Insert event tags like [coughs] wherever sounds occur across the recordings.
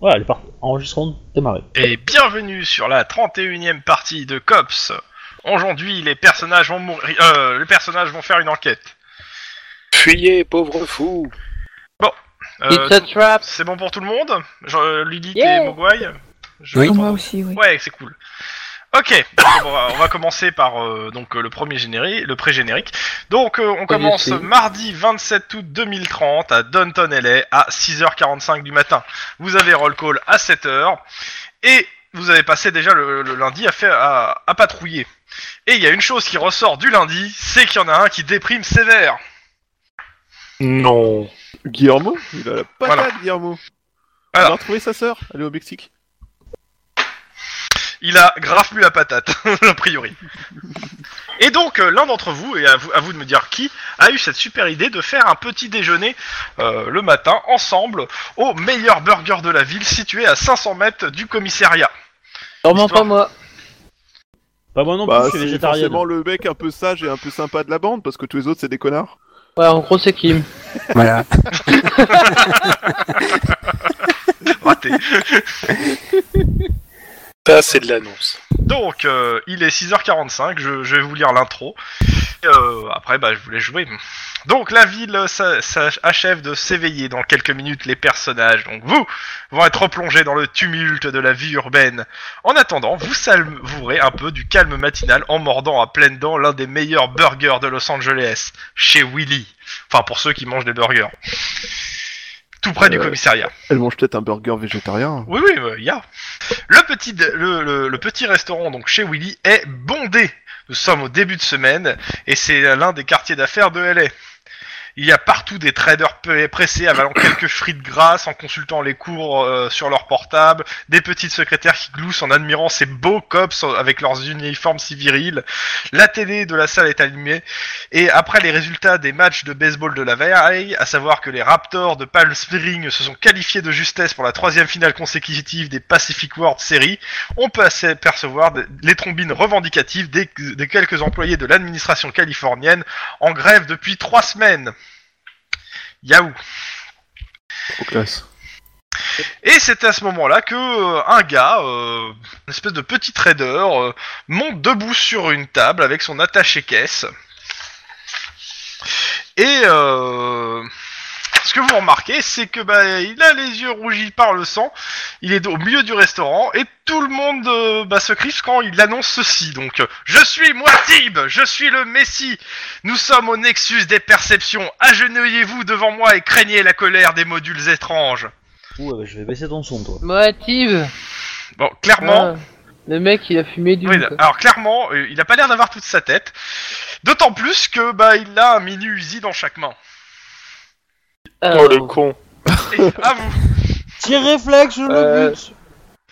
Voilà, elle est partie. Enregistrement démarré. Et bienvenue sur la 31 e partie de Cops. Aujourd'hui, les personnages vont mourir. euh, les personnages vont faire une enquête. Fuyez, pauvre fou Euh, It's a tout- trap c'est bon pour tout le monde Je- euh, Lilith Yeah. et Mogwai Je- Oui. Moi aussi, oui. Ouais, c'est cool. Ok, donc, on, va, on va commencer par euh, donc euh, le premier générique, le pré-générique. Donc euh, on commence YouTube. mardi 27 août 2030 à Downton LA à 6h45 du matin. Vous avez roll call à 7h et vous avez passé déjà le, le lundi à, faire, à, à patrouiller. Et il y a une chose qui ressort du lundi, c'est qu'il y en a un qui déprime sévère. Non. Guillermo Il a la patate, Voilà. Guillermo Voilà. On a retrouvé sa sœur, elle est au Mexique. Il a grave plus la patate, [laughs] a priori. Et donc, euh, l'un d'entre vous, et à vous, à vous de me dire qui, a eu cette super idée de faire un petit déjeuner euh, le matin, ensemble, au meilleur burger de la ville, situé à 500 mètres du commissariat. Sûrement Histoire. pas moi Pas moi non plus, Bah, je suis c'est végétarienne. forcément le mec un peu sage et un peu sympa de la bande, parce que tous les autres, c'est des connards. Ouais, en gros, c'est Kim. Voilà. Raté. Ça, c'est de l'annonce. Donc, euh, il est 6h45, je, je vais vous lire l'intro. Euh, après, bah, je voulais jouer. Donc, la ville s'achève de s'éveiller. Dans quelques minutes, les personnages, donc vous, vont être replongés dans le tumulte de la vie urbaine. En attendant, vous savourez un peu du calme matinal en mordant à pleines dents l'un des meilleurs burgers de Los Angeles, chez Willy. Enfin, pour ceux qui mangent des burgers. Tout près du Euh, commissariat. Elle mange peut-être un burger végétarien. hein, Oui, oui, il y a. Le petit, dé- le, le- le petit restaurant donc chez Willy est bondé. Nous sommes au début de semaine et c'est l'un des quartiers d'affaires de LA. Il y a partout des traders pe- pressés avalant [coughs] quelques frites grasses en consultant les cours euh, sur leur portable, des petites secrétaires qui gloussent en admirant ces beaux cops euh, avec leurs uniformes si virils. La télé de la salle est allumée et après les résultats des matchs de baseball de la veille, à savoir que les Raptors de Palm Springs se sont qualifiés de justesse pour la troisième finale consécutive des Pacific World Series, on peut assez apercevoir de- les trombines revendicatives des, des quelques employés de l'administration californienne en grève depuis trois semaines. Yahoo Trop classe. Et c'est à ce moment-là que euh, un gars, euh, une espèce de petit trader, euh, monte debout sur une table avec son attaché caisse. Et euh, ce que vous remarquez, c'est que bah, il a les yeux rougis par le sang. Il est au milieu du restaurant et tout le monde euh, bah, se crispe quand il annonce ceci. Donc, euh, je suis moi Tib, je suis le Messie. Nous sommes au nexus des perceptions. Agenouillez-vous devant moi et craignez la colère des modules étranges. Ouh, euh, je vais baisser ton son, toi. Motive Bon, clairement, Ah, Le mec, il a fumé du. oui, quoi. alors clairement, euh, il a pas l'air d'avoir toute sa tête. D'autant plus que bah il a un mini Uzi dans chaque main. Oh, Oh, Euh, le con. Et à vous. Petit réflexe, je Euh, le bute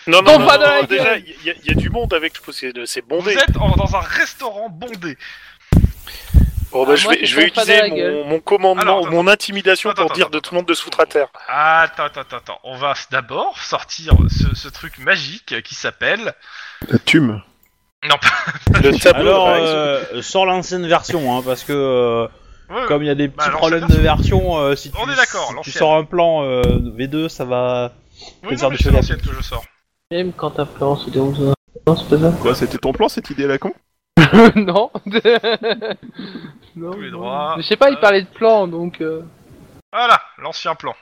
Non, Ton pas de la déjà, gueule. il y, a- y a du monde avec, je pense, c'est c'est Vous bondé. êtes en- dans un restaurant bondé. Bon, bah, Ah, je moi, vais, c'est je vais ton pas de la utiliser gueule. mon, mon commandement, Alors, ou mon intimidation attends, pour attends, dire de tout le monde de se foutre à terre. Attends, attends, attends, attends. On va d'abord sortir ce, ce truc magique qui s'appelle. La tume. Non, pas. [laughs] Le tableau, Alors, par exemple. euh, sors l'ancienne version, hein, parce que euh, Ouais, comme il y a des petits Bah, l'ancienne problèmes de version, euh, si, tu, On est d'accord, si tu l'ancienne. sors un plan euh, V2, ça va. oui, faire du non, mais c'est cheval. l'ancienne que je sors. Même quand t'as Florence ou des onze- Non, c'est pas ça Quoi, c'était ton plan, cette idée à la con [laughs] Non [laughs] Non. Tous les non. droits. Je sais pas, il Euh. parlait de plan donc. euh, Voilà, l'ancien plan.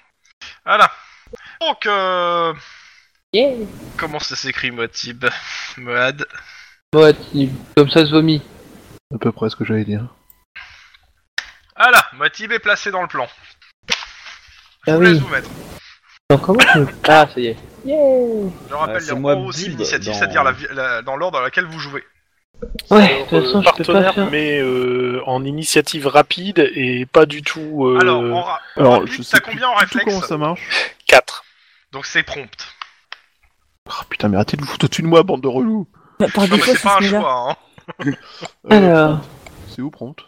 Voilà. Donc, euh, Yeah comment ça s'écrit Moatib [laughs] Moad. Motive. Comme ça se vomit. À peu près ce que j'allais dire. Voilà, Moatib est placé dans le plan. Je Ah vous oui. laisse vous mettre. Non, comment tu- Ah, ça y est. Yeah Je rappelle, Euh, il y c'est a moi, en haut aussi Build, l'initiative, dans- c'est-à-dire la vi- la- dans l'ordre dans lequel vous jouez. Ouais, de toute Alors, façon, euh, je peux pas partenaire, faire. mais euh, en initiative rapide et pas du tout. euh, Alors, en ra- en Alors, rapide, je sais t'as plus combien en Du tout, réflexe comment ça marche 4. Donc c'est prompt. Ah putain, mais arrêtez de vous foutre au-dessus de moi, bande de relous Bah, par Non, mais défaut, c'est ça pas un se met là. choix, hein. Euh, Alors. C'est où, prompt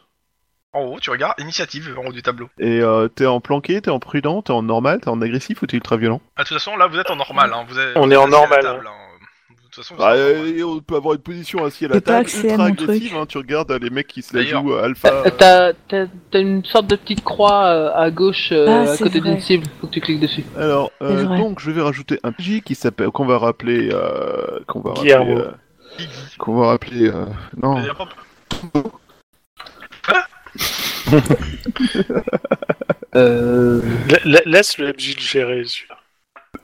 En haut, tu regardes initiative, en haut du tableau. Et euh, t'es en planqué, t'es en prudent, t'es en normal, t'es en agressif ou t'es ultra violent Ah, de toute façon, là, vous êtes en normal, hein. Vous êtes, On vous est en assis à la normal, table, hein. toute façon. vous Bah, serez euh, et on peut avoir une position hein, assis à la J'ai pas table accès à ultra mon truc. agressive. hein, tu regardes euh, les mecs qui se la D'ailleurs. jouent euh, alpha. euh, T'as t'as- t'as une sorte de petite croix euh, à gauche euh, Ah, à c'est côté vrai. d'une cible, faut que tu cliques dessus. Alors, euh, C'est vrai. donc, je vais rajouter un PJ qui s'appelle, qu'on va rappeler, euh, qu'on va rappeler, Guillermo. euh, qu'on va rappeler, euh, non, D'ailleurs, hop, Euh... La- la- Laisse le MJ le gérer, celui-là.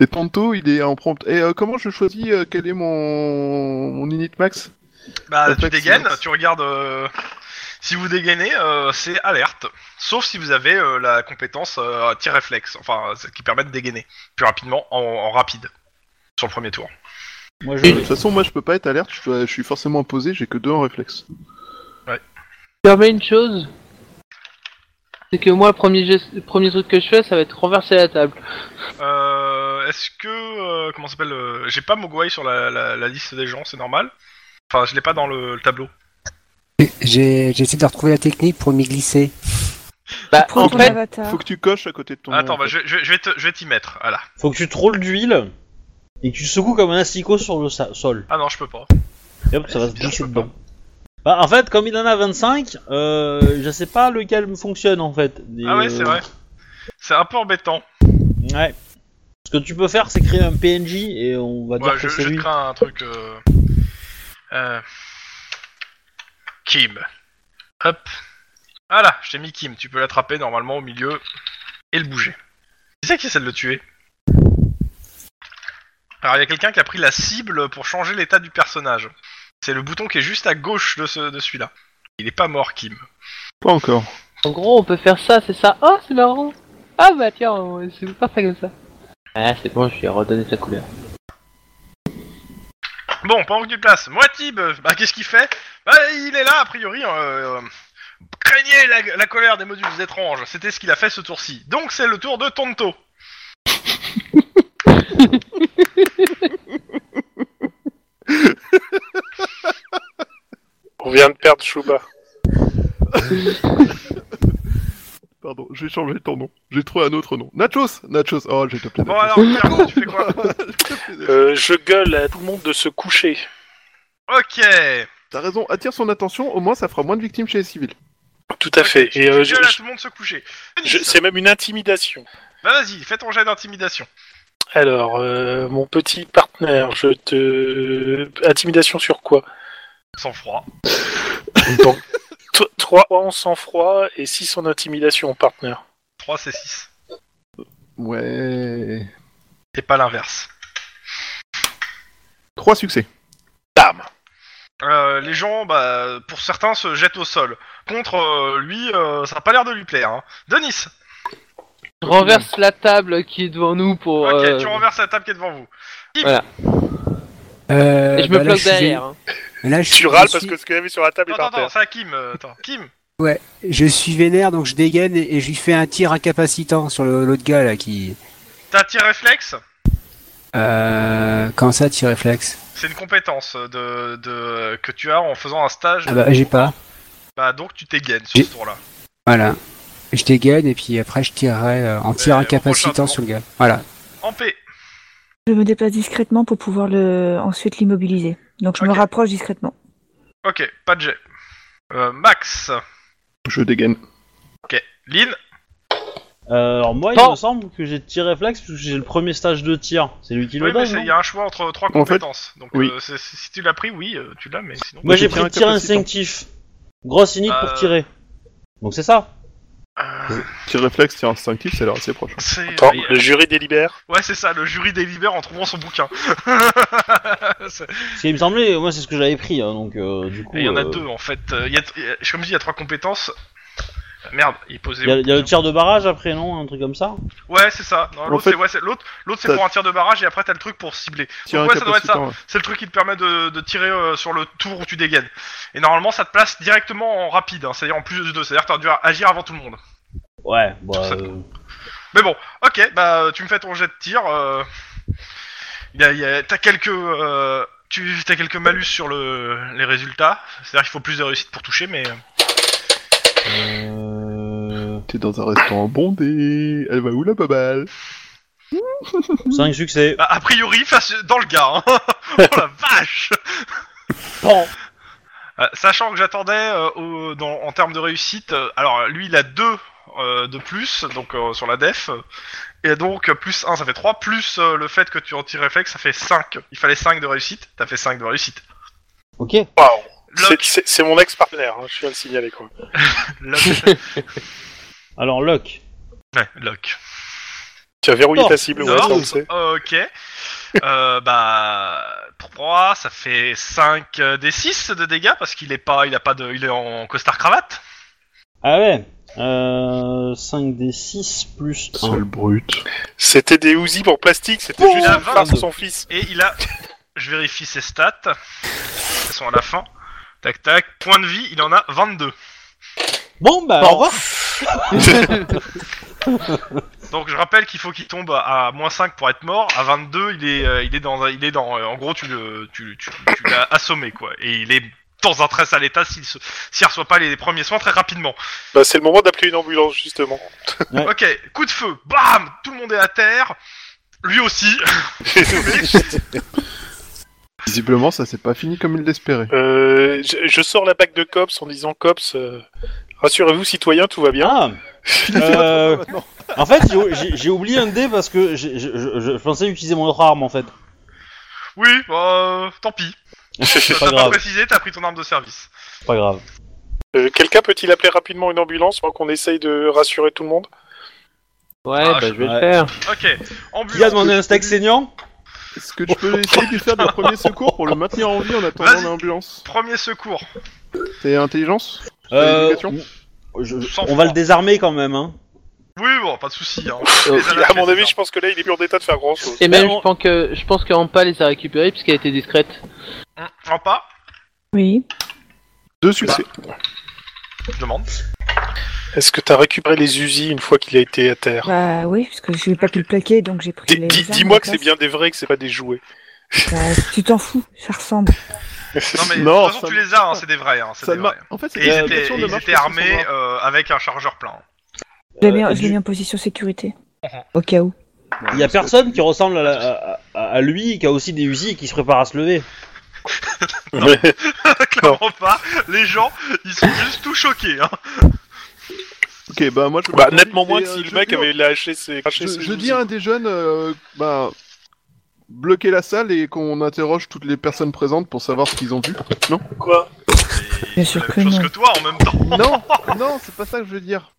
et Panto, il est en prompt. Et euh, comment je choisis euh, quel est mon, mon init max Bah, En tu fait, dégaines, c'est- tu regardes. euh, si vous dégainez, euh, c'est alerte. Sauf si vous avez euh, la compétence euh, tir réflexe, enfin, celle qui permet de dégainer plus rapidement en, en rapide sur le premier tour. Moi, Euh, De je... toute façon, moi, je peux pas être alerte, je, dois- je suis forcément imposé, j'ai que deux en réflexe. permet une chose, c'est que moi le premier, geste- le premier truc que je fais, ça va être renverser la table. Euh, Est-ce que euh, comment ça s'appelle euh, J'ai pas Mogwai sur la, la- la liste des gens, c'est normal. Enfin, je l'ai pas dans le, le tableau. J'ai j'ai essayé de retrouver la technique pour m'y glisser. Bah Prends en ton fait, avatar. Faut que tu coches à côté de ton. Attends, nom, en bah, fait. je, je- je vais te- je vais t'y mettre. Voilà. Faut que tu trolles d'huile et que tu secoues comme un asticot sur le sa- sol. Ah non, je peux pas. Et hop, ça va se c'est bien, glisser je peux dedans. Bah, en fait, comme il en a 25, euh, je sais pas lequel fonctionne en fait. Et, Ah ouais, euh, c'est vrai. C'est un peu embêtant. Ouais. Ce que tu peux faire, c'est créer un PNJ et on va dire Ouais, que je, c'est je lui. te crains un truc. euh, euh, Kim. Hop. Voilà, je t'ai mis Kim. Tu peux l'attraper normalement au milieu et le bouger. C'est ça qui essaie de le tuer. Alors, il y a quelqu'un qui a pris la cible pour changer l'état du personnage. C'est le bouton qui est juste à gauche de, ce, de celui-là. Il est pas mort, Kim. Pas encore. en gros on peut faire ça, c'est ça. Ah c'est marrant. Ah bah tiens, on- c'est pas ça comme ça. Ah c'est bon, je lui ai redonné sa couleur. Bon, pendant que tu le places, Moatib, euh, bah, qu'est-ce qu'il fait Bah, il est là, a priori. euh, euh, craignez la, la colère des modules étranges. C'était ce qu'il a fait ce tour-ci. Donc, c'est le tour de Tonto. On vient de perdre Chouba. Pardon, j'ai changé ton nom. J'ai trouvé un autre nom. Nachos Nachos Oh, je te plains. Bon, [laughs] alors, Guillermo, tu fais quoi Euh, je gueule à tout le monde de se coucher. Ok. T'as raison, attire son attention, au moins ça fera moins de victimes chez les civils. Tout à fait. Et euh, Tu je- gueules à je- tout le monde se coucher. je- c'est même une intimidation. Bah, vas-y, fais ton jet d'intimidation. Alors, euh, mon petit partenaire, je te... Intimidation sur quoi Sans froid. Donc, 3 en sang-froid et 6 en intimidation, partenaire. 3, c'est 6. Ouais. Et pas l'inverse. Trois succès. Bam Euh, les gens, bah, pour certains, se jettent au sol. Contre euh, lui, euh, ça a pas l'air de lui plaire. Hein. Denis, Je renverse la table qui est devant nous pour... ok, euh, tu renverses la table qui est devant vous. Euh, Et je me bah, là, bloque suis- derrière. hein. Là, je, Tu suis- râles je parce suis- que ce qu'il y avait sur la table Non, est par attends, terre. attends, c'est à Kim. euh, attends. Kim, je suis vénère, donc je dégaine et, et je lui fais un tir incapacitant sur le- l'autre gars là qui. t'as un tir réflexe Euh, comment ça, tir réflexe C'est une compétence de, de, que tu as en faisant un stage. Ah bah j'ai pas. Bah, donc tu t'égaines sur ce J'ai- tour-là. Voilà. Je dégaine et puis après je tirerai euh, en tir Euh, au prochain incapacitant tour. sur le gars. Voilà. En paix. Je me déplace discrètement pour pouvoir le ensuite l'immobiliser. Donc je me Ok. rapproche discrètement. Ok, pas de jet. Euh, Max, Je dégaine. Lynn, Euh, alors moi, il Bon. me semble que j'ai tir réflexe parce que j'ai le premier stage de tir. C'est lui qui le oui, mais donne. c'est- non il y a un choix entre trois En fait, compétences. Donc, oui. euh, c'est- si si tu l'as pris, oui, euh, tu l'as, mais Moi, sinon. Moi, j'ai j'ai pris pris un tir capacitant. instinctif. Grosse init pour Euh. tirer. Donc c'est ça. Euh, Tir réflexe, tir instinctif, ça a l'air assez proche. c'est- Attends, oui, euh, le jury délibère. Ouais, c'est ça, le jury délibère en trouvant son bouquin. [laughs] C'est- Parce qu'il me semblait, moi, c'est ce que j'avais pris. hein, donc euh, du coup. Et Il y en a euh, deux en fait. Euh, il y a- il y a- Comme je dis, il y a trois compétences. Ah, Merde, il posait. Il y, a- il y a le tir de barrage après, non Un truc comme ça Ouais, c'est ça. Non, En L'autre, fait, c'est ouais, c'est- l'autre- l'autre, c'est t'as- pour un tir de barrage et après, t'as le truc pour cibler. Tir Ouais, ça doit être ça. incapacitant. ouais. C'est le truc qui te permet de, de tirer euh, sur le tour où tu dégaines. Et normalement, ça te place directement en rapide, hein, c'est-à-dire en plus de deux. C'est-à-dire que t'as dû agir avant tout le monde. Ouais, bah. Ça- euh, Mais bon, ok, bah euh, tu me fais ton jet de tir. euh, il y a- il y a- T'as quelques. euh, Tu as quelques malus sur le, les résultats, c'est-à-dire qu'il faut plus de réussite pour toucher, mais euh, T'es dans un restaurant bondé. Elle va où la baballe 5 succès. Bah, a priori, face dans le gars. hein. [laughs] oh la vache Bon. Euh, Sachant que j'attendais euh, au- dans- en termes de réussite, euh, alors lui il a 2 de plus, donc euh, sur la def, et donc euh, plus 1 ça fait 3, plus euh, le fait que tu en tires réflexe ça fait 5. Il fallait 5 de réussite, t'as fait 5 de réussite. Ok. Waouh. Lock, C'est- C'est c'est mon ex-partenaire, hein, je viens de le signaler quoi. lock, Alors, Locke. ouais, lock. Tu as verrouillé Non. ta cible, ouais, Non. ça on le sait. Ok, Euh, bah 3, ça fait 5 des 6 de dégâts parce qu'il est pas, il a pas de, il est en costard cravate. Ah ouais. Euh, 5 des 6 plus 1. brut. C'était des ouzis en plastique, c'était juste la une farce vache. pour son fils. Et il a. Je vérifie ses stats. Elles sont à la fin. Tac tac. Point de vie, il en a 22. Bon, bah, au revoir. Donc je rappelle qu'il faut qu'il tombe à à moins 5 pour être mort. À 22, il est, euh, il est dans. un- Il est dans euh, en gros, tu le- tu, tu, tu l'as assommé, quoi. Et il est dans un très sale état s'il se- s'il reçoit pas les premiers soins très rapidement. Bah, c'est le moment d'appeler une ambulance justement. Ouais. Ok, coup de feu. Bam Tout le monde est à terre. [laughs] Lui aussi. Visiblement, ça s'est pas fini comme il l'espérait. Euh, je, je sors la bague de cops en disant cops. euh, Rassurez-vous, citoyens, tout va bien. [laughs] Ah. Euh, en fait, j'ai- j'ai j'ai oublié un dé parce que j'ai- je, je- je pensais utiliser mon autre arme en fait. Oui, bah, euh, tant pis. C'est T'as pas pas, grave, précisé, t'as pris ton arme de service. c'est pas grave. Euh, Quelqu'un peut-il appeler rapidement une ambulance avant qu'on essaye de rassurer tout le monde Ouais, Ah, bah je je- vais ouais. le faire. Ok, ambulance. Qui a demandé un stack saignant Est-ce que tu peux essayer de lui faire des premiers secours pour le maintenir en vie en attendant Vas-y. l'ambulance Premier secours. C'est intelligence Euh, Éducation je- je- Sans On froid. va le désarmer quand même. Hein. Oui, bon, pas de soucis. Hein. Il- À mon avis, je pense que là, il est plus en état de faire grand chose. Oh. Et même, on- je pense que je pense qu'Ampa les a récupérés puisqu'elle était discrète. Prends pas, Oui. Deux succès. Bah, je demande. [laughs] Est-ce que t'as récupéré les usines une fois qu'il a été à terre Bah oui, parce que je n'ai pas pu le plaquer, donc j'ai pris Dis- les. dis- armes Dis-moi à que la c'est place. bien des vrais, que c'est pas des jouets. Bah, tu t'en fous, ça ressemble. Non, mais de Non, toute façon, ça tu me- les as, hein, c'est des vrais. Hein, c'est Ça des ne mar- vrais. En fait, c'est Et ils une étaient, application de ils marche étaient pour se armés savoir. euh, avec un chargeur [laughs] plein. [laughs] Je l'ai mis, Euh, en- je l'ai du- mis en position [laughs] sécurité. Au cas où. Il y a personne qui ressemble à, la- à- à- à lui et qui a aussi des usines et qui se prépare à se lever. Clairement pas. Les gens, ils sont juste tout choqués. Hein. Ok, bah moi je. Bah, nettement moins que Et, euh, si le je mec jure- avait lâché ses. Je, craché ses je usines. dis à un des jeunes, euh, bah, bloquer la salle et qu'on interroge toutes les personnes présentes pour savoir ce qu'ils ont vu. Non quoi Et Bien c'est sûr la que même chose non. que toi en même temps. Non, non, c'est pas ça que je veux dire.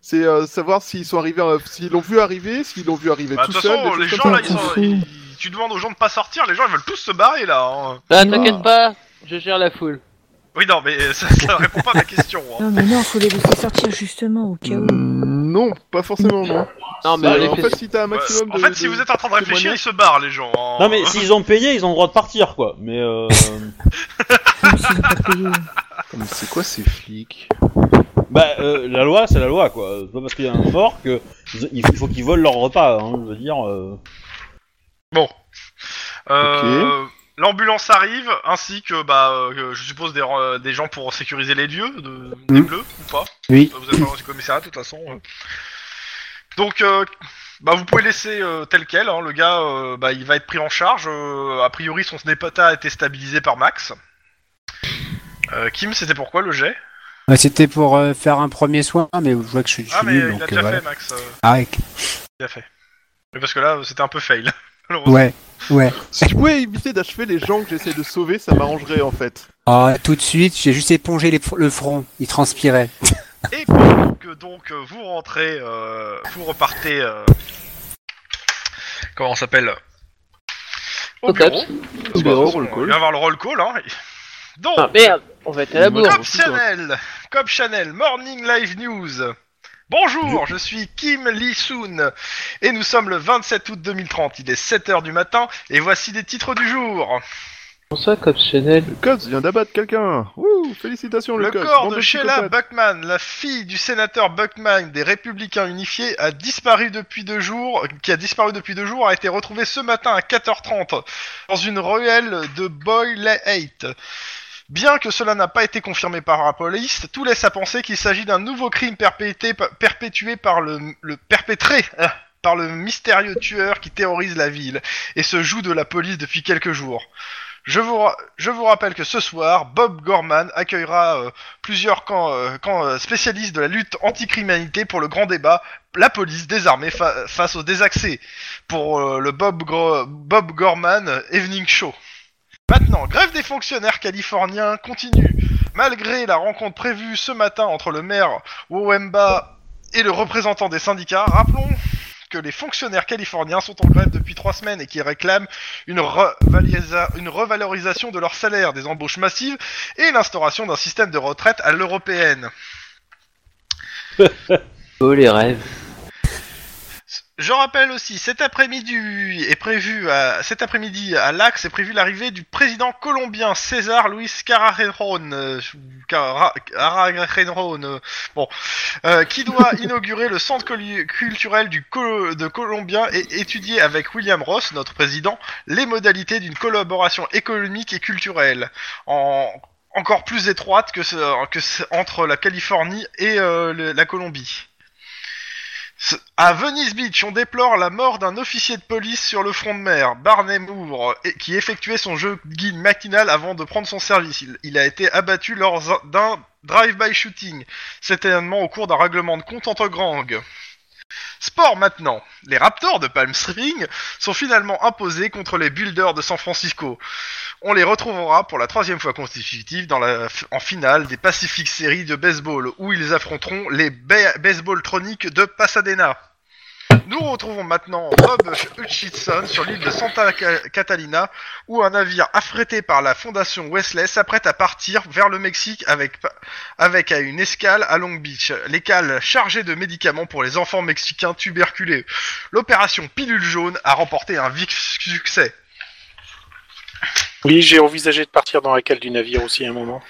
C'est euh, savoir s'ils sont arrivés, euh, s'ils l'ont vu arriver, s'ils l'ont vu arriver Bah, De tout toute seul. façon, des les choses gens comme là, ça. ils sont. ils- Tu demandes aux gens de pas sortir, les gens ils veulent tous se barrer là. hein. Ah, Non. t'inquiète pas, je gère la foule. Oui, non, mais [laughs] euh, ça, ça répond pas à ma question. hein. Non, mais non, faut les laisser sortir justement, au cas où. Hmm. Mm, Non, pas forcément, non. Non, mais Euh, les en faits- fait, si t'as un Ouais, maximum en de- fait, si de- vous êtes en train de réfléchir, ils témoignages- se barrent les gens. hein. Non mais s'ils ont payé, ils ont le droit de partir quoi. Mais euh... Même s'ils ont pas [laughs] payé. Oh, mais c'est quoi ces flics bah euh, la loi, c'est la loi quoi. C'est pas parce qu'il y a un fort que ils- il faut qu'ils volent leur repas. Hein, je veux dire. euh. Bon. Euh, L'ambulance arrive, ainsi que, bah, euh, je suppose, des, euh, des gens pour sécuriser les lieux, de, des Mm. bleus, ou pas Oui. Vous êtes pas dans le commissariat, de toute façon. euh. Donc, euh, bah, vous pouvez laisser euh, tel quel, hein, le gars, euh, bah, il va être pris en charge. euh, a priori, son snepata a été stabilisé par Max. Euh, Kim, c'était pourquoi le jet Ah, C'était pour euh, faire un premier soin, mais je vois que je suis, je Ah, suis mais nul, il donc a euh, déjà voilà. fait, Max. euh, Ah, ouais, il a fait. Mais parce que là, c'était un peu fail. [laughs] malheureusement. ouais, ouais. Si tu pouvais éviter d'achever les gens que j'essaie de sauver, ça m'arrangerait en fait. Ah, tout de suite, j'ai juste épongé les fr- le front. Il transpirait. Et pendant que donc euh, vous rentrez, euh, vous repartez. euh, comment on s'appelle Au Au bureau. cops. Au Bah, bureau, on roll call. va avoir le roll call. Hein. Donc, Ah merde, on va être à la bourre. Cop Chanel, Cop Chanel, Morning Live News. Bonjour, je suis Kim Lee Soon et nous sommes le 27 août 2030. Il est 7h du matin et voici des titres du jour. Bonsoir, Cop Chanel. Le Cops vient d'abattre quelqu'un. Wouh, félicitations le, bah, Le Cops. corps bande de Sheila psychopathes. Buckman, la fille du sénateur Buckman des Républicains Unifiés, a disparu depuis deux jours, qui a disparu depuis deux jours, a été retrouvé ce matin à 4h30 dans une ruelle de Boyle Heights. Bien que cela n'a pas été confirmé par la police, tout laisse à penser qu'il s'agit d'un nouveau crime perpété- perpétué par le, le perpétré ah, par le mystérieux tueur qui terrorise la ville et se joue de la police depuis quelques jours. Je vous, ra- je vous rappelle que ce soir, Bob Gorman accueillera euh, plusieurs camps, euh, camps, euh, spécialistes de la lutte anticriminalité pour le grand débat La police désarmée fa- face aux désaxés pour euh, le Bob, Gro- Bob Gorman Evening Show. Maintenant, grève des fonctionnaires californiens continue. Malgré la rencontre prévue ce matin entre le maire Wowemba et le représentant des syndicats, rappelons que les fonctionnaires californiens sont en grève depuis trois semaines et qui réclament une, revalisa- une revalorisation de leur salaire, des embauches massives et l'instauration d'un système de retraite à l'européenne. Oh les rêves. Je rappelle aussi, cet après-midi est prévu à cet après-midi à l'Axe est prévu l'arrivée du président colombien César Luis Carrerón, euh, ou Cara- Carrerón, euh, bon, euh, qui doit inaugurer le centre coli- culturel du Col- de colombien et étudier avec William Ross, notre président, les modalités d'une collaboration économique et culturelle en encore plus étroite que, ce- que ce- entre la Californie et euh, le- la Colombie. Ce- À Venice Beach, on déplore la mort d'un officier de police sur le front de mer, Barney Moore, et- qui effectuait son jeu guide matinal avant de prendre son service. Il, il a été abattu lors z- d'un drive-by shooting, cet événement au cours d'un règlement de compte entre gangs. Sport maintenant. Les Raptors de Palm Spring sont finalement imposés contre les Builders de San Francisco. On les retrouvera pour la troisième fois constitutive dans la, en finale des Pacific Series de baseball, où ils affronteront les Ba- Baseball Tronics de Pasadena. Nous retrouvons maintenant Bob Hutchinson sur l'île de Santa Ca- Catalina, où un navire affrété par la fondation Wesley s'apprête à partir vers le Mexique avec, pa- avec à une escale à Long Beach. Les cales chargées de médicaments pour les enfants mexicains tuberculés. L'opération Pilule Jaune a remporté un vif succès. Oui, j'ai envisagé de partir dans la cale du navire aussi à un moment.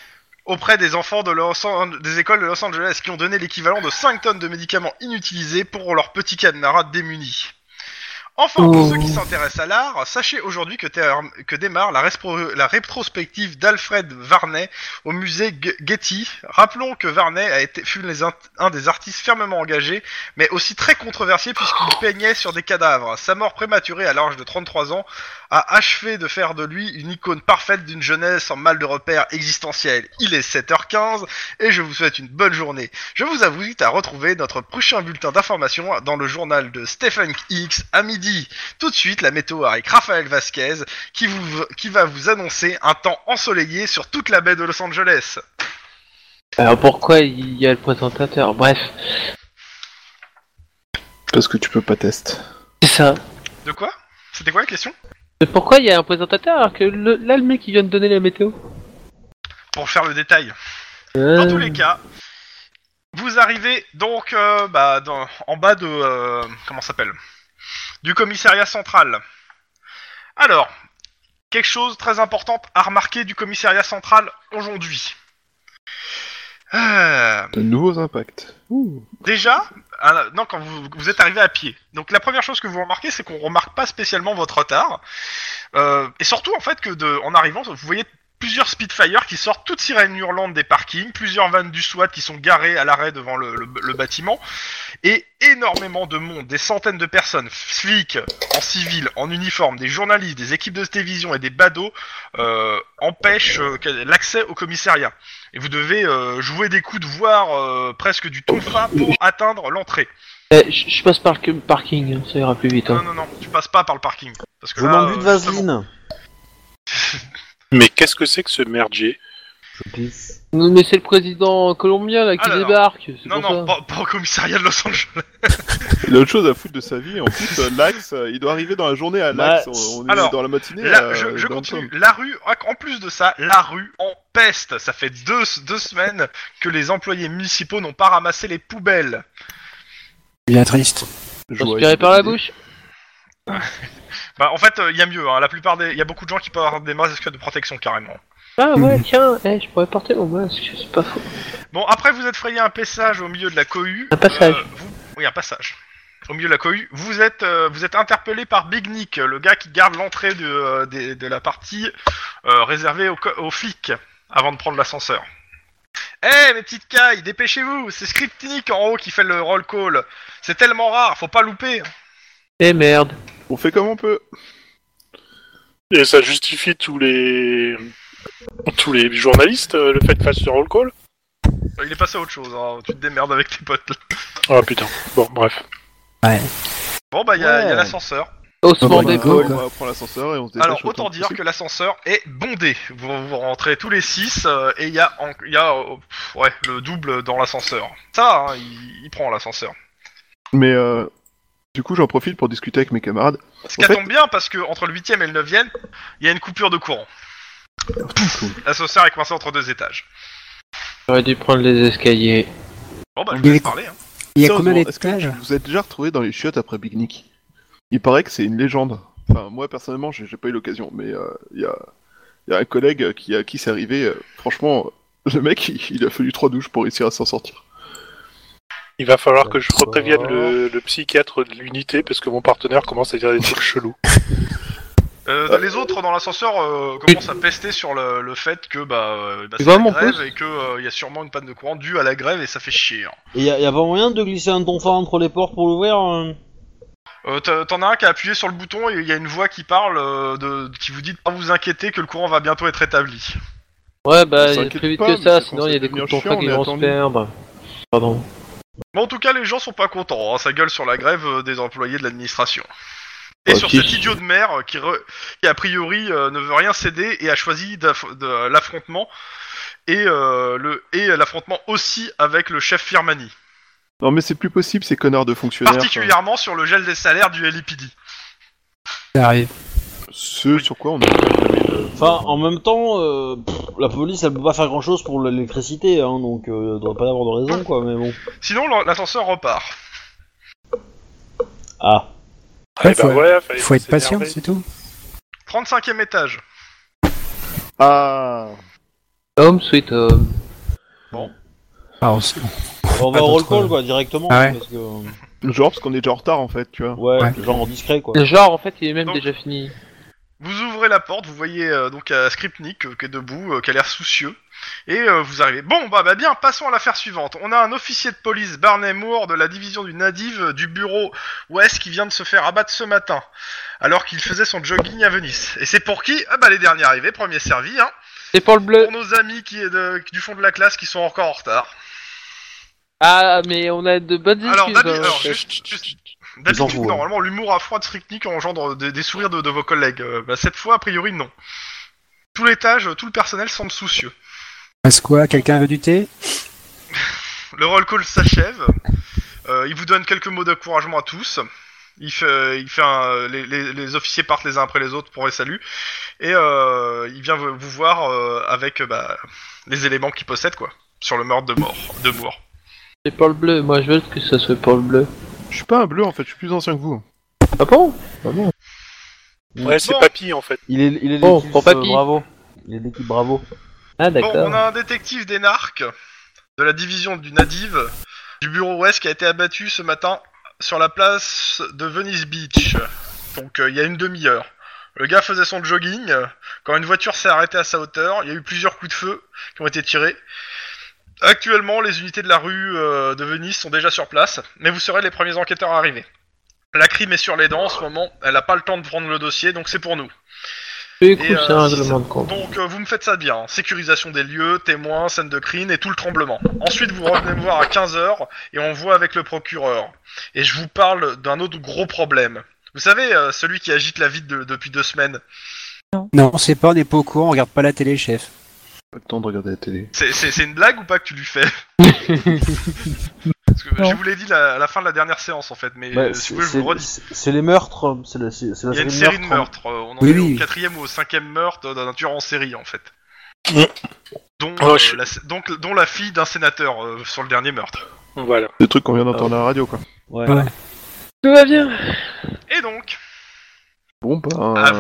auprès des enfants de Los An- des écoles de Los Angeles qui ont donné l'équivalent de 5 tonnes de médicaments inutilisés pour leurs petits camarades démunis. Enfin, pour Oh. ceux qui s'intéressent à l'art, sachez aujourd'hui que, ter- que démarre la, respro- la rétrospective d'Alfred Varney au musée G- Getty. Rappelons que Varney a été, fut les int- un des artistes fermement engagés, mais aussi très controversé puisqu'il peignait sur des cadavres. Sa mort prématurée à l'âge de 33 ans a achevé de faire de lui une icône parfaite d'une jeunesse en mal de repères existentiel. Il est 7h15 et je vous souhaite une bonne journée. Je vous invite à retrouver notre prochain bulletin d'information dans le journal de Stephen X à midi. Tout de suite, la météo avec Raphaël Vasquez qui, vous, qui va vous annoncer un temps ensoleillé sur toute la baie de Los Angeles. Alors pourquoi il y a le présentateur Bref, Parce que tu peux pas tester. c'est ça. De quoi C'était quoi la question Mais pourquoi il y a un présentateur alors que le- là le mec il vient de donner la météo Pour faire le détail. Euh, Dans tous les cas, vous arrivez donc euh, bah, dans- en bas de euh, comment ça s'appelle du commissariat central. Alors, quelque chose de très important à remarquer du commissariat central aujourd'hui. Euh, De nouveaux impacts. déjà, euh, non, quand vous, vous êtes arrivé à pied. Donc la première chose que vous remarquez, c'est qu'on remarque pas spécialement votre retard. Euh, et surtout, en fait, que de, en arrivant, vous voyez plusieurs Spitfire qui sortent toutes sirènes hurlantes des parkings, plusieurs vannes du SWAT qui sont garées à l'arrêt devant le, le- le bâtiment, et énormément de monde, des centaines de personnes, flics, en civil, en uniforme, des journalistes, des équipes de télévision et des badauds euh, empêchent euh, que- l'accès au commissariat. Et vous devez euh, jouer des coups de voir euh, presque du ton fin pour atteindre l'entrée. eh, je je passe par le cu- parking, hein, ça ira plus vite. Non, hein. non, non, tu passes pas par le parking. Parce que Je vous là, demande plus de euh, justement- vaseline. Mais qu'est-ce que c'est que ce merdier Non, Mais c'est le président colombien là qui Euh, Ah là là. débarque. c'est Non, pour non, ça. pas, pas au commissariat de Los Angeles. Il a autre chose à foutre de sa vie. En plus, euh, l'axe, euh, il doit arriver dans la journée à l'axe. Bah, on on est alors, dans la matinée. La- euh, je je dans le continue. temps. La rue, ah, en plus de ça, la rue en peste. Ça fait deux, deux semaines que les employés municipaux n'ont pas ramassé les poubelles. Bien triste. Transpiré par la bouche. Bah, en fait, il y a mieux. hein. La plupart des, il y a beaucoup de gens qui portent des masques de protection carrément. Ah ouais, tiens, eh, je pourrais porter mon masque, c'est pas faux. Bon, après, vous êtes frayé un passage au milieu de la cohue. Un passage. Euh, vous- Oui, un passage. Au milieu de la cohue, vous êtes, euh, vous êtes interpellé par Big Nick, le gars qui garde l'entrée de, euh, des- de la partie euh, réservée aux, co- aux flics avant de prendre l'ascenseur. Eh mes petites cailles, dépêchez-vous, c'est Scriptnik en haut qui fait le roll call. C'est tellement rare, faut pas louper. Eh merde. On fait comme on peut. Et ça justifie tous les tous les journalistes euh, le fait de faire ce roll call Il est passé à autre chose, hein. tu te démerdes avec tes potes là. Ah putain. Bon, bref. Bon bah il y a, il y a Ouais. l'ascenseur. Haussement bah, des go, d'épaule. on va prendre l'ascenseur et on se dépêche. Alors autant dire que l'ascenseur est bondé. Vous, vous rentrez tous les six euh, et il y a, en- il y a euh, pff, ouais, le double dans l'ascenseur. Ça, hein, il, il prend l'ascenseur. Mais euh, du coup, j'en profite pour discuter avec mes camarades. Ce En qui fait- [laughs] tombe bien parce que entre le 8ème et le 9ème, il y a une coupure de courant. cool. L'ascenseur est coincé entre deux étages. J'aurais dû prendre les escaliers. Bon bah je Il vais est- laisse parler. Hein. Il y a Tiens, combien Osman, est-ce que d'étages tu- Vous êtes déjà retrouvé dans les chiottes après Big Nick. Il paraît que c'est une légende. Enfin, moi personnellement, j'ai j'ai pas eu l'occasion, mais euh, il y, a, il y a un collègue qui à qui c'est arrivé. euh, franchement, euh, le mec, il, il a fallu trois douches pour réussir à s'en sortir. Il va falloir que je prévienne le, le psychiatre de l'unité parce que mon partenaire commence à dire des trucs chelous. Euh, Euh, Les autres dans l'ascenseur euh, commencent à pester sur le, le fait que bah, euh, bah, c'est Tu vois la mon grève pouce et que euh, il y a sûrement une panne de courant due à la grève et ça fait chier. hein. Et y a, y a pas moyen de glisser un tonfa entre les portes pour l'ouvrir hein Euh, t'as- T'en as un qui a appuyé sur le bouton et il y a une voix qui parle, euh, de, qui vous dit de pas vous inquiéter que le courant va bientôt être établi. Ouais, bah, Ça plus s'inquiète vite que pas, ça, mais ça sinon il y a des commence à coups de devenir tonfa qui chiant, vont on se est perdre. Pardon. Bon, en tout cas, les gens sont pas contents, hein, ça gueule sur la grève euh, des employés de l'administration. Et Ok. sur cet idiot de maire euh, qui, re- qui a priori euh, ne veut rien céder et a choisi d'aff- de l'affrontement et euh, le et l'affrontement aussi avec le chef Firmani, Non, mais c'est plus possible ces connards de fonctionnaires. particulièrement sur le gel des salaires du LIPD. Ça arrive. enfin, Ce sur quoi on a. Enfin, en même temps, euh, pff, la police, elle peut pas faire grand-chose pour l'électricité, hein, donc euh, doit pas y avoir de raison, quoi, mais bon. Sinon, l'en- l'ascenseur repart. Ah. Ah, Ouais, bah faut, ouais, fallait faut pas être patient, s'énerver. c'est tout. 35e étage. Ah. Home sweet home. Ah, on s- On va Ah, au roll d'autres, call, euh, quoi, directement, Ah ouais. parce que... Ouais, Genre parce qu'on est déjà en retard en fait, tu vois. Ouais. genre en discret, quoi. Genre, en fait, il est même Donc- déjà fini. Vous ouvrez la porte, vous voyez euh, donc euh, Skripnik euh, qui est debout, euh, qui a l'air soucieux, et euh, vous arrivez. Bon, bah, bah bien, passons à l'affaire suivante. On a un officier de police, Barney Moore, de la division du Nadive euh, du bureau Ouest, qui vient de se faire abattre ce matin, alors qu'il faisait son jogging à Venise. Et c'est pour qui Ah bah les derniers arrivés, premier servi, hein. C'est pour le bleu. Pour nos amis qui est de- du fond de la classe qui sont encore en retard. Ah, mais on a de bonnes Alors, excuses. d'habi- hein, en alors, fait. juste- juste- Ils en d'habitude, font, hein. normalement, l'humour à froid de Skripnik engendre des, des sourires de, de vos collègues. Euh, bah, cette fois, a priori, non. Tout l'étage, euh, tout le personnel semble soucieux. Passe quoi Quelqu'un veut du thé Le roll call s'achève. Euh, il vous donne quelques mots d'encouragement à tous. Il fait, il fait un- les, les- les officiers partent les uns après les autres pour les saluts. Et euh, il vient vous vous voir euh, avec euh, bah, les éléments qu'il possède, quoi. Sur le meurtre de mort, de Moore. C'est pour le bleu. Moi, je veux que ça soit pour le bleu. Je suis pas un bleu en fait, je suis plus ancien que vous. Ah bon Ouais, c'est Bon. papy en fait. Il est, il est Bon, l'équipe, euh, pour papy. bravo. Il est l'équipe bravo. Ah, Bon, d'accord. on a un détective des narcs de la division du Nadive du bureau ouest qui a été abattu ce matin sur la place de Venice Beach. Donc euh, il y a une demi-heure. Le gars faisait son jogging euh, quand une voiture s'est arrêtée à sa hauteur. Il y a eu plusieurs coups de feu qui ont été tirés. Actuellement, les unités de la rue euh, de Venise sont déjà sur place, mais vous serez les premiers enquêteurs arrivés. La crime est sur les dents en ce moment, elle n'a pas le temps de prendre le dossier, donc c'est pour nous. Du et, coup, euh, c'est un si règlement de compte. Donc euh, vous me faites ça bien, hein. sécurisation des lieux, témoins, scène de crime et tout le tremblement. Ensuite vous revenez me voir à 15h et on voit avec le procureur. Et je vous parle d'un autre gros problème. Vous savez, euh, celui qui agite la ville de- depuis deux semaines, Non, on sait pas, on n'est pas au courant, on regarde pas la télé, chef. Pas le temps de regarder la télé. c'est- c'est c'est une blague ou pas que tu lui [laughs] fais Parce que Non. je vous l'ai dit la- à la fin de la dernière séance en fait, mais Bah, euh, si c'est vous voulez, je vous le redis. c'est- c'est les meurtres, hein. c'est la, c'est- c'est la Il y a une série de meurtres, hein. meurtres. euh, On en Oui, est oui. au quatrième ou au cinquième meurtre euh, d'un tueur en série, en fait. Ouais. Dont, Mm. Oh, euh, je- la, donc, dont la fille d'un sénateur euh, sur le dernier meurtre. Voilà. Des trucs qu'on vient d'entendre à la radio quoi. hein. Ouais. Ouais. Tout va bien. Et donc, Bon bah. Ah.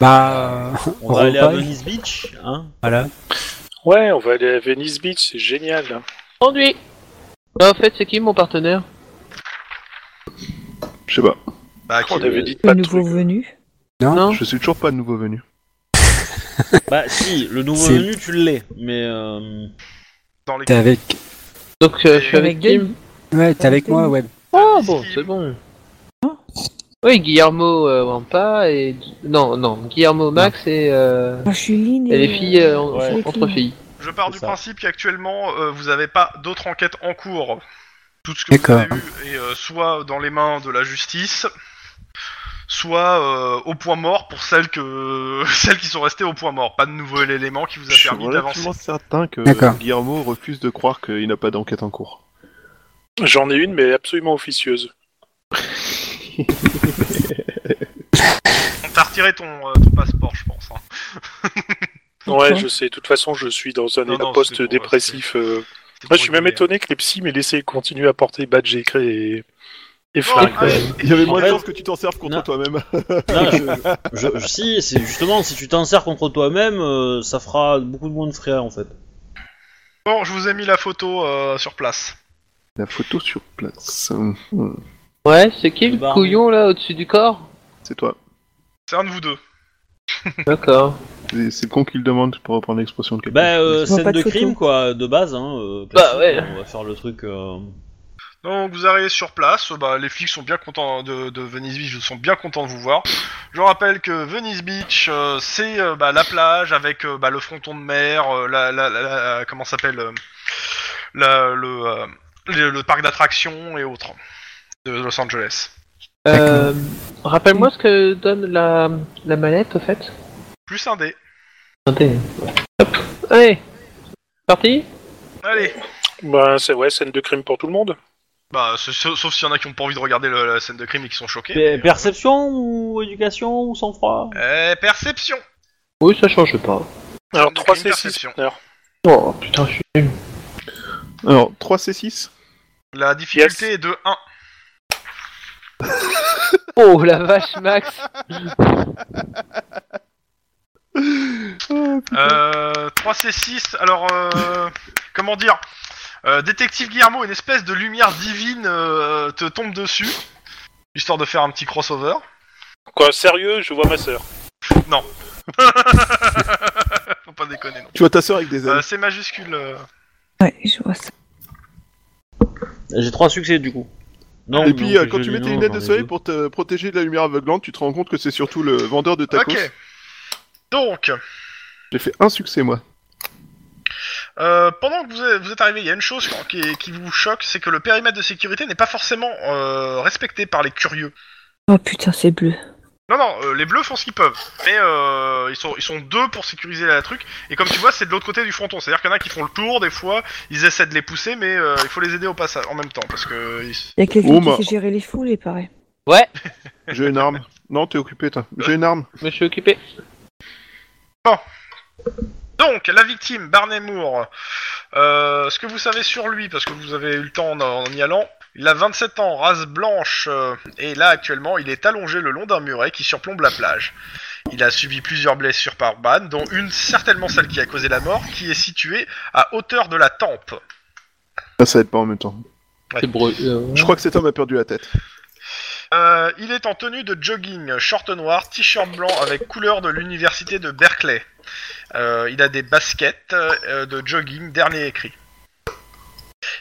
Bah, euh, [laughs] On va aller à repasse. Venice Beach, hein voilà. Ouais, on va aller à Venice Beach, c'est génial. hein. Conduit. Bah, en fait, c'est qui mon partenaire Je sais pas, bah, qui- On avait dit Le pas de nouveau truc. venu. Hein Non je suis toujours pas nouveau venu. Bah si, le nouveau C'est- venu tu l'es, mais euh... dans les T'es avec. Donc, euh, je suis avec Avec Kim. Ah, Ouais, t'es avec moi, ouais. Oh, bon, c'est bon. Oui, Guillermo euh, Wampa et. Non, non, Guillermo Max et. euh, Moi, je suis Lynn et... et les filles euh, en- Ouais. entre filles. Je pars C'est du ça. principe qu'actuellement, euh, vous n'avez pas d'autres enquêtes en cours. Tout ce que vous D'accord. avez eu est euh, soit dans les mains de la justice, soit euh, au point mort pour celles, que... [laughs] celles qui sont restées au point mort. Pas de nouveau élément qui vous a Je suis permis d'avancer. relativement certain que D'accord. Guillermo refuse de croire qu'il n'a pas d'enquête en cours. J'en ai une, mais absolument officieuse. On t'a retiré ton, euh, ton passeport, je pense. hein. Ouais, je sais. De toute façon, je suis dans un Non, état non, post c'était pour- dépressif. C'était euh. Moi, pour je suis même rigoler. étonné que les psys m'aient laissé continuer à porter badge écrit et, et Bon, flingue. allez, Il y avait moins de Ouais. chances que tu t'en serves contre Non. toi-même. Non, je- je- je- si, c'est justement, si tu t'en sers contre toi-même, euh, ça fera beaucoup de moins de frais en fait. bon, je vous ai mis la photo euh, sur place. [laughs] La photo sur place. Hum, Ouais, c'est qui Le le barbu. couillon là au-dessus du corps C'est toi. C'est un de vous deux. D'accord. C'est c'est le con qui le demande pour reprendre l'expression de quelqu'un. Bah, euh, Je vois scène pas de, de photo. crime quoi, de base. Hein, euh, Bah, classique, ouais. On va faire le truc. euh, Donc vous arrivez sur place, bah, les flics sont bien contents de, de Venice Beach, ils sont bien contents de vous voir. Je rappelle que Venice Beach, euh, c'est euh, bah, la plage avec euh, bah, le fronton de mer, euh, la, la- la- la- comment ça s'appelle, euh, la- le, euh, le- le parc d'attractions et autres de Los Angeles. Euh, Rappelle-moi ce que donne la, la mallette au fait. Plus un dé. Attendez. Hop. Allez. Parti Allez, Ben, c'est ouais, scène de crime pour tout le monde. bah, sa- sa- sauf s'il y en a qui ont pas envie de regarder le- la scène de crime et qui sont choqués. per- Perception ou éducation ou sang-froid Euh, perception. Oui, ça change pas. Scène Alors, de 3 crime, C6 perception. Alors, Oh putain, je suis nul. Alors, 3C6 La difficulté Yes. est de 1. [laughs] Oh la vache, Max Euh, 3C6, alors euh, comment dire Euh, Détective Guillermo, une espèce de lumière divine euh, te tombe dessus, histoire de faire un petit crossover. Quoi, sérieux, je vois ma sœur. Faut pas déconner non. Tu vois ta sœur avec des ailes. Euh, c'est majuscule. euh. Ouais, je vois ça. J'ai trois succès du coup. Non, Et non, puis, que euh, quand j'ai- tu mets tes non, lunettes j'en de ai soleil deux. pour te protéger de la lumière aveuglante, tu te rends compte que c'est surtout le vendeur de tacos. Ok. Donc, J'ai fait un succès, moi. euh, pendant que vous êtes, vous êtes arrivé, il y a une chose qui- qui, qui vous choque, c'est que le périmètre de sécurité n'est pas forcément euh, respecté par les curieux. Oh putain, c'est bleu. Non, non, euh, les bleus font ce qu'ils peuvent, mais euh, ils, sont, ils sont deux pour sécuriser la truc, et comme tu vois, c'est de l'autre côté du fronton, c'est-à-dire qu'il y en a qui font le tour, des fois, ils essaient de les pousser, mais euh, il faut les aider au passage, en même temps, parce que... ils- Il y a quelqu'un Oh, qui bah. sait gérer les foules, il paraît. J'ai une [laughs] arme. Non, t'es occupé, toi. J'ai une arme. Je me suis occupé. Donc, la victime, Barney Moore, euh, ce que vous savez sur lui, parce que vous avez eu le temps en, en y allant, il a 27 ans, race blanche, euh, et là, actuellement, il est allongé le long d'un muret qui surplombe la plage. Il a subi plusieurs blessures par balle, dont une, certainement celle qui a causé la mort, qui est située à hauteur de la tempe. Ah, ça aide pas en même temps. Ouais. C'est breu- euh, Je crois que cet homme a perdu la tête. Euh, il est en tenue de jogging, short noir, t-shirt blanc avec couleur de l'université de Berkeley. Euh, il a des baskets euh, de jogging, dernier écrit.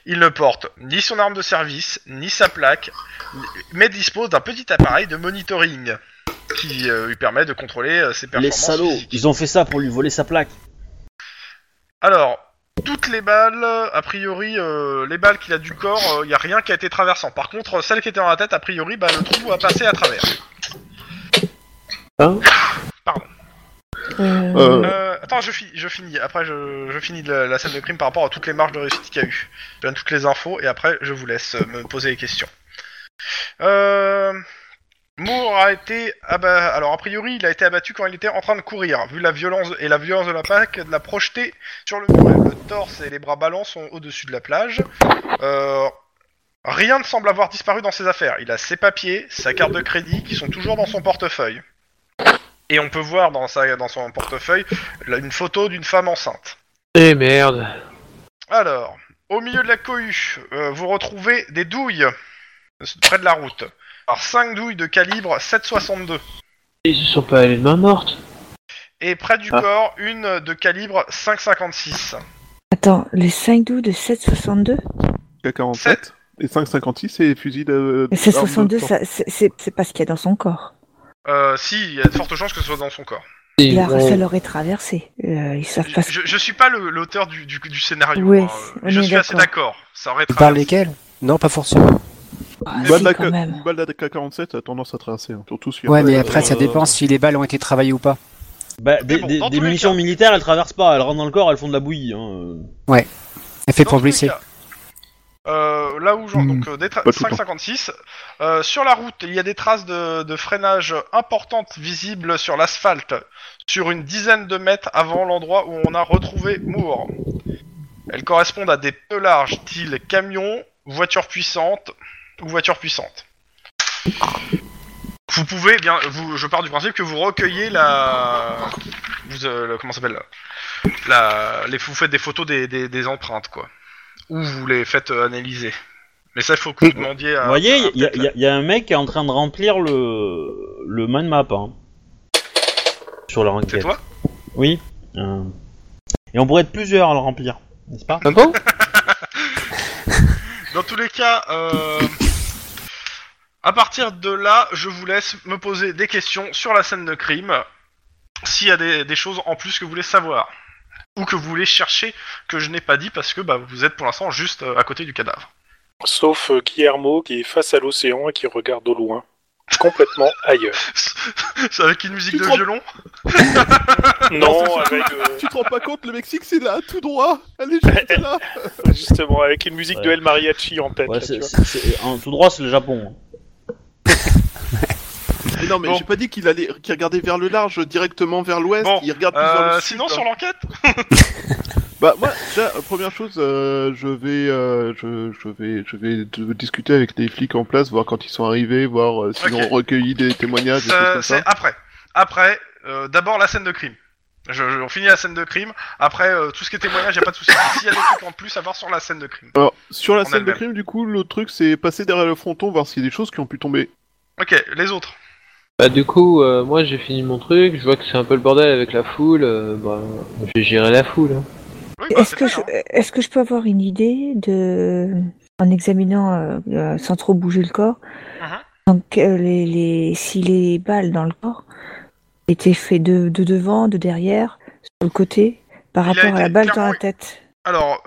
Il ne porte ni son arme de service, ni sa plaque, ni- mais dispose d'un petit appareil de monitoring qui euh, lui permet de contrôler euh, ses Les performances. salauds, physiques. ils ont fait ça pour lui voler sa plaque. Alors, toutes les balles, a priori, euh, les balles qu'il a du corps, il n'y a rien qui a été traversant. Par contre, celle qui était dans la tête, a priori, bah, le trou a passé à travers. Euh, Euh, Euh, attends, je, fi- je finis. Après, je, je finis la, la scène de crime par rapport à toutes les marges de réussite qu'il y a eu. Je donne toutes les infos et après, je vous laisse euh, me poser les questions. Euh, Moore a été abattu. Alors, a priori, il a été abattu quand il était en train de courir. Vu la violence et la violence de la plaque, de la projeter sur le mur. Le torse et les bras ballants sont au-dessus de la plage. Euh, rien ne semble avoir disparu dans ses affaires. Il a ses papiers, sa carte de crédit qui sont toujours dans son portefeuille. Et on peut voir dans, sa, dans son portefeuille là, une photo d'une femme enceinte. Eh merde. Alors, au milieu de la cohue, euh, vous retrouvez des douilles euh, près de la route. Alors, 5 douilles de calibre 7,62. Ils se sont pas allés de main morte. Et près du Ah. corps, une de calibre 5,56. Attends, les 5 doux de 7,62 K47 Les 5,56, c'est les fusils de. Mais c'est d'armes de 62, sortie. ça- c'est- c'est c'est pas ce qu'il y a dans son corps. Euh, si, il y a de fortes chances que ce soit dans son corps. Et Là, bon, ça leur est traversé. Euh, ils savent Je, pas. je, je suis pas le- l'auteur du, du, du scénario. Ouais, hein. c'est- on Je est suis assez d'accord. Ça aurait Tu parles traversé. lesquels Non, pas forcément. Ah, Une si, balle d'AK quand même. une balle d'AK-47 a tendance à traverser, hein, surtout si. Ouais, mais euh, après, ça euh, dépend si les balles ont été travaillées ou pas. Bah, des, bon, des- dans des tous les munitions cas- militaires, elles traversent pas, elles rentrent dans le corps, elles font de la bouillie. Hein. euh. Elle fait Dans pour tous les blesser. cas, euh, là où j'en. Hmm. Donc, euh, des tra- Pas tout le temps. 5,56. Euh, sur la route, il y a des traces de, de freinage importantes visibles sur l'asphalte, sur une dizaine de mètres avant l'endroit où on a retrouvé Moore. Elles correspondent à des pneus larges, style camion, voiture puissante ou voiture puissante. Vous pouvez bien, vous, je pars du principe que vous recueillez la, vous, euh, le- comment ça s'appelle, euh, la, les, vous faites des photos des, des- des empreintes quoi, ou vous les faites euh, analyser. Mais ça, il faut que vous demandiez à. Vous voyez, à- il y, a- peut-être- y a- y a un mec qui est en train de remplir le, le mind map hein, sur leur C'est enquête. toi Oui. euh. Et on pourrait être plusieurs à le remplir, n'est-ce pas Ah bon Dans tous les cas, euh, à partir de là, je vous laisse me poser des questions sur la scène de crime, s'il y a des, des choses en plus que vous voulez savoir, ou que vous voulez chercher que je n'ai pas dit parce que bah, vous êtes pour l'instant juste euh, à côté du cadavre. Sauf euh, Guillermo qui est face à l'océan et qui regarde au loin. Complètement ailleurs. C'est avec une musique Tu de te rends- violon [laughs] Non, avec, euh, Tu te rends pas compte, le Mexique c'est là, tout droit Elle est juste là justement, avec une musique de Ouais. El Mariachi en tête. Ouais, là, c'est- tu vois. c'est- c'est- en tout droit, c'est le Japon. [laughs] Mais Non, mais Bon. j'ai pas dit qu'il allait, qu'il regardait vers le large, directement vers l'ouest, Bon, il regarde plus vers Euh, le Sinon, sud, sur hein. l'enquête Bah, moi, déjà, euh, première chose, euh, je vais, euh, je, je vais, je vais d- discuter avec les flics en place, voir quand ils sont arrivés, voir euh, s'ils Ok. ont recueilli des témoignages, des choses Euh, comme C'est ça. après. Après, euh, d'abord la scène de crime. Je, je- on finit la scène de crime. Après, euh, tout ce qui est témoignage, y a pas de souci. S'il y a des trucs en plus à voir sur la scène de crime. Alors, sur la On a scène le de même. crime, du coup, le truc, c'est passer derrière le fronton, voir s'il y a des choses qui ont pu tomber. Ok, les autres. Bah du coup, euh, moi j'ai fini mon truc, je vois que c'est un peu le bordel avec la foule, euh, bah je vais gérer la foule. hein. Oui, bah, Est-ce c'est que, bien, je... hein. est que je peux avoir une idée de, en examinant euh, euh, sans trop bouger le corps, Mhm. donc euh, les, les- si les balles dans le corps étaient faites de, de devant, de derrière, sur le côté, par Il a rapport à la été balle dans clairement- la tête Alors,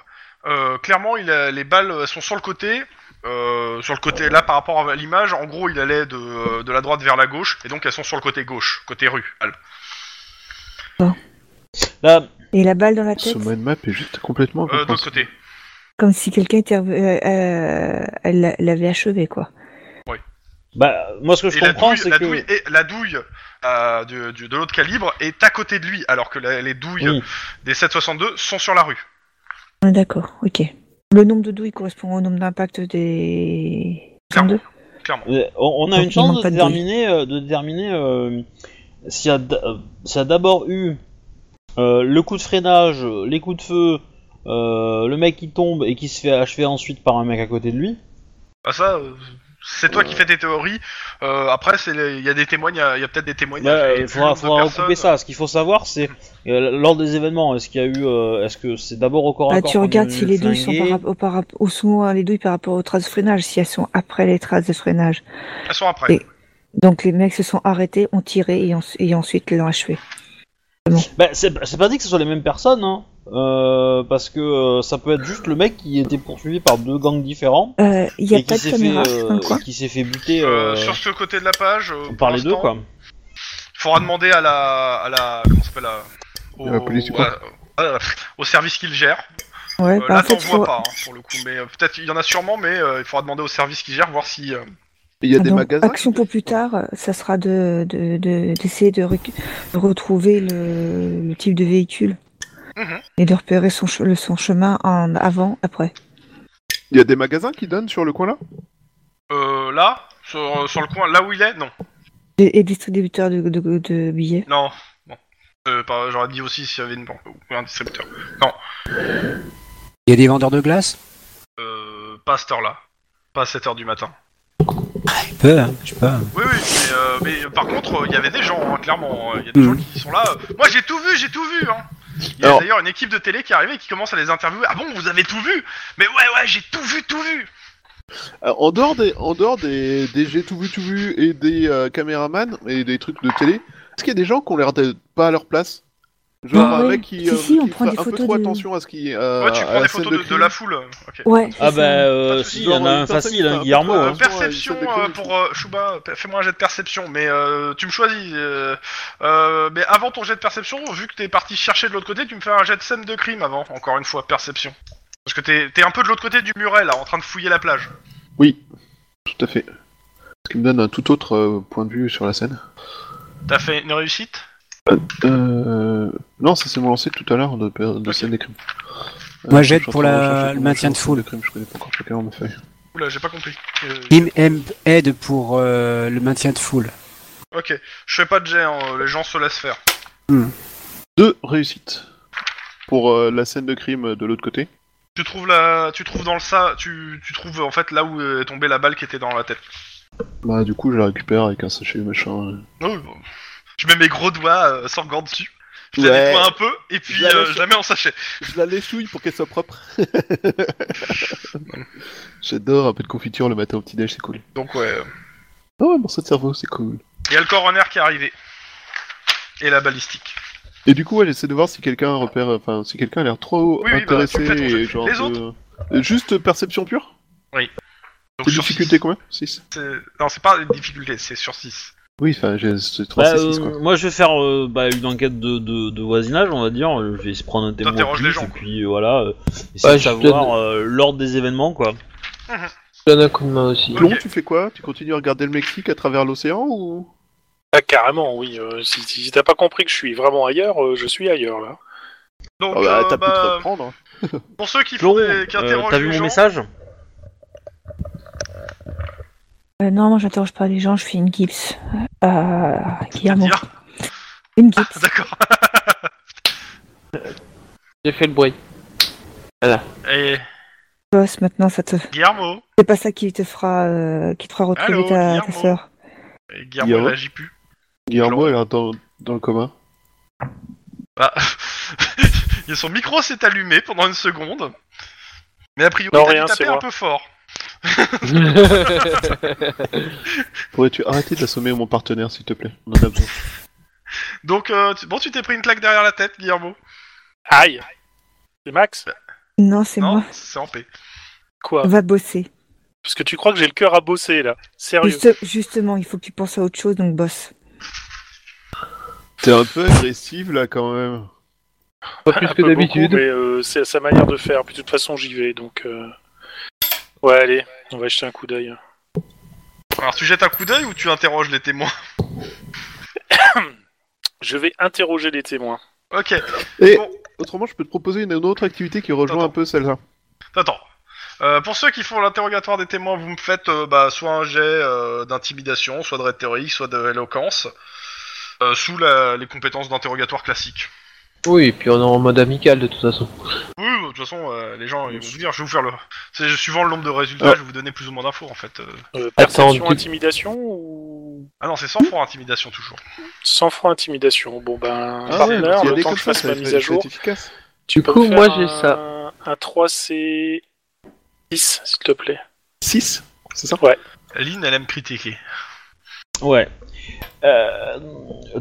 euh, clairement, il a- les balles euh, sont sur le côté. euh, sur le côté là par rapport à l'image, en gros, il allait de, euh, de la droite vers la gauche, et donc elles sont sur le côté gauche, côté rue. Euh, Al. Là, et la balle dans la tête, Ce mind map est juste complètement. Euh, de l'autre incompréhensible. côté. comme si quelqu'un était revenu- euh, euh, elle l'a- l'avait achevé quoi. bah, moi ce que je Et la comprends, douille, c'est la que douille, et- la douille euh, du- du- de l'autre calibre est à côté de lui, alors que la- les douilles Oui. des 762 sont sur la rue. Ah, D'accord, ok. Le nombre de douilles correspond au nombre d'impact des. Clairement. 32. Clairement. Euh, on, on a Donc, une il chance manque de pas de déterminer, euh, de déterminer euh, s'il y a d- euh, s'il y a d'abord eu euh, le coup de freinage, les coups de feu, euh, le mec qui tombe et qui se fait achever ensuite par un mec à côté de lui. Bah ça, euh, c'est toi qui fais tes théories. euh, après, c'est les- il y a des témoignages, il y a, il y a peut-être des Bah, témoignages. euh, et faudra, le nombre de faudra recouper personnes- ça. Ce qu'il faut savoir, c'est euh, lors des événements, est-ce qu'il y a eu, euh, est-ce que c'est d'abord au corps à Bah, corps tu qu'on regardes a si les douilles sont flingué par, rapport- par, rapport- où sont euh, les douilles par rapport aux traces de freinage, si elles sont après les traces de freinage. Elles sont après. Et- Donc les mecs se sont arrêtés, ont tiré et, ont- et ensuite l'ont achevé. Bah, c'est c'est pas dit que ce soit les mêmes personnes, hein. Euh, parce que euh, ça peut être juste le mec qui était poursuivi par deux gangs différents Il euh, n'y a et pas qui s'est de caméra fait, euh, dans le coin. et qui s'est fait buter Euh, euh, sur ce côté de la page, euh, pour par les deux l'instant, quoi. Faudra demander à la, à la, comment ça s'appelle, à- au, À la police du coin. à- à- au service qu'il gère. Euh, Ouais, bah, là, en fait, t'en vois faut- pas hein, pour le coup, mais euh, peut-être il y en a sûrement, mais euh, il faudra demander au service qu'il gère voir si. euh, Et Il y a des donc, magasins. Action pour plus tard, euh, ça sera de de- de- d'essayer de, recu- de retrouver le, le type de véhicule Mhm. et de repérer son, che- le- son chemin en avant, après. Il y a des magasins qui donnent sur le coin là euh, là, sur, sur le coin, là où il est, non, Et, et distributeur de, de- de billets. non, non. Euh, par- J'aurais dit aussi s'il y avait une banque ou un distributeur. Non, Il y a des vendeurs de glace euh, pas à cette heure-là, pas à 7 heures du matin. Tu peux, hein, tu peux. hein. Oui, oui, mais, euh, mais, euh, par contre, il y avait des gens, hein, clairement. Il y a des Mhm. gens qui sont là. euh, Moi, j'ai tout vu, j'ai tout vu. Hein. Il y a Alors- d'ailleurs une équipe de télé qui est arrivée et qui commence à les interviewer. Ah bon, vous avez tout vu Mais ouais, ouais, j'ai tout vu, tout vu. Euh, en dehors des, en dehors des, des jets tout vu tout vu et des euh, caméramans et des trucs de télé, est-ce qu'il y a des gens qui ont l'air d'être pas à leur place Genre Ah un ouais. mec qui, Si, euh, si, on qui prend fait des un peu photos trop de- attention à ce qui. euh, Ouais, tu à prends la des scène photos de, de crime. la foule. Ok. Ouais, c'est Ah ça. bah, euh, Tu s'il y en dois a avoir un une personne facile, qui fait hein, un Guillermo. peu hein. peur. Euh, Perception Ouais, c'est euh, des pour euh, Chouba, pe- fais-moi un jet de perception, mais euh, tu me choisis. euh, euh, mais avant ton jet de perception, vu que t'es parti chercher de l'autre côté, tu me fais un jet de scène de crime avant, encore une fois, perception. Parce que t'es t'es un peu de l'autre côté du muret là, en train de fouiller la plage. Oui, tout à fait. Ce qui me donne un tout autre euh, point de vue sur la scène. T'as fait une réussite Euh... Non, ça c'est mon lancer tout à l'heure de, de scène des crimes. Moi, Euh, j'aide je suis pour en train de la- rechercher le mon maintien de scène foule. des crimes, Je connais pas encore chacun dans ma feuille. Oula, j'ai pas compris. Euh, Kim aime- aide pour euh, le maintien de foule. ok, je fais pas de jet, hein, les gens se laissent faire. Deux réussites pour euh, la scène de crime euh, de l'autre côté. Tu trouves la, tu trouves dans le ça, tu, tu trouves en fait là où est tombée la balle qui était dans la tête. Bah du coup je la récupère avec un sachet machin. euh. Oui, Oh, bon. Je mets mes gros doigts euh, sans gants dessus. Je Ouais. la nettoie un peu et puis Je la euh, laisse- je la mets en sachet. Je la léchouille pour qu'elle soit propre. [laughs] J'adore un peu de confiture le matin au petit déj, c'est cool. Donc ouais. euh, Oh, un morceau de cerveau, c'est cool. Il y a le coroner qui est arrivé. Et la balistique. Et du coup, ouais, j'essaie de voir si quelqu'un repère, enfin, si quelqu'un a l'air trop Oui, oui, bah, intéressé tu fais ton jeu. et genre. Les de- Euh, Juste perception pure Donc C'est sur difficulté combien 6 six, c'est- Non, c'est pas une difficulté, c'est sur 6. Oui, enfin, j'ai c'est 3 Bah, c'est 6 euh, quoi. moi je vais faire euh, bah, une enquête de, de- de voisinage, on va dire. Euh, Je vais se prendre un témoin. T'interroges plus, les gens, Et quoi. puis euh, voilà, euh, essayer Ouais, de je savoir donne- euh, l'ordre des événements quoi. Je donne un coup de main aussi. euh, Clon, tu fais quoi Tu continues à regarder le Mexique à travers l'océan ou Ah, carrément, oui. euh, si si t'as pas compris que je suis vraiment ailleurs, euh, je suis ailleurs, là. Donc, Ah bah, euh, T'as pu te bah, reprendre. pour ceux qui, font Florent, des- qui euh, interrogent t'as vu les mon gens, message Euh, non, moi j'interroge pas les gens, je fais une gips. Euh, Guillermo. dire Ah, Une gips. D'accord. J'ai fait le [laughs] bruit. Et Boss, maintenant ça te. Guillermo C'est pas ça qui te fera, euh, qui te fera retrouver Allô, ta, ta Guillermo. sœur. Et Guillermo, Guillermo il agit plus. Guillermo, elle est dans, dans le coma. Bah, [laughs] et son micro s'est allumé pendant une seconde. Mais a priori, Non, t'as dû rien, taper c'est un moi. peu fort. Pourrais-tu arrêter d'assommer mon partenaire, s'il te plaît On en a besoin. Donc, euh, tu- bon, tu t'es pris une claque derrière la tête, Guillermo. Aïe C'est Max Non, c'est non, Ah. moi. c'est en paix. Quoi Va bosser. Parce que tu crois que j'ai le cœur à bosser, là. Sérieux. Juste- justement, il faut que tu penses à autre chose, donc bosse. T'es un peu agressive là quand même. Pas plus Un que peu beaucoup, d'habitude. mais euh, c'est sa manière de faire. Puis de toute façon, j'y vais, donc... euh, Ouais, allez, on va jeter un coup d'œil. Alors, tu jettes un coup d'œil ou tu interroges les témoins [laughs] Je vais interroger les témoins. Ok, Et Bon. autrement, je peux te proposer une, une autre activité qui rejoint Attends. un peu celle-là. attends. Euh, pour ceux qui font l'interrogatoire des témoins, vous me faites euh, bah, soit un jet euh, d'intimidation, soit de rhétorique, soit d'éloquence, euh, sous la- les compétences d'interrogatoire classiques. Oui, et puis on est en mode amical de toute façon. Oui, bah, de toute façon, euh, les gens ils vont vous dire, je vais vous faire le... C'est suivant le nombre de résultats, Ah. je vais vous donner plus ou moins d'infos, en fait. euh. Euh, Attends, perception, tu- intimidation ou... Ah non, c'est sans francs intimidation, toujours. Sans francs intimidation. Bon ben, Ah ouais, partner, parce qu'il y a le des temps que comme je ça, fasse ça ma va mise à être- ça va jour. être efficace. Du peux coup, me moi faire j'ai un- ça. Un 3C... 10, s'il te plaît. 6 C'est ça Ouais. Lynn, elle aime critiquer. Ouais. Euh,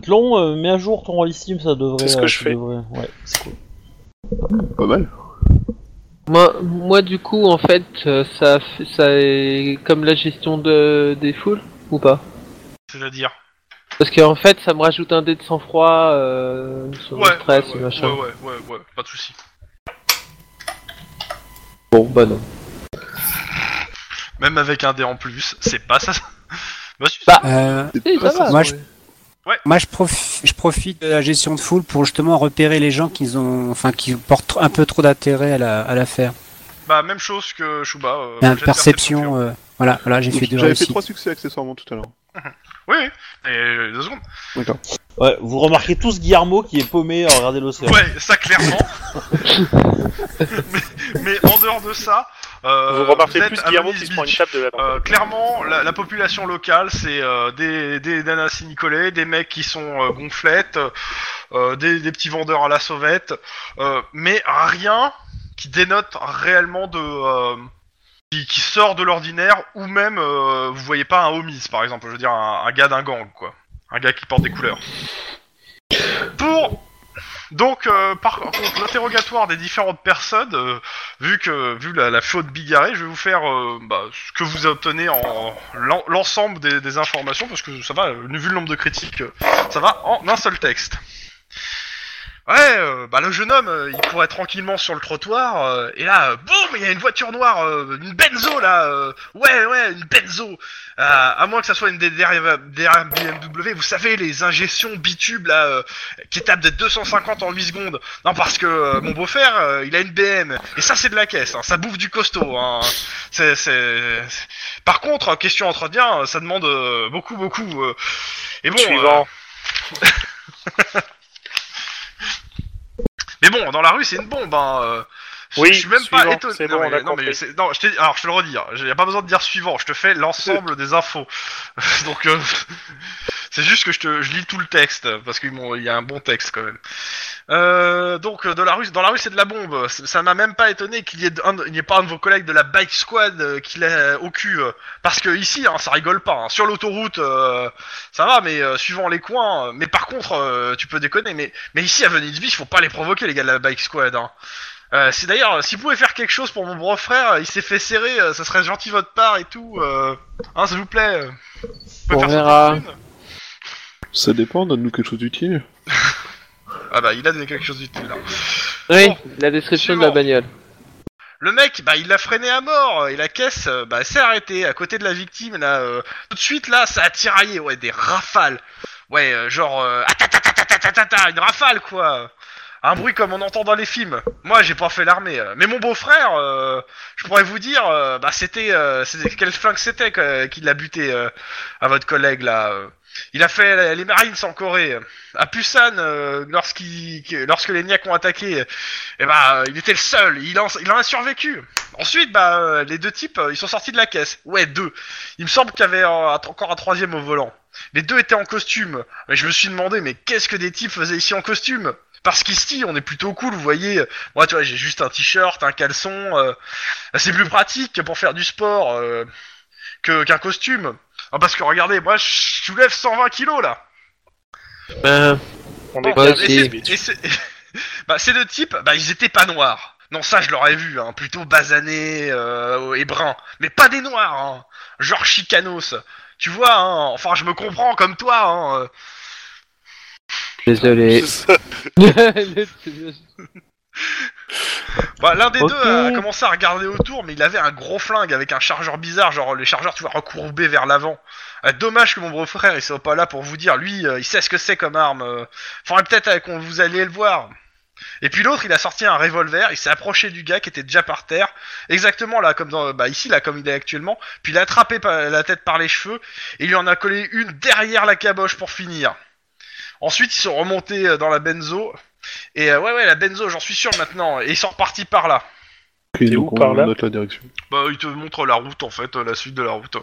Tlon, euh, mets à jour ton rollistime, ça devrait. C'est ce que euh, je ça fais. devrait- ouais, c'est cool. Pas mal. Moi, moi du coup, en fait, euh, ça, fait- ça est comme la gestion de, des foules ou pas C'est-à-dire Parce qu'en fait, ça me rajoute un dé de sang-froid euh, sur le stress, ouais, ouais, machin. ouais, ouais, ouais, pas de soucis. Bon, bah non. Même avec un dé en plus, c'est pas ça. [laughs] bah, si, Bah, Euh, C'est Si, pas ça va. ça, Moi, je- ouais. Moi, je, profi- je profite de la gestion de foule pour justement repérer les gens qui ont, enfin, qui portent un peu trop d'intérêt à la- à l'affaire. bah, même chose que Shuba. euh, La jet de pure. perception, euh, voilà, voilà, j'ai fait deux J'avais fait réussites. trois succès accessoirement tout à l'heure. Oui, oui. Et euh, deux secondes. D'accord. Ouais, vous remarquez tous Guillermo qui est paumé à regarder l'océan. Ouais, ça clairement. mais, mais en dehors de ça, euh, vous remarquez êtes plus à Guillermo Venice qui se prend une Beach. chape de la part. Euh, clairement, la, la population locale, c'est euh, des, des nanas sinicolées, des mecs qui sont euh, gonflettes, euh, des, des petits vendeurs à la sauvette, euh, mais rien qui dénote réellement de, euh, qui, qui sort de l'ordinaire, ou même, euh, vous voyez pas un homies, par exemple, je veux dire un, un gars d'un gang, quoi. Un gars qui porte des couleurs. Pour... Donc, euh, par contre, l'interrogatoire des différentes personnes, euh, vu que vu la, la faute bigarrée, je vais vous faire euh, bah, ce que vous obtenez en l'en- l'ensemble des, des informations, parce que ça va, euh, vu le nombre de critiques, euh, ça va en un seul texte. Ouais, euh, bah le jeune homme, euh, il pourrait tranquillement sur le trottoir, euh, et là, euh, boum, il y a une voiture noire, euh, une benzo là, euh, ouais, ouais, une benzo, Euh, à moins que ça soit une des derrière derrière BMW, vous savez, les injections bitubes là, euh, qui tapent des 250 en 8 secondes, non parce que euh, mon beau-frère, euh, il a une BM, et ça c'est de la caisse, hein, ça bouffe du costaud, hein, c'est, c'est... Par contre, question entretien, ça demande euh, beaucoup, beaucoup, euh, et bon... Suivant. Mais bon, dans la rue, c'est une bombe. Hein. euh, je- Oui, je suis même pas suivant, étonné. c'est non, bon, mais- on a non, mais compris. c'est- non, je t'ai- alors je te le redis, hein, j'ai y a pas besoin de dire suivant, je te fais l'ensemble des infos. [laughs] Donc euh, [laughs] c'est juste que je, te, je lis tout le texte parce qu'il y a un bon texte quand même. Euh, donc euh, de la rue, dans la rue c'est de la bombe. C'est- Ça m'a même pas étonné qu'il y ait un de- il n'y ait pas un de vos collègues de la bike squad euh, qui l'a au cul. euh, parce que ici, hein, ça rigole pas. hein. Sur l'autoroute, euh, ça va, mais euh, suivant les coins. euh, mais par contre, euh, tu peux déconner. Mais mais ici à Venice Beach, faut pas les provoquer les gars de la bike squad. Hein. Euh, c'est d'ailleurs, euh, si vous pouvez faire quelque chose pour mon bro frère, euh, il s'est fait serrer, euh, ça serait gentil votre part et tout. Euh, hein, s'il vous plaît. euh, vous pouvez On faire ça verra. pour une Ça dépend, donne-nous quelque chose d'utile. Ah bah, il a donné quelque chose d'utile là. Oui, la description de la suivant. bagnole. Le mec, bah, il l'a freiné à mort euh, et la caisse, euh, bah, s'est arrêtée à côté de la victime. Là, euh, tout de suite, là, ça a tiraillé, ouais, des rafales. Ouais, euh, genre, euh, ah, ta, ta, ta, ta, ta, ta, ta, ta, une rafale, quoi. Un bruit comme on entend dans les films. Moi, j'ai pas fait l'armée. euh. Mais mon beau-frère, euh, je pourrais vous dire, euh, bah, c'était, euh, c'était quel flingue c'était quoi, qui l'a buté euh, à votre collègue là. euh. Il a fait la- les Marines en Corée. À Pusan, euh, lorsqu'il- que- lorsque les Niaks ont attaqué, et bah, euh, il était le seul, il en, il en a survécu. Ensuite, bah, euh, les deux types, euh, ils sont sortis de la caisse. Ouais, deux. Il me semble qu'il y avait euh, un- encore un troisième au volant. Les deux étaient en costume. Mais je me suis demandé, mais qu'est-ce que des types faisaient ici en costume Parce qu'ici, on est plutôt cool, vous voyez. Moi, tu vois, j'ai juste un t-shirt, un caleçon. euh, c'est plus pratique pour faire du sport euh, que- qu'un costume. Ah, parce que regardez, moi, je soulève 120 kilos là. Ben, On est Bah, bien c'est- des Et bitches. c'est- [laughs] et c'est- bah, ces deux types, bah, ils étaient pas noirs. Non, ça, je l'aurais vu, hein, plutôt basanés euh, et bruns. Mais pas des noirs, hein. Genre chicanos. Tu vois, hein, enfin, je me comprends comme toi, hein. euh. désolé. C'est ça. [laughs] Bah, l'un des Ok. deux a commencé à regarder autour, mais il avait un gros flingue avec un chargeur bizarre, genre les chargeurs, tu vois, recourbés vers l'avant. Euh, dommage que mon beau frère, il soit pas là pour vous dire, lui, euh, il sait ce que c'est comme arme. euh. faudrait peut-être euh, qu'on vous alliez le voir. Et puis l'autre, il a sorti un revolver, il s'est approché du gars qui était déjà par terre, exactement là, comme dans, bah, ici, là, comme il est actuellement, puis il a attrapé par- la tête par les cheveux, et il lui en a collé une derrière la caboche pour finir. Ensuite, ils sont remontés euh, dans la benzo, et euh, ouais, ouais, la benzo, j'en suis sûr maintenant, et ils sont repartis par là. Ok, T'es donc où, on par là note la direction. Bah, il te montre la route en fait, euh, la suite de la route.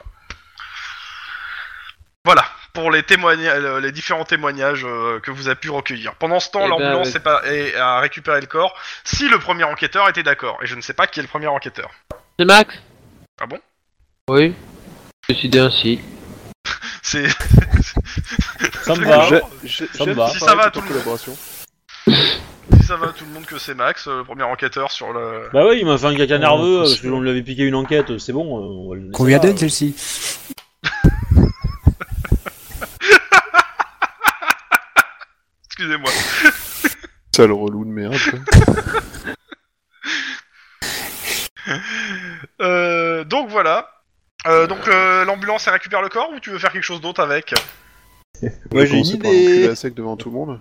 Voilà, pour les témoignages, les différents témoignages euh, que vous avez pu recueillir. Pendant ce temps, Eh ben, l'ambulance avec- est pas- est- a récupéré le corps, si le premier enquêteur était d'accord. Et je ne sais pas qui est le premier enquêteur. C'est Max Ah bon Oui. Décidé ainsi. C'est. [laughs] Ça me va. J'ai- j'ai- Ça me j'aime va. préparer Si ça va, toute tout le monde. collaboration. si ça va à tout le monde que c'est Max, euh, le premier enquêteur sur le. Bah oui, il m'a fait un caca nerveux Oh, parce c'est que l'on lui avait piqué une enquête, c'est bon. euh, on va le laisser Qu'on lui a là, donné euh. celle-ci. Excusez-moi. Sale relou de merde. [laughs] quoi. Euh, donc voilà. Euh, donc euh, l'ambulance elle récupère le corps ou tu veux faire quelque chose d'autre avec Moi, j'ai une Commencer par idée. l'enculer à sec devant tout le monde.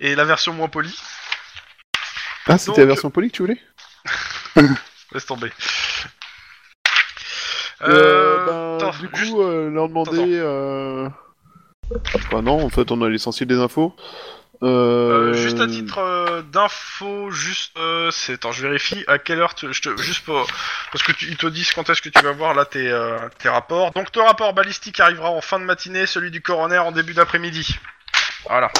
Et la version moins polie Ah, c'était Donc- la version polie que tu voulais Laisse tomber. Euh, ben, bah, attends, du coup, juste- euh, leur attends. demander. Euh... Bah non, en fait, on a l'essentiel des infos. Euh... Euh, juste à titre euh, d'info, juste, euh, c'est, attends, je vérifie à quelle heure, tu- je te, juste pour, parce que tu, ils te disent quand est-ce que tu vas voir là tes, euh, tes rapports. Donc ton rapport balistique arrivera en fin de matinée, celui du coroner en début d'après-midi. Voilà.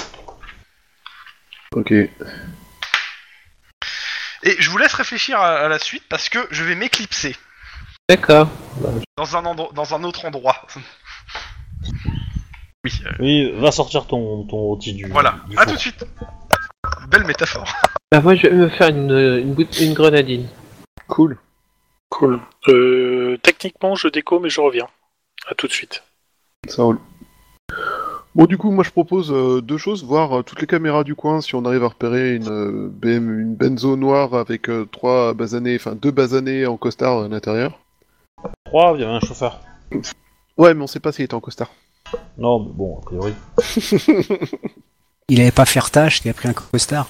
Ok. Et je vous laisse réfléchir à, à la suite parce que je vais m'éclipser D'accord. dans un, endro- dans un autre endroit. [laughs] oui, euh, Oui, va sortir ton, ton rôti du. voilà. du À four. tout de suite. Belle métaphore. Bah moi je vais me faire une, une, bout- une grenadine. Cool. Cool. Euh, techniquement, je déco, mais je reviens. À tout de suite. Ça roule. Bon, du coup, moi je propose euh, deux choses voir euh, toutes les caméras du coin si on arrive à repérer une, euh, BM, une Benzo noire avec euh, trois basanés, enfin deux basanés en costard à l'intérieur. Trois, il y avait un chauffeur. Ouais, mais on sait pas s'il était en costard. Non, mais bon, a priori. Il avait pas faire tâche, il a pris un costard.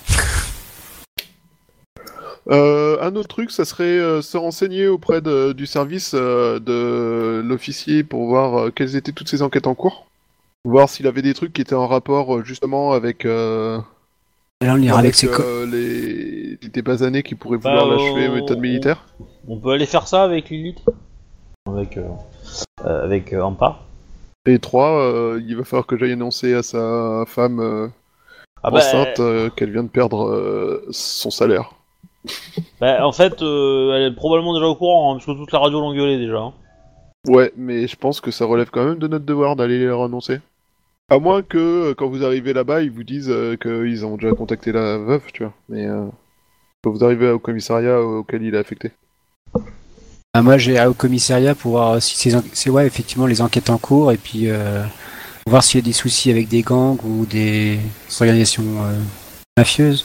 Euh, un autre truc, ça serait euh, se renseigner auprès de- du service euh, de l'officier pour voir euh, quelles étaient toutes ces enquêtes en cours. Voir s'il avait des trucs qui étaient en rapport euh, justement avec, euh, Là, on ira avec ses co- euh, les des basanés qui pourraient Bah, vouloir l'achever on- méthode militaire. On peut aller faire ça avec Lilith Avec. euh, euh, avec euh, Ampa Et trois, euh, il va falloir que j'aille annoncer à sa femme euh, Ah bah, enceinte euh, qu'elle vient de perdre euh, son salaire. bah, en fait, euh, elle est probablement déjà au courant, hein, parce que toute la radio l'engueulait déjà. hein. Ouais, mais je pense que ça relève quand même de notre devoir d'aller leur annoncer. À moins que euh, quand vous arrivez là-bas, ils vous disent euh, qu'ils ont déjà contacté la veuve, tu vois. Mais euh, quand vous arrivez au commissariat auquel il est affecté. Ah, moi, j'ai au commissariat pour voir euh, si c'est, c'est ouais, effectivement les enquêtes en cours et puis euh, voir s'il y a des soucis avec des gangs ou des organisations euh, mafieuses.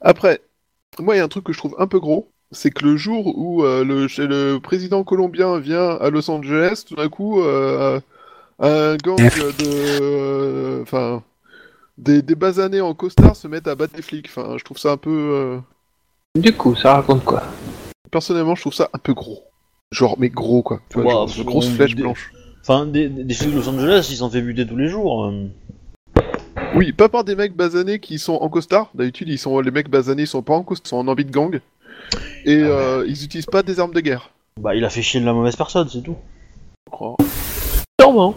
Après, moi, il y a un truc que je trouve un peu gros, c'est que le jour où euh, le, chez le président colombien vient à Los Angeles, tout d'un coup, euh, un gang de, euh, enfin, des, des basanés en costard se mettent à battre les flics. Enfin, je trouve ça un peu, euh, Du coup, ça raconte quoi personnellement, je trouve ça un peu gros. Genre, mais gros quoi. Tu vois, Ouais, genre, parce une grosse qu'on- flèche blanche. Enfin, des, des, des filles de Los Angeles, ils s'en fait buter tous les jours. euh. Oui, pas par des mecs basanés qui sont en costard. D'habitude, ils sont les mecs basanés, ils sont pas en costard, ils sont en ambi de gang. Et euh, ils utilisent pas des armes de guerre. Bah, il a fait chier de la mauvaise personne, c'est tout. Oh. Sûrement.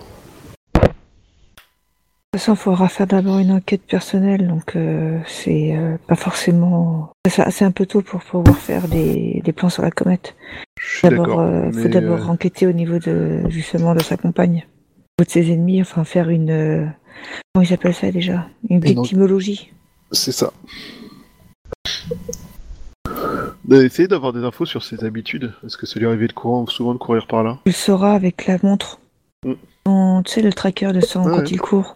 De toute façon, il faudra faire d'abord une enquête personnelle, donc euh, c'est euh, pas forcément. ça- C'est un peu tôt pour pouvoir faire des, des plans sur la comète. Je suis D'abord, d'accord. euh, mais, faut d'abord euh, enquêter au niveau de justement de sa compagne, au niveau de ses ennemis, enfin faire une. euh, comment ils appellent ça déjà Une victimologie. C'est ça. Bah, Essayez d'avoir des infos sur ses habitudes. Est-ce que ça lui arrivait de courant, souvent de courir par là Tu le sauras avec la montre. Mm. Son- tu sais, le tracker de son Ouais, quand ouais. il court.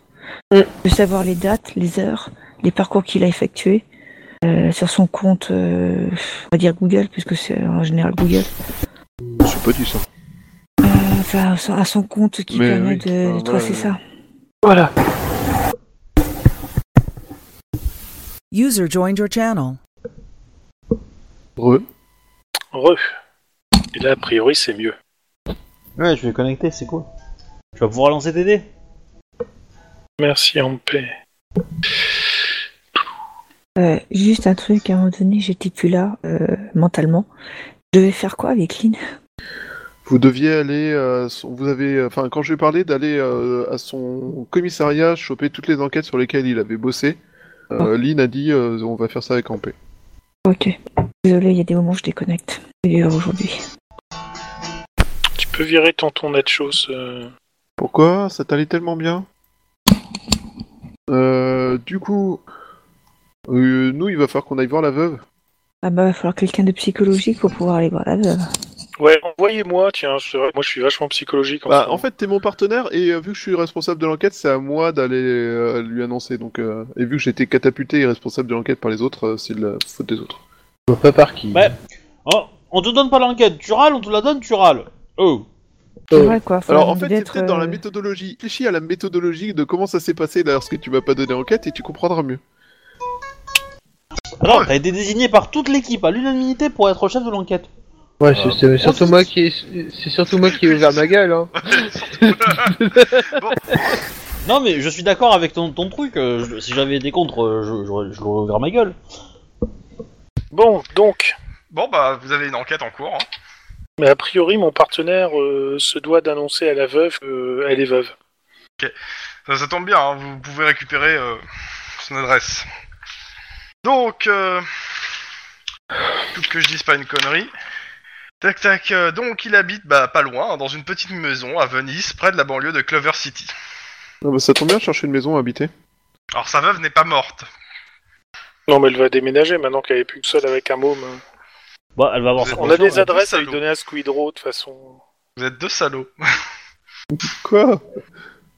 Mm. De savoir les dates, les heures, les parcours qu'il a effectués. euh, sur son compte, euh, on va dire Google, puisque c'est en général Google. Je sais pas du ça. Euh, Enfin, à son- à son compte qui Mais permet oui, de, enfin, de tracer voilà. ça. Voilà. User joined your channel. Re. Re. Et là, a priori, c'est mieux. Ouais, je vais connecter, c'est cool. Tu vas pouvoir lancer tes dés Merci, en paix. Euh, juste un truc, à un moment donné, j'étais plus là, euh, mentalement. Je vais faire quoi avec Lynn Vous deviez aller. euh, son- vous avez. Enfin, quand je lui ai parlé d'aller euh, à son commissariat choper toutes les enquêtes sur lesquelles il avait bossé, euh, Lynn a dit euh, on va faire ça avec Ampé. Ok. Désolé, il y a des moments où je déconnecte. Il est heure aujourd'hui. Tu peux virer tonton Nachos. euh, Pourquoi Ça t'allait tellement bien Euh, Du coup. euh, nous, il va falloir qu'on aille voir la veuve. Ah bah, il va falloir quelqu'un de psychologique pour pouvoir aller voir la veuve. Ouais, envoyez-moi, tiens. c'est vrai, moi, je suis vachement psychologique. En Bah, ce en moment. fait, t'es mon partenaire et euh, vu que je suis responsable de l'enquête, c'est à moi d'aller euh, lui annoncer. Donc, euh, et vu que j'étais catapulté et responsable de l'enquête par les autres, euh, c'est de la faute des autres. Je vois pas par qui. Ouais. Oh, on te donne pas l'enquête, tu râles, on te la donne, tu râles. Oh. C'est vrai, quoi. faut Euh, Alors, en arrêter fait, c'est d'être, peut-être dans la euh, méthodologie. Réfléchis à la méthodologie de comment ça s'est passé lorsque tu m'as pas donné enquête et tu comprendras mieux. Alors, t'as été désigné par toute l'équipe à l'unanimité pour être chef de l'enquête. Ouais, c'est- c'est surtout moi qui ai- c'est surtout moi qui ai ouvert ma gueule. Hein. Non, mais je suis d'accord avec ton, ton truc. euh, je- si j'avais été contre, euh, je, j'aurais- je l'aurais ouvert ma gueule. Bon, donc. Bon, bah, vous avez une enquête en cours. hein. Mais a priori, mon partenaire euh, se doit d'annoncer à la veuve qu'elle est veuve. Ça, ça tombe bien, hein, vous pouvez récupérer euh, son adresse. Donc, euh, Tout que je dise pas une connerie. Tac tac. euh, donc il habite bah, pas loin, hein, dans une petite maison à Venise, près de la banlieue de Clover City. Ah bah, ça tombe bien de chercher une maison à habiter. Alors sa veuve n'est pas morte. Non, mais elle va déménager maintenant qu'elle est plus que seule avec un môme. hein. Bah, elle va avoir sa On On a pension, des des elle- adresses adresses à à salaud. lui lui donner à Squidro, de toute façon. Vous êtes deux salauds. Quoi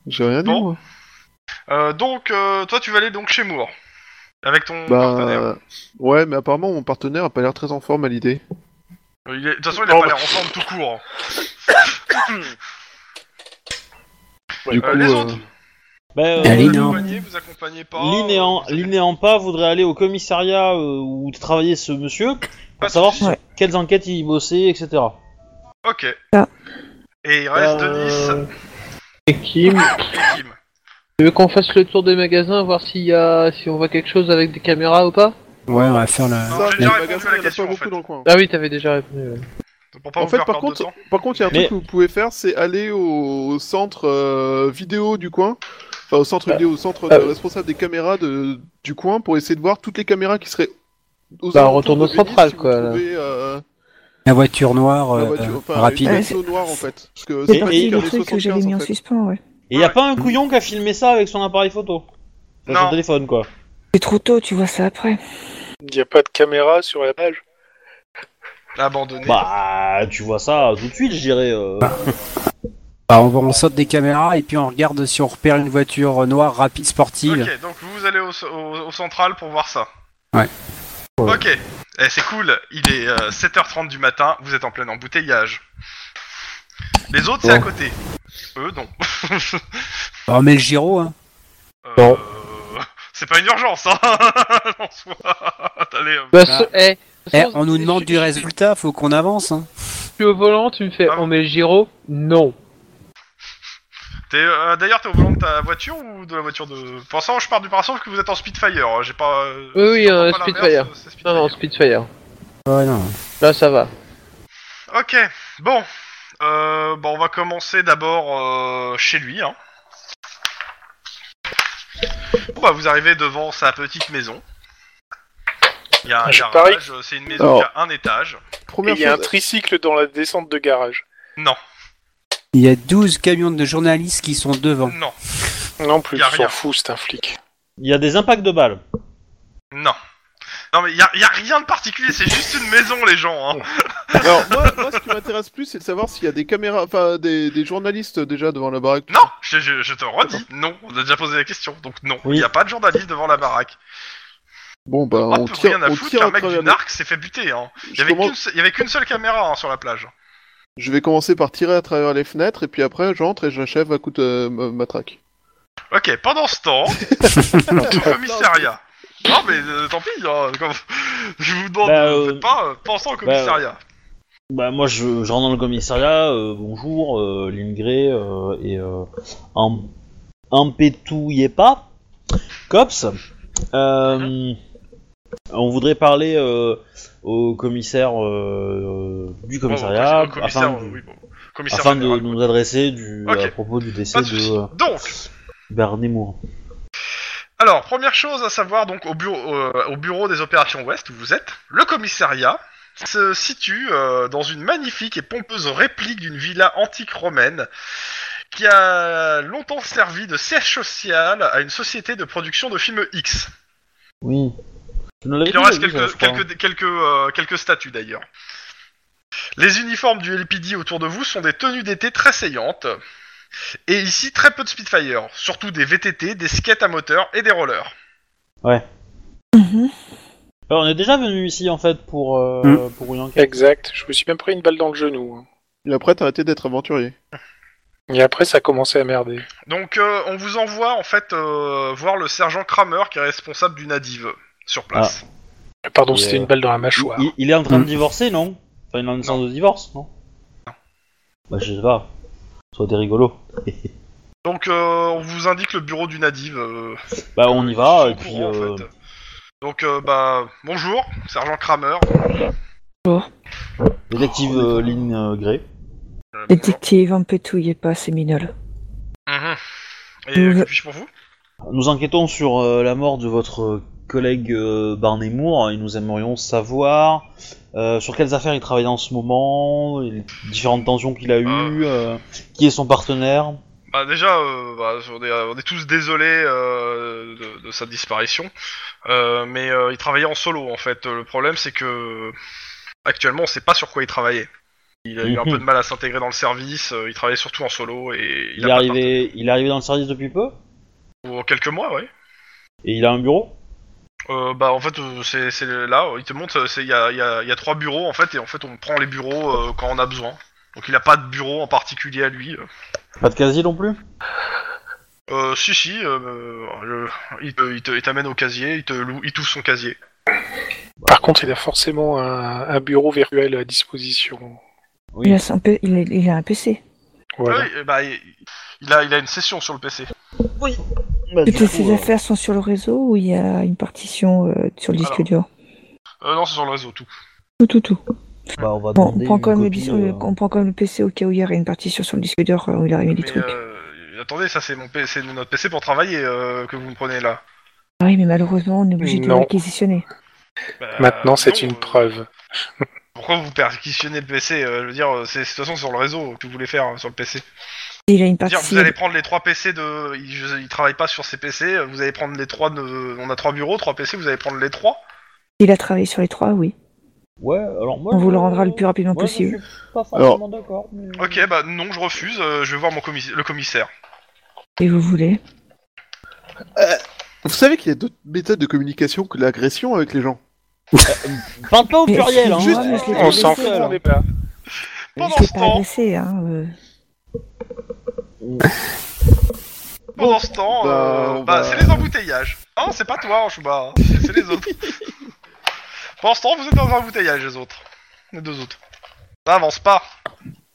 J'ai rien dit, Bon. moi. Euh, donc euh, toi tu vas aller donc chez Moore avec ton euh, partenaire. Bah, ouais, mais apparemment, mon partenaire a pas l'air très en forme à l'idée. Il est- De toute façon il a Oh, pas bah. l'air en forme tout court. hein. Du Euh, les euh, autres Bah, euh, Elle est Vous non. accompagnez, vous accompagnez pas. Lynn et Am- euh, Lynn et Ampa voudraient aller au commissariat euh, où travaillait ce monsieur Pas pour de savoir soucis. sur quelles enquêtes il bossait, etc. Ok. Ah. Et il reste Denis Euh, Et Kim, et Kim. tu veux qu'on fasse le tour des magasins, voir s'il y a, si on voit quelque chose avec des caméras ou pas Ouais, on va faire la. Non, ça, j'ai les déjà magasins, répondu à la il y en a pas question, en beaucoup fait. dans le coin. Ah oui, t'avais déjà répondu. ouais. Pour pas En vous fait, faire par perdre de contre, temps. par contre, il y a un Mais- truc que vous pouvez faire, c'est aller au, au centre euh, vidéo du coin, enfin au centre vidéo, au centre de- euh. responsable des caméras de, du coin, pour essayer de voir toutes les caméras qui seraient. Aux Bah, on alentours retourne de au Venise, central, si vous quoi, là. trouvez, euh, La voiture noire, la euh, voiture, euh, bah, enfin, rapide. une Ouais, moto noire en fait. Parce que Et- C'est pas et- parti les des trucs que j'avais 75, mis en en fait. suspens, ouais. Et y a Ouais. pas un couillon qui a filmé ça avec son appareil photo Avec Non. son téléphone, quoi. C'est trop tôt, tu vois ça après. Il n'y a pas de caméra sur la page. Abandonné. Bah, tu vois ça tout de suite, je dirais. euh. Bah, on, va- on saute des caméras et puis on regarde si on repère une voiture euh, noire rapide sportive. Ok, donc vous allez au, au- au central pour voir ça. Ouais. Ok, Eh, c'est cool, il est euh, 7h30 du matin, vous êtes en plein embouteillage. Les autres, c'est à Bon. côté. Eux, non. Bah, on met le gyro, hein. Euh, Bon. [laughs] C'est pas une urgence, hein [laughs] en soi. Allez, euh, Bah, Ah. ce- eh, de toute Eh, façon, on nous je- demande je- du résultat, faut qu'on avance. Hein. Je suis au volant, tu me fais, Ah. on met le gyro Non. t'es, euh, D'ailleurs, t'es au volant de ta voiture ou de la voiture de... Pour l'instant, je pars du principe que vous êtes en Spitfire, hein, j'ai pas... euh, Oui, oui, si on euh, prend pas Spitfire. l'inverse, c'est Non, Spitfire. non, Spitfire. Ouais, non. Là, ça va. Ok, bon. Euh, bon, on va commencer d'abord euh, chez lui. Hein. Bon, bah, vous arrivez devant sa petite maison. Il y Ah, a un Je garage, euh, c'est une maison Alors. qui a un étage. Et Première il y a un chose, tricycle dans la descente de garage. Non, Il y a 12 camions de journalistes qui sont devant. non, Non plus, Y a on s'en rien. fout, c'est un flic. Il y a des impacts de balles. non. Non, mais il y a, il y a rien de particulier, c'est juste une maison, les gens. Oh. Hein. alors moi, moi, ce qui m'intéresse plus, c'est de savoir s'il y a des caméras, enfin des, des journalistes déjà devant la baraque. Non, je, je- je te redis, non, on a déjà posé la question, donc non, il Oui. n'y a pas de journaliste devant la baraque. Bon bah Pas on de rien tire, à on foutre tire qu'un à mec travers. du le- narc s'est fait buter. Hein. Il n'y Je avait commence- qu'une se- il y avait qu'une seule caméra hein, sur la plage. Je vais commencer par tirer à travers les fenêtres et puis après j'entre et j'achève à coup de euh, ma- matraque. Ok, pendant ce temps, au commissariat. Non mais euh, tant pis, hein, comme- [laughs] je vous demande, Bah, euh, euh, faites pas, euh, pensez au commissariat. Bah, moi, je, je rentre dans le commissariat. euh, bonjour, euh, Lynn Grey, euh, et. Euh, un, pas. Cops. euh, On voudrait parler euh, au commissaire euh, du Bon, commissariat au commissaire, afin, euh, de- oui, bon, commissaire afin de général, nous adresser du, Ok. à propos du décès pas de de, soucis. euh, Donc, Bernie Moore. alors, première chose à savoir, donc au bureau, euh, au bureau des opérations Ouest où vous êtes, le commissariat se situe euh, dans une magnifique et pompeuse réplique d'une villa antique romaine qui a longtemps servi de siège social à une société de production de films X. Oui. Tu nous l'avais Il en dit, reste oui, ça, je quelques, crois. quelques, quelques, euh, quelques statues d'ailleurs. Les uniformes du LPD autour de vous sont des tenues d'été très saillantes. Et ici, très peu de Spitfire, surtout des VTT, des skates à moteur et des rollers. Mhm. Alors, on est déjà venu ici en fait pour, euh, Hmm. pour une enquête. Exact. Je me suis même pris une balle dans le genou. hein. Et après t'as arrêté d'être aventurier. Et après, ça a commencé à merder. Donc, euh, on vous envoie en fait euh, voir le sergent Kramer qui est responsable du Nadive sur place. Ah. Pardon, Et, c'était euh, une balle dans la mâchoire. Il, il est en train Hmm. de divorcer, non Enfin, il est en train de divorce, non Bah, je sais pas. Soit t'es rigolo. [laughs] Donc, euh, on vous indique le bureau du Nadive. euh, Bah, on y va, et ils sont au puis. courant, en euh, fait. Donc, euh, bah, bonjour, sergent Kramer. Détective euh, Lynn euh, Gray. Euh, bonjour. Détective, en pétouillez pas, c'est minol. Mhm. Et euh, que puis-je pour vous Nous enquêtons sur euh, la mort de votre euh, collègue euh, Barney Moore, et nous aimerions savoir euh, sur quelles affaires il travaille en ce moment, les différentes tensions qu'il a eues, Ah. euh, qui est son partenaire. Bah déjà, euh, bah, on, est, on est tous désolés euh, de, de sa disparition, Euh, mais euh, il travaillait en solo en fait. Euh, Le problème c'est que actuellement on sait pas sur quoi il travaillait. Il a eu un Mhm. peu de mal à s'intégrer dans le service, euh, il travaillait surtout en solo et Il, a est pas arrivé, il est arrivé dans le service depuis peu, de- pour quelques mois, ouais. et il a un bureau. Euh, bah en fait euh, c'est c'est là, il te montre, euh, c'est- il y a, il y a- il y a trois bureaux en fait et en fait on prend les bureaux euh, quand on a besoin. Donc il a pas de bureau en particulier à lui. Pas de casier non plus Euh, si si, euh, le- il te- il te- il t'amène au casier, il te loue, il t'ouvre son casier. Par contre, il a forcément un, un bureau virtuel à disposition. Oui. Il, a son P- il, est- il a un PC. Voilà. Oui, euh, bah, il, il a, il a une session sur le PC. Bah, du coup, Toutes ses euh, affaires sont sur le réseau ou il y a une partition euh, sur le disque Alors. dur Euh, non, c'est sur le réseau, tout. Tout, tout, tout. bah, on va Bon, on demander prend, une quand même le copie, bis- euh, euh, on prend quand même le PC au cas où il y aurait une partition sur le disque dur euh, où il aurait mis des Mais trucs. euh, attendez, ça c'est mon P- c'est notre PC pour travailler euh, que vous me prenez là. Ah Oui, mais malheureusement, on est obligé de Non. l'acquisitionner. Bah, Maintenant, c'est non, une euh, preuve. Pourquoi vous perquisitionnez le PC euh, Je veux dire, euh, c'est de toute façon sur le réseau que vous voulez faire euh, sur le PC. Il a une Je veux Dire, partie. vous allez prendre les trois PC de, il, je- il travaille pas sur ces PC. euh, Vous allez prendre les trois. de- On a trois bureaux, trois PC. Vous allez prendre les trois. Il a travaillé sur les trois, oui. Ouais, euh, alors moi. On vous je- le rendra le plus rapidement moi, je suis possible. pas forcément d'accord. mais- Ok, bah non, je refuse. euh, je vais voir mon commis- le commissaire. Et vous voulez Vous savez qu'il y a d'autres méthodes de communication que l'agression avec les gens. Parle pas au Mais pluriel, hein. excuse-moi, euh, mais je l'ai euh, pas On s'en laissé, fout, seul. on est pas. Pendant Je l'ai ce pas temps- agressé, hein. euh. Pendant ce temps, Bah, euh, on bah, va- c'est les embouteillages. Non, c'est pas toi, Chouba, hein, c'est c'est les autres. [laughs] Pendant ce temps, vous êtes dans un embouteillage, les autres. Les deux autres. Ça avance pas.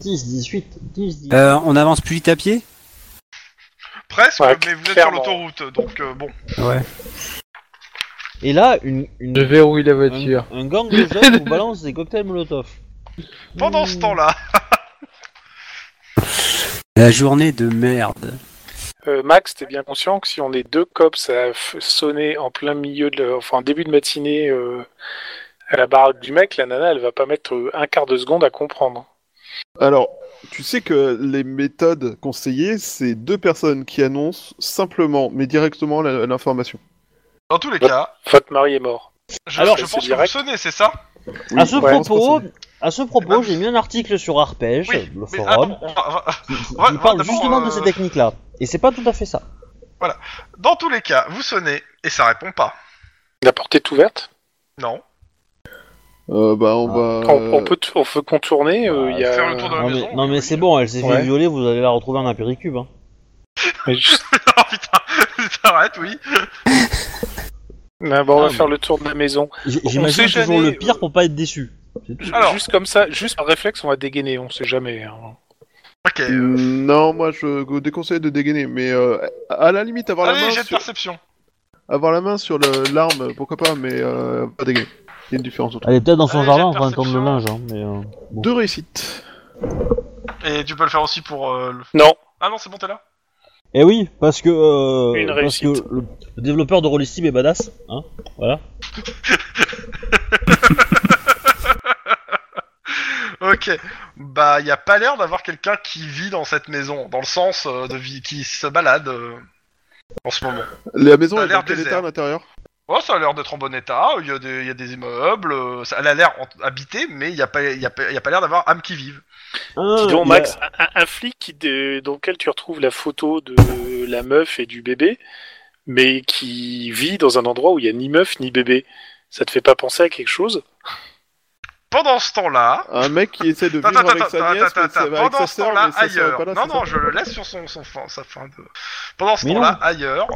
10, 18, 10, 18. Euh, on avance plus vite à pied Presque, Ouais, mais vous êtes sur clairement. l'autoroute, donc euh, bon. Ouais. Et là, une, une- Je verrouille la un, voiture. un gang de jeunes vous balance des cocktails Molotov. Pendant ce temps-là, La journée de merde. Euh, Max, t'es bien conscient que si on est deux cops à f- sonner en plein milieu de la... enfin en début de matinée euh, à la baraque du mec, la nana elle va pas mettre euh, un quart de seconde à comprendre. Alors, tu sais que les méthodes conseillées, c'est deux personnes qui annoncent simplement, mais directement, la- l'information. dans tous les cas, Votre mari est mort. je, Alors, je c'est pense que vous direct. sonnez, c'est ça à ce ouais, on se propos, consomme. à ce Eh ben, propos, j'ai mis un article sur Arpège, Oui, le mais forum, attends, on va- on va- qui, qui- qui ouais, parle d'abord, justement euh, de ces techniques-là. Et c'est pas tout à fait ça. Dans tous les cas, vous sonnez et ça répond pas. La porte est ouverte. Non. [laughs] Euh, bah, on va. On, on peut t- on peut contourner. euh, il y a... Bah, Faire le tour de la Non maison. mais, non, mais c'est bon, elle s'est Ouais. fait violer, vous allez la retrouver en apéricube. Hein. Mais [laughs] juste- oh putain, [laughs] t'arrêtes, oui. Non, bon, on Ah, va mais- faire le tour de la maison. J- On J'imagine sait toujours jamais, le pire euh, pour pas être déçu. Alors. Juste comme ça, juste par réflexe, on va dégainer. On sait jamais. hein. Ok. euh, Mm, Non, moi je déconseille de dégainer, mais euh, à la limite, avoir, la Allez, main j'ai de sur... perception. avoir la main sur le- l'arme, pourquoi pas, mais euh, pas dégainer. Il y a une différence entre Elle est peut-être dans son Allez, jardin j'ai en train de tendre le perception. linge. Hein, mais, euh, bon. deux réussites. Et tu peux le faire aussi pour euh, le... Non. Ah non, c'est bon, t'es là Eh oui, parce que, euh, Une parce que réussite. le, le développeur de Rollistim est badass. Hein voilà. Ok, bah il y a pas l'air d'avoir quelqu'un qui vit dans cette maison, dans le sens euh, de vie qui se balade euh, en ce moment. La maison Ça a est dans l'air quel désert. état à l'intérieur Oh, ça a l'air d'être en bon état. Il y a des, il y a des immeubles, euh, ça elle a l'air en- habitée, mais il y a pas, il y a pas, il y a pas l'air d'avoir âme qui vive. Ah, Dis donc, il y a- Max, un, un flic qui, dé- dans lequel tu retrouves la photo de la meuf et du bébé, mais qui vit dans un endroit où il n'y a ni meuf ni bébé. Ça te fait pas penser à quelque chose Pendant ce temps-là, Un mec qui essaie de vivre Attends, avec attends, sa nièce, attends, mais ça attends, va avec pendant sa ce sœur, temps-là mais sa sœur est ailleurs. pas là. Non, c'est non, ça je le laisse sur son, son fin- sa fin de. Pendant ce Mais temps-là non. ailleurs,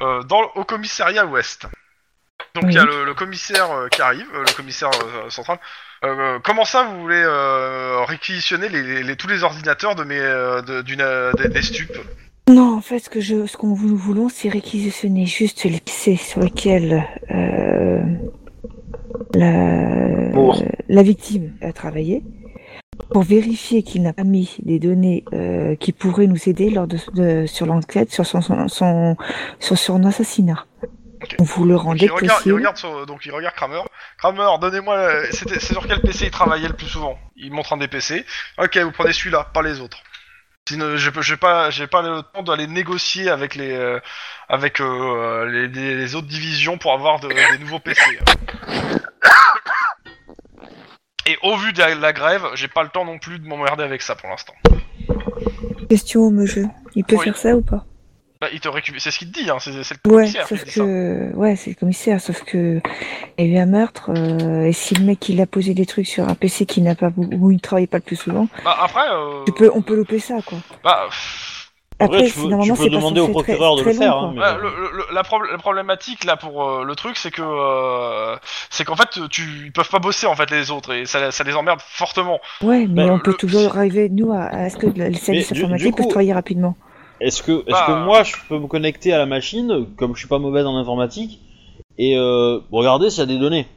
euh, dans au commissariat ouest. Donc il y a le, le commissaire euh, qui arrive, euh, le commissaire euh, central. Euh, euh, comment ça, vous voulez euh, réquisitionner les, les- les- tous les ordinateurs de mes euh, de- d'une euh, des, des stupes Non, en fait, ce que je, ce qu'on vou- voulons, c'est réquisitionner juste les PC sur lesquels euh, la, Moore. la victime a travaillé pour vérifier qu'il n'a pas mis des données euh, qui pourraient nous aider lors de, de- sur l'enquête sur son, son, son- sur son assassinat. Vous le Donc, rendez il, regarde, il possible. regarde sur- donc il regarde Kramer. Kramer, donnez-moi. le- c'était- C'est sur quel PC il travaillait le plus souvent Il montre un des PC. Ok, vous prenez celui-là, pas les autres. Sinon, je peux- j'ai pas, j'ai pas le temps d'aller négocier avec les, euh, avec euh, les, les- les autres divisions pour avoir de- des nouveaux PC. Et au vu de la, la grève, j'ai pas le temps non plus de m'emmerder avec ça pour l'instant. Question au me jeu. Il peut Oui. faire ça ou pas Bah, il te récupère, c'est ce qu'il te dit, hein, c'est c'est le Ouais, commissaire qui sauf dit ça. que ouais, c'est le commissaire, sauf que il y a eu un meurtre euh, et si le mec il a posé des trucs sur un PC qui n'a pas où il travaille pas le plus souvent, Bah, après, euh, tu peux on peut louper ça quoi. bah, pff, Après Ouais, tu c'est- peux- normalement tu peux c'est pas demander au censé être très- procureur de très le faire, long, hein, quoi. mais- Ouais, Bah, le- le- le- la, prob- la problématique là pour euh, le truc, c'est que euh, c'est qu'en fait, tu, ils peuvent pas bosser en fait les autres et ça, ça les emmerde fortement. Ouais, mais Ben, Bah, on le- peut toujours arriver nous à, à ce que le- le service du- du informatique peut coup- travailler rapidement. Est-ce que, est-ce Bah, que moi je peux me connecter à la machine, comme je suis pas mauvaise en informatique, et euh, regarder s'il y a des données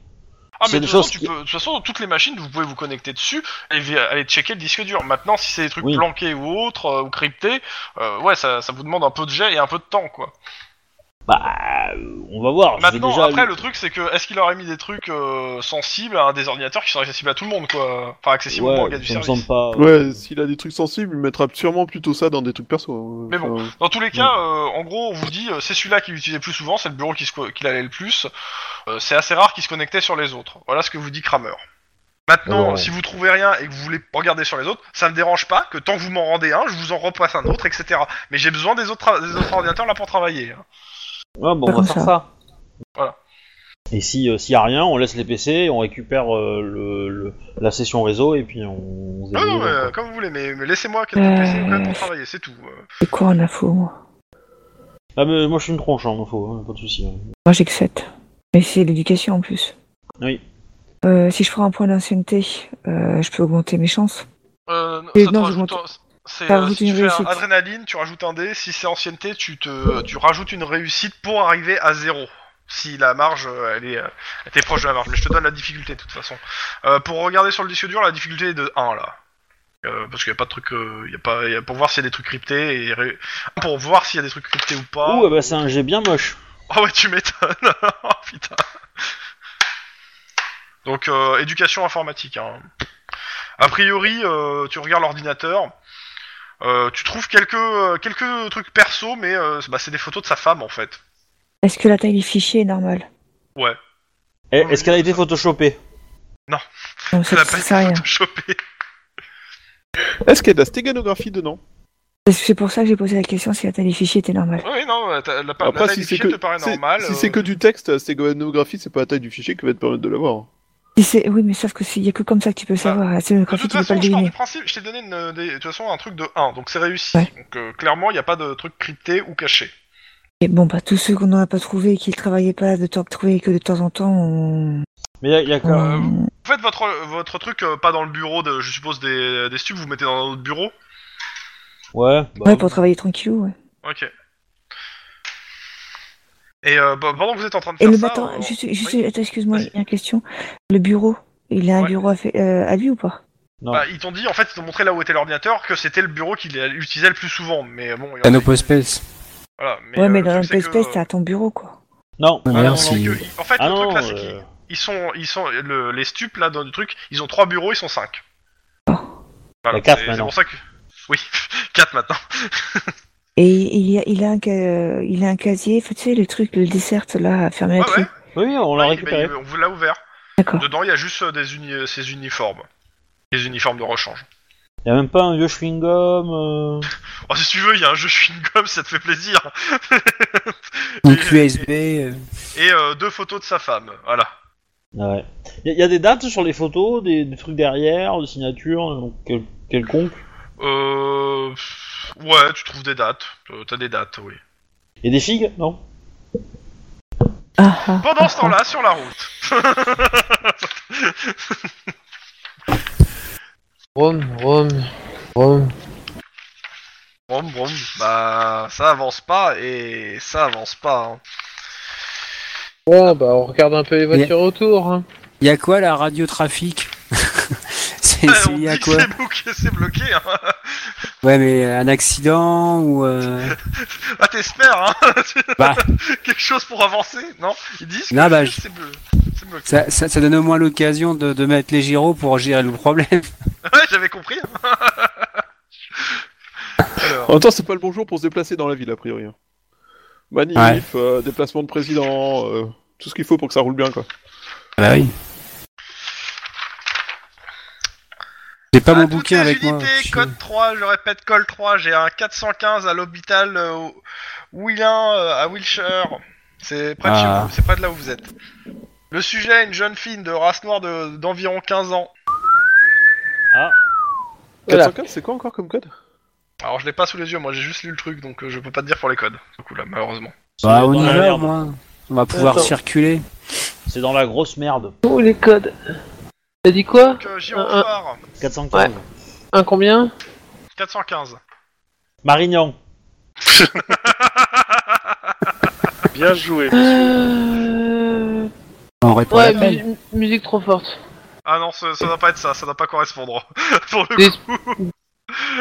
Ah C'est mais de des toute façon, choses tu qui- peux- de toute façon, toutes les machines, vous pouvez vous connecter dessus et vi- aller checker le disque dur. Maintenant, si c'est des trucs Oui. planqués ou autres euh, ou cryptés, euh, ouais, ça, ça vous demande un peu de jet et un peu de temps quoi. Bah, euh, on va voir. je vais Maintenant, déjà après, lui- le truc, c'est que est-ce qu'il aurait mis des trucs euh, sensibles à un des ordinateurs qui sont accessibles à tout le monde quoi, enfin accessibles au moins au ouais, gars du ça me service. semble pas. Ouais, s'il a des trucs sensibles, il mettra sûrement plutôt ça dans des trucs perso. euh, Mais bon. enfin, Dans tous les cas, euh, en gros, on vous dit euh, c'est celui-là qui l'utilisait le plus souvent, c'est le bureau qui, se co- qui l'allait le plus. Euh, c'est assez rare qu'il se connectait sur les autres. Voilà ce que vous dit Kramer. Maintenant, Oh. si vous trouvez rien et que vous voulez regarder sur les autres, ça me dérange pas que tant que vous m'en rendez un, je vous en repasse un autre, etc. Mais j'ai besoin des autres, tra- des autres ordinateurs là pour travailler. hein. Ouais, Ah, bon, Pas on va comme faire ça. ça. Voilà. Et si euh, s'il y a rien, on laisse les PC, on récupère euh, le, le- la session réseau et puis on. on se Non, non, débrouille, mais, quoi. euh, comme vous voulez, mais, mais laissez-moi quelques PC quand même pour travailler, c'est tout. euh. C'est quoi en info moi Ah, mais moi je suis une tronche en info, hein, pas de soucis. hein. Moi j'ai que 7. Mais c'est l'éducation en plus. Oui. Euh, si je prends un point d'ancienneté, euh, je peux augmenter mes chances. Euh, non, Et ça te non, rajoute je un- c'est, ça euh, rajoute si une tu fais un réussite. adrénaline, tu rajoutes un dé. Si c'est ancienneté, tu te, tu rajoutes une réussite pour arriver à zéro. Si la marge, euh, elle est, euh, t'es proche de la marge. Mais je te donne la difficulté de toute façon. Euh, pour regarder sur le disque dur, la difficulté est de 1 là. Euh, parce qu'il n'y a pas de trucs, euh, il y a pas, il y a- pour voir s'il y a des trucs cryptés et ré- pour voir s'il y a des trucs cryptés ou pas. Ouh, eh ben, c'est un jet bien moche. Ah ouais, tu m'étonnes. [laughs] Oh, putain. Donc, euh, éducation informatique. hein. A priori, euh, tu regardes l'ordinateur. euh, tu trouves quelques, euh, quelques trucs perso, mais euh, bah, c'est des photos de sa femme en [laughs] fait. Est-ce que la taille des fichiers est normale Eh, Est-ce qu'elle a été photoshopée Non, ça Elle a ça pas sert à rien. été photoshopée. Est-ce qu'il y a de la stéganographie dedans Parce que C'est pour ça que j'ai posé la question si la taille des fichiers était normale. [laughs] Oui, non, t'as- la, pa- la Après, taille si des c'est fichiers que, te paraît c'est- normale. si euh, c'est que du texte, la stéganographie, c'est pas la taille du fichier qui va te permettre de l'avoir. Si c'est- oui, mais sauf que s'il y a que comme ça que tu peux le savoir, la Bah, De scénographie, toute tu peux pas façon, le je pars du deviner. principe, je t'ai donné une- des- de toute façon un truc de 1, donc c'est réussi. Ouais. Donc euh, clairement, il n'y a pas de truc crypté ou caché. Et bon, bah, tous ceux qu'on n'a pas trouvé et qui ne travaillaient pas de temps que trouvé et que de temps en temps, on... Mais il y a, y a quand- Euh, on- Vous faites votre, votre truc euh, pas dans le bureau, de, je suppose, des, des stupes, vous mettez dans un autre bureau Ouais, bah, Ouais, pour travailler tranquillou, ouais. Ok. Et euh, bah, pendant que vous êtes en train de Et faire le ça... matin, euh, juste, oui. juste attends, excuse-moi, Vas-y. il y a une question. Le bureau, il a un Ouais. bureau à, fait- euh, à lui ou pas Bah, ils t'ont dit, en fait, ils t'ont montré là où était l'ordinateur, que c'était le bureau qu'il utilisait le plus souvent, mais bon... il en a- Canopus Space. voilà, mais, Ouais, euh, mais le dans truc, le c'est que- PSP, t'as ton bureau, quoi. non. Ouais, Ah, non, merde, non, si- que- en fait, Ah le non, truc là, c'est qu'ils euh, ils sont... Ils sont le- les stupes, là, dans le truc, ils ont trois bureaux, ils sont cinq. Ah. Il y a quatre c'est- c'est maintenant. pour ça que... Oui, [laughs] quatre maintenant. Et il, y a, il, a un, ca- euh, il a un casier, tu sais, le truc, le dessert, là, fermé Ouais, avec ouais. lui. Oui, oui, on l'a Ouais, récupéré. bah, il- on vous l'a ouvert. D'accord. Dedans, il y a juste euh, des uni- euh, ces uniformes. Les uniformes de rechange. Il y a même pas un vieux chewing-gum. euh, Oh, si tu veux, il y a un jeu chewing-gum, ça te fait plaisir. Une Et- QSB. euh, Et euh, deux photos de sa femme, voilà. Ouais. Il y, a- y a des dates sur les photos, des, des trucs derrière, des signatures, euh, quel- quelconques. Euh... Ouais, tu trouves des dates. Euh, T'as des dates, oui. Et des figues Non Ah, ah, Pendant ah, ce temps-là, sur la route. Rome, Rome, Rome. Bon, bon, bah ça avance pas et ça avance pas. hein. Ouais, bah on regarde un peu les voitures autour. Hein. Il y a quoi la radio trafic C'est Euh, [laughs] c'est on lié à dit que quoi c'est bloqué, c'est bloqué. hein. Ouais, mais un accident ou. euh, Ah, t'espères, hein [laughs] Bah. [laughs] Quelque chose pour avancer Non Ils disent que Non, bah, c'est bleu. C'est bleu. Ça, ça, ça donne au moins l'occasion de, de mettre les gyros pour gérer le problème. [laughs] Ouais, j'avais compris. hein. [laughs] Alors, En même temps, c'est pas le bon jour pour se déplacer dans la ville, a priori. hein. Manif, Ouais. euh, déplacement de président, euh, tout ce qu'il faut pour que ça roule bien, quoi. Bah oui. J'ai pas à mon toutes bouquin les avec moi. unités, Je- Ah, Bah, code 3, je répète, code 3, j'ai un 415 à l'hôpital euh, Willin euh, à Wilshire. C'est près, de chez Ah. vous, c'est près de là où vous êtes. Le sujet, une jeune fille de race noire de- d'environ 15 ans. Voilà. 404, c'est quoi encore comme code Alors, je l'ai pas sous les yeux, moi j'ai juste lu le truc, donc euh, je peux pas te dire pour les codes, du coup là, malheureusement. Bah, on Dans y la va, merde. au moins. On va pouvoir Attends. circuler. C'est dans la grosse merde. Oh, les codes. T'as dit quoi Donc, euh, Gironphare, 415. Un combien 415. Marignan. Bien joué. Ah, Euh, On répond à Ouais, l'appel. mu- musique trop forte. Ah non, ça, ça doit pas être ça, ça doit pas correspondre. pour le Dis- coup.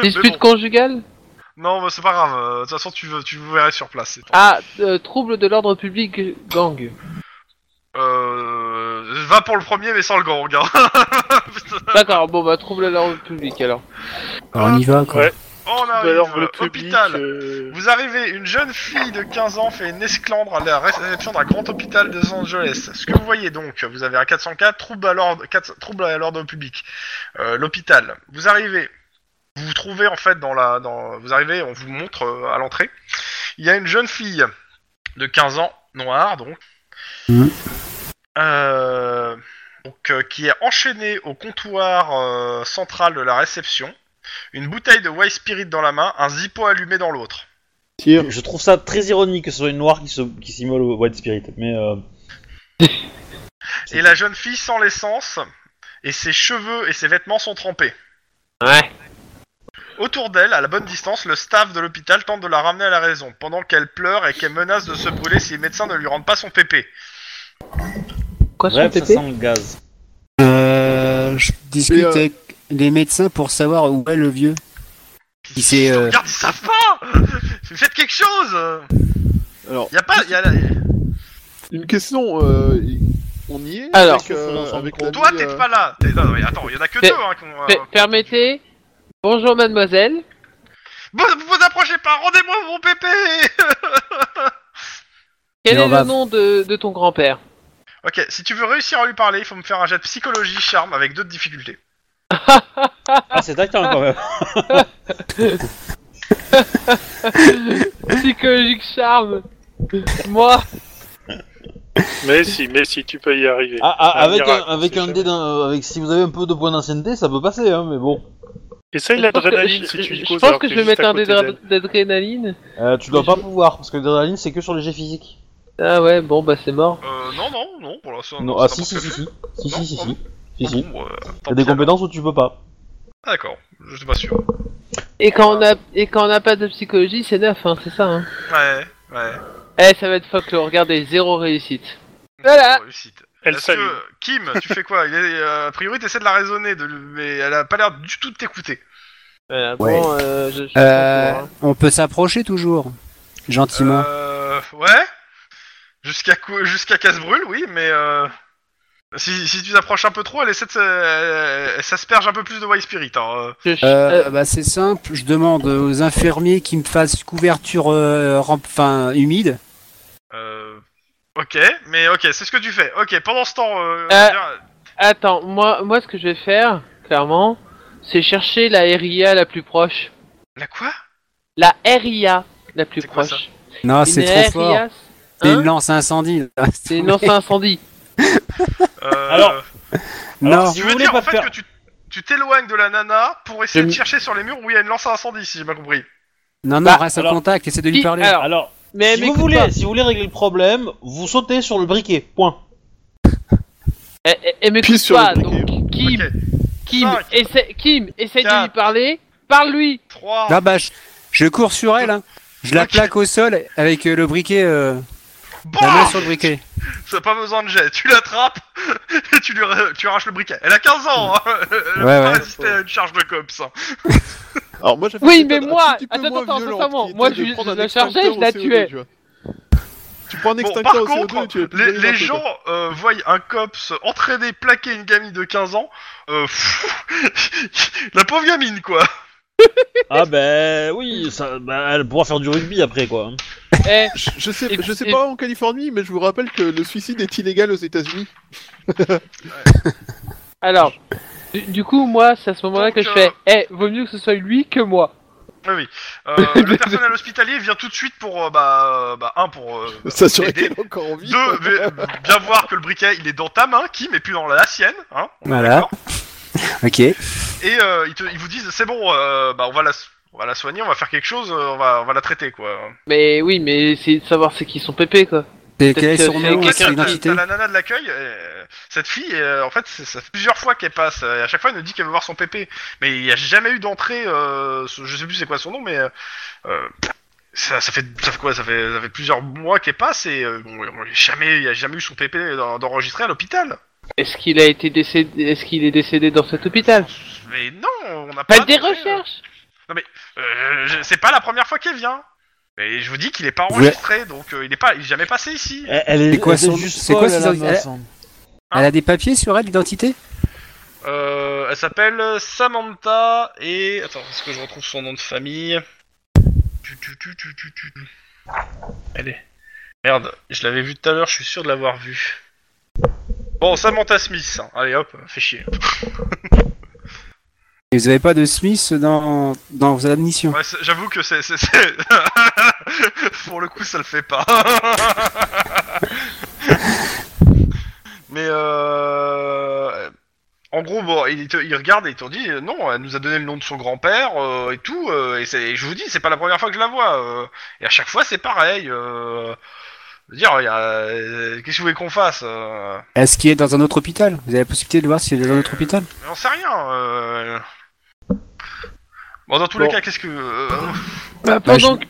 Dispute bon. conjugale conjugale Non, mais c'est pas grave, euh, de toute façon, tu, veux, tu vous verrez sur place. c'est tout. Ah, euh, trouble de l'ordre public, gang. Euh, va pour le premier, mais sans le gang. hein. D'accord, bon bah trouble de l'ordre public alors. Alors, on y va, quoi. Ouais. [laughs] On Tout à arrive, l'heure, le euh, public. hôpital. euh, Vous arrivez, une jeune fille de 15 ans fait une esclandre à la réception d'un grand hôpital de Los Angeles. Ce que vous voyez donc, vous avez un 404, trouble à l'ordre, 400 trouble à l'ordre public, Euh, l'hôpital. Vous arrivez, vous vous trouvez en fait dans la, dans, vous arrivez, on vous montre euh, à l'entrée, il y a une jeune fille de 15 ans, noire donc, Mhm. Euh, donc euh, qui est enchaînée au comptoir euh, central de la réception, une bouteille de White Spirit dans la main, un zippo allumé dans l'autre. Tire. euh, Je trouve ça très ironique que ce soit une noire qui se qui s'immole au White Spirit. Mais euh, Et la jeune fille sent l'essence, et ses cheveux et ses vêtements sont trempés. Ouais. Autour d'elle, à la bonne distance, le staff de l'hôpital tente de la ramener à la raison, pendant qu'elle pleure et qu'elle menace de se brûler si les médecins ne lui rendent pas son pépé. Quoi son bref, ça pépé sent le gaz. Euh, je discute Et, euh, avec les médecins pour savoir où est le vieux. Qui c'est. euh, Regarde, ils savent pas Faites quelque chose Alors, Y a pas... Y a la- une question, euh, y- on y est Alors, avec, euh, avec l'ami, Toi, t'es euh, pas là T'es- Non, non, mais attends, y'en a que Fais- deux, hein, qui ont, euh, Pe- Permettez. Bonjour mademoiselle. Vous, vous approchez pas, rendez-moi mon pépé Quel Et on est va- le nom de, de ton grand-père [laughs] Ok, si tu veux réussir à lui parler, il faut me faire un jet de psychologie charme avec deux de difficultés. Ah, c'est taquin quand même. Psychologique charme. [laughs] Moi. Mais si, mais si, tu peux y arriver. Ah, ah, Un avec un, miracle, avec c'est un jamais. dé d'un- euh, avec si vous avez un peu de points d'ancienneté, ça peut passer, hein, mais bon. Essaye je pense que- l'adrénaline [laughs] je- si tu y je- causes. Je pense alors que je t'es vais mettre juste à un dé côté d'elle. d'adr- d'adrénaline. Euh, tu dois pas pouvoir parce que la ligne c'est que sur les jets physiques. Ah ouais, bon bah c'est mort. Euh, non, non, non, pour l'instant... Non, c'est ah pas si si pour si que- si si Non, si si non. si. Bon, Si, si. bon, euh, tant T'as des pis, alors. compétences où tu peux pas. Ah, D'accord, je suis pas sûr. Et quand on a et quand on n'a pas de psychologie, c'est neuf, hein, c'est ça. Hein. Ouais, ouais. Eh, ça va être folklore. Regardez, zéro réussite. Voilà. Réussite. Elle Est-ce salue. que- Kim, tu fais quoi Il est, euh, A priori, t'essaies de la raisonner, de... le- mais elle a pas l'air du tout de t'écouter. Voilà, Ouais. Bon, euh, je, je suis euh, pas sûr, hein. on peut s'approcher toujours. Gentiment. Euh, ouais Jusqu'à cou- jusqu'à casse-brûle, oui, mais... Euh... Si, si tu t'approches un peu trop, elle essaie de... se- elle- elle s'asperge un peu plus de White Spirit. Hein. Je- je- Euh, euh, bah, c'est simple, je demande aux infirmiers qu'ils me fassent couverture euh, ramp- enfin, humide. Euh... Ok, mais ok, c'est ce que tu fais. Ok, pendant ce temps... euh, Euh, viens- Attends, moi, moi, ce que je vais faire, clairement, c'est chercher la RIA la plus proche. La quoi La RIA la plus C'est quoi ça proche. Non, Une Ah, c'est trop fort. RIA, C'est hein une lance à incendie. [laughs] là. C'est une lance à [laughs] incendie. Euh, Alors, Non, si Tu vous veux voulez dire pas en fait faire- que tu tu t'éloignes de la nana pour essayer Je- de chercher sur les murs où il y a une lance à incendie, si j'ai bien compris. non, non, Bah, reste alors- en contact, essaie de lui Qui- parler. alors, Alors, Mais si mais vous voulez, si vous voulez régler le problème, vous sautez sur le briquet. Point. Et, Pisse sur pas, le briquet. donc Kim, Ok, Kim, Cinq. essaie, Kim, essaie de lui Quatre. parler, parle-lui. 3. Là, bah, je, je cours sur elle. hein. Je la Ok. plaque au sol avec euh, le briquet, euh, Bon la main sur le briquet. T'as pas besoin de jet, tu l'attrapes [laughs] et tu lui ra- tu arraches le briquet. Elle a 15 ans, hein [laughs] Elle a Ouais, pas ouais. résisté à une charge de cops. hein. Alors moi, j'ai fait Oui, une mais méthode un moi- tout petit peu attends, moins attends, violente, sincèrement, qui était moi, de je- prendre je un la chargeais, extincteur je la au CO2, tuais. tu vois. Tu prends un Bon, extincteur par au CO2 contre, et tu es plus les, violent, les quoi. gens euh, voient un copse entraîner, plaquer une gamine de 15 ans. euh, pfff, [laughs] la pauvre gamine, quoi. Ah ben oui, ça, bah, elle pourra faire du rugby après quoi. Eh, Je, je sais, Et- je sais et- pas en Californie, mais je vous rappelle que le suicide est illégal aux États-Unis. alors, du, du coup, moi, c'est à ce moment-là que je fais, eh, vaut mieux que ce soit lui que moi. Oui, oui. [laughs] Euh, le personnel hospitalier vient tout de suite pour, euh, bah, euh, bah, un, pour... euh, S'assurer aider. qu'elle est encore en vie. Deux, mais, euh, bien voir que le briquet, il est dans ta main, Kim, et plus dans la sienne, hein. on est Voilà. d'accord. [laughs] Ok. Et euh, ils, te- ils vous disent, c'est bon, euh, bah, on va la... so- On va la soigner, on va faire quelque chose, euh, on va, on va la traiter quoi. Mais oui, mais c'est de savoir c'est qui sont pépés, quoi. Et Peut-être quel est que son c'est nom, quelqu'un son T'as- t'as- identité t'as la nana de l'accueil, euh, cette fille, euh, en fait, c'est- ça fait plusieurs fois qu'elle passe. euh, Et à chaque fois, elle nous dit qu'elle veut voir son pépé. Mais il n'y a jamais eu d'entrée, euh, ce- je sais plus c'est quoi son nom, mais... euh, euh, ça, ça fait, ça fait quoi ça fait, ça fait plusieurs mois qu'elle passe et euh, bon, on- jamais, il n'y a jamais eu son pépé d'en- d'enregistrer à l'hôpital. Est-ce qu'il a été décédé, est-ce qu'il est décédé dans cet hôpital Mais non, on n'a pas... Faites Bah, des d'entrée, recherches euh, euh, je- C'est pas la première fois qu'elle vient. Et je vous dis qu'il n'est pas enregistré, donc euh, il n'est pas, il est jamais passé ici. Elle, elle est, C'est quoi elle est son- juste c'est quoi folle, ses la origines meuf, hein. Elle a des papiers sur elle, l'identité Euh, elle s'appelle Samantha et... Attends, est-ce que je retrouve son nom de famille Tu, tu, tu, tu, tu, tu, tu. Elle est... Merde, je l'avais vue tout à l'heure, je suis sûr de l'avoir vue. Bon, Samantha Smith. hein. Allez hop, fais chier. Et vous avez pas de Smith dans, dans vos admissions Ouais, c'est- j'avoue que c'est... c'est- c'est- [laughs] Pour le coup, ça le fait pas. [laughs] Mais euh... En gros, bon, il, te- il regarde et il te dit euh, non, elle nous a donné le nom de son grand-père euh, et tout. euh, et, c'est- et je vous dis, c'est pas la première fois que je la vois. euh, et à chaque fois, c'est pareil. euh, je veux dire, il y a, euh, qu'est-ce que vous voulez qu'on fasse euh, Est-ce qu'il est dans un autre hôpital Vous avez la possibilité de voir s'il est dans un autre hôpital J'en sais rien. euh. Bon, dans tous les Bon. cas, qu'est-ce que euh, Bah, Bah, pendant que-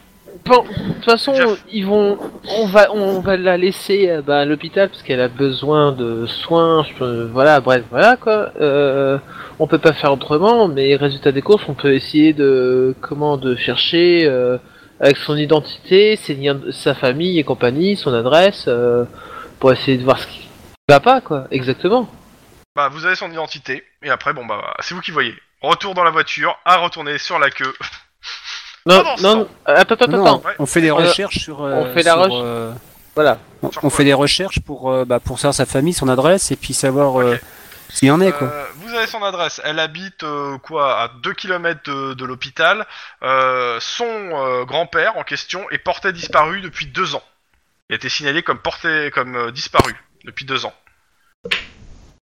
pen- De toute façon, Jeff. ils vont, on va, on va la laisser euh, bah, à l'hôpital parce qu'elle a besoin de soins. je peux- voilà, bref, voilà quoi. Euh, on peut pas faire autrement, mais résultat des courses, on peut essayer de comment de chercher euh, avec son identité, ses liens, de- sa famille et compagnie, son adresse, euh, pour essayer de voir ce qui va pas quoi. Exactement. Bah, vous avez son identité, et après, bon, bah, c'est vous qui voyez. Retour dans la voiture, à retourner sur la queue. Ah Non, Pendant ce non, temps. non, attends, attends, Non, attends. ouais. on fait des Euh, recherches sur. euh, on fait la sur, reche- euh, Voilà. on- Sur on quoi fait des recherches pour euh, bah, pour savoir sa famille, son adresse et puis savoir euh, Ok. ce qu'il en est quoi. Euh, vous avez son adresse, elle habite euh, quoi à 2 km de, de l'hôpital. Euh, son euh, grand-père en question est porté disparu depuis deux ans. Il a été signalé comme porté comme euh, disparu depuis deux ans.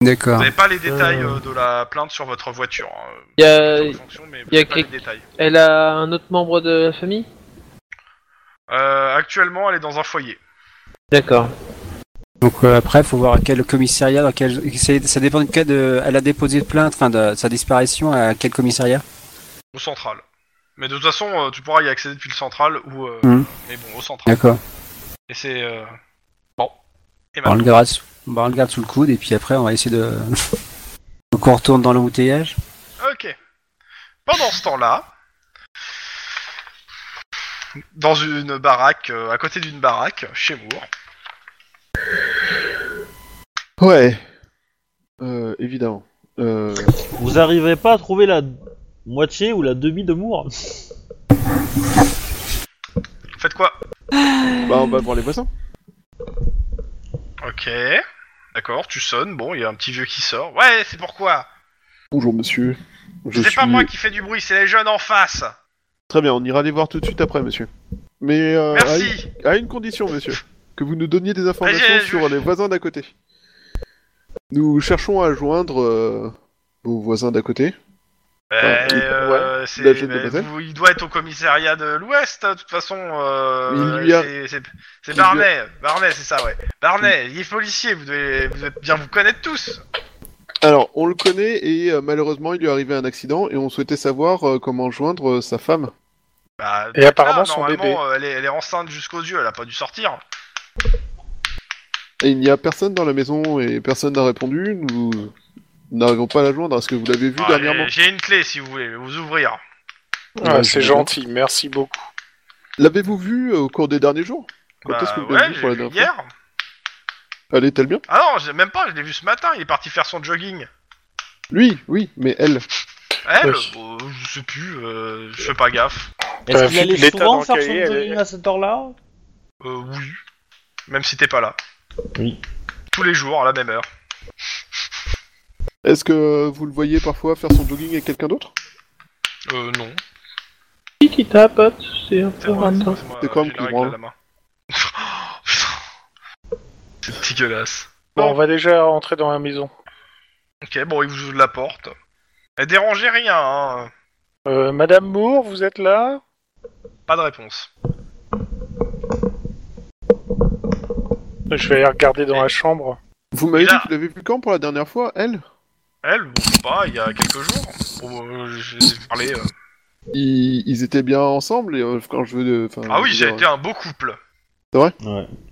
Vous Euh, D'accord. n'avez pas les détails Euh. euh, de la plainte sur votre voiture. hein. Y a- euh, Sur les fonctions, mais vous y a n'avez pas les quelques- détails. Elle a un autre membre de la famille. Euh, actuellement, elle est dans un foyer. D'accord. Donc euh, après, faut voir à quel commissariat, dans quel c'est- ça dépend du cas de. Elle a déposé de plainte, enfin de sa disparition à quel commissariat Au central. Mais de toute façon, euh, tu pourras y accéder depuis le central ou. euh, Mhm. Mais bon, au central. D'accord. Et c'est. euh, Bon. Et Bon, on maintenant. le garde, sous- bon, on le garde sous le coude et puis après, on va essayer de. [laughs] Donc on retourne dans l'embouteillage. Ok. Pendant ce temps-là, dans une baraque, euh, à côté d'une baraque, chez Moore. Ouais. Euh, évidemment. Euh, Vous arrivez pas à trouver la moitié ou la demi de Moore Bah, Faites quoi bah, on va voir les voisins. Ok. D'accord, tu sonnes. Bon, il y a un petit vieux qui sort. Ouais, c'est pourquoi Bonjour monsieur. Je C'est suis... pas moi qui fais du bruit, c'est les jeunes en face. Très bien, on ira les voir tout de suite après monsieur. Mais euh, à, une... Merci. à une condition monsieur, que vous nous donniez des informations Vas-y, sur les voisins d'à côté. Nous cherchons à joindre euh, vos voisins d'à côté. Euh, Ouais. euh, La c'est- jeune mais demoiselle. vous- il doit être au commissariat de l'Ouest, hein, de toute façon. euh, Il lui a- c'est- C'est c'est Il lui a- Barnet, Barnet, c'est ça, ouais. Barnet, il est policier, vous devez, vous devez bien vous connaître tous. Alors, on le connaît et euh, malheureusement, il lui est arrivé un accident et on souhaitait savoir euh, comment joindre euh, sa femme. Bah, Et apparemment, là, son normalement, bébé. euh, Elle est, elle est enceinte jusqu'aux yeux, elle a pas dû sortir. Et il n'y a personne dans la maison et personne n'a répondu. Nous n'arrivons pas à la joindre. Est-ce que vous l'avez vue Ah, dernièrement et J'ai une clé si vous voulez vous ouvrir. Ah, Ouais, c'est je- gentil, merci beaucoup. L'avez-vous vue euh, au cours des derniers jours Quand Bah, est-ce que vous l'avez ouais, vue j'ai pour la vu dernière fois hier. Elle est-elle bien Ah non, j'ai- même pas, je l'ai vu ce matin, il est parti faire son jogging. Lui, oui, mais elle. Elle, Oui. euh, bon, je sais plus, euh, je fais pas gaffe. Est-ce Euh, qu'il allait l'état dans souvent faire lequel son il est, elle est- jogging à cette heure-là Euh, oui. Même si t'es pas là. Oui. Tous les jours, à la même heure. Est-ce que vous le voyez parfois faire son jogging avec quelqu'un d'autre Euh, non. Qui qui tapote C'est un C'est peu moi, random. c'est moi, c'est moi, C'est euh, quand j'ai la même qui règle à branle. la main. [laughs] C'est dégueulasse. Bon, on va déjà rentrer dans la maison. Ok, bon, il vous ouvre la porte. Elle dérangeait rien, hein. Euh, Madame Moore, vous êtes là Pas de réponse. Je vais aller regarder dans la chambre. Vous m'avez Il dit a- que vous l'avez vue quand pour la dernière fois Elle Elle, ou pas, il y a quelques jours. Bon, euh, j'ai parlé. euh. ils, ils étaient bien ensemble et euh, quand je veux. enfin, Ah oui, je veux ça a été dire, un beau couple. Ouais.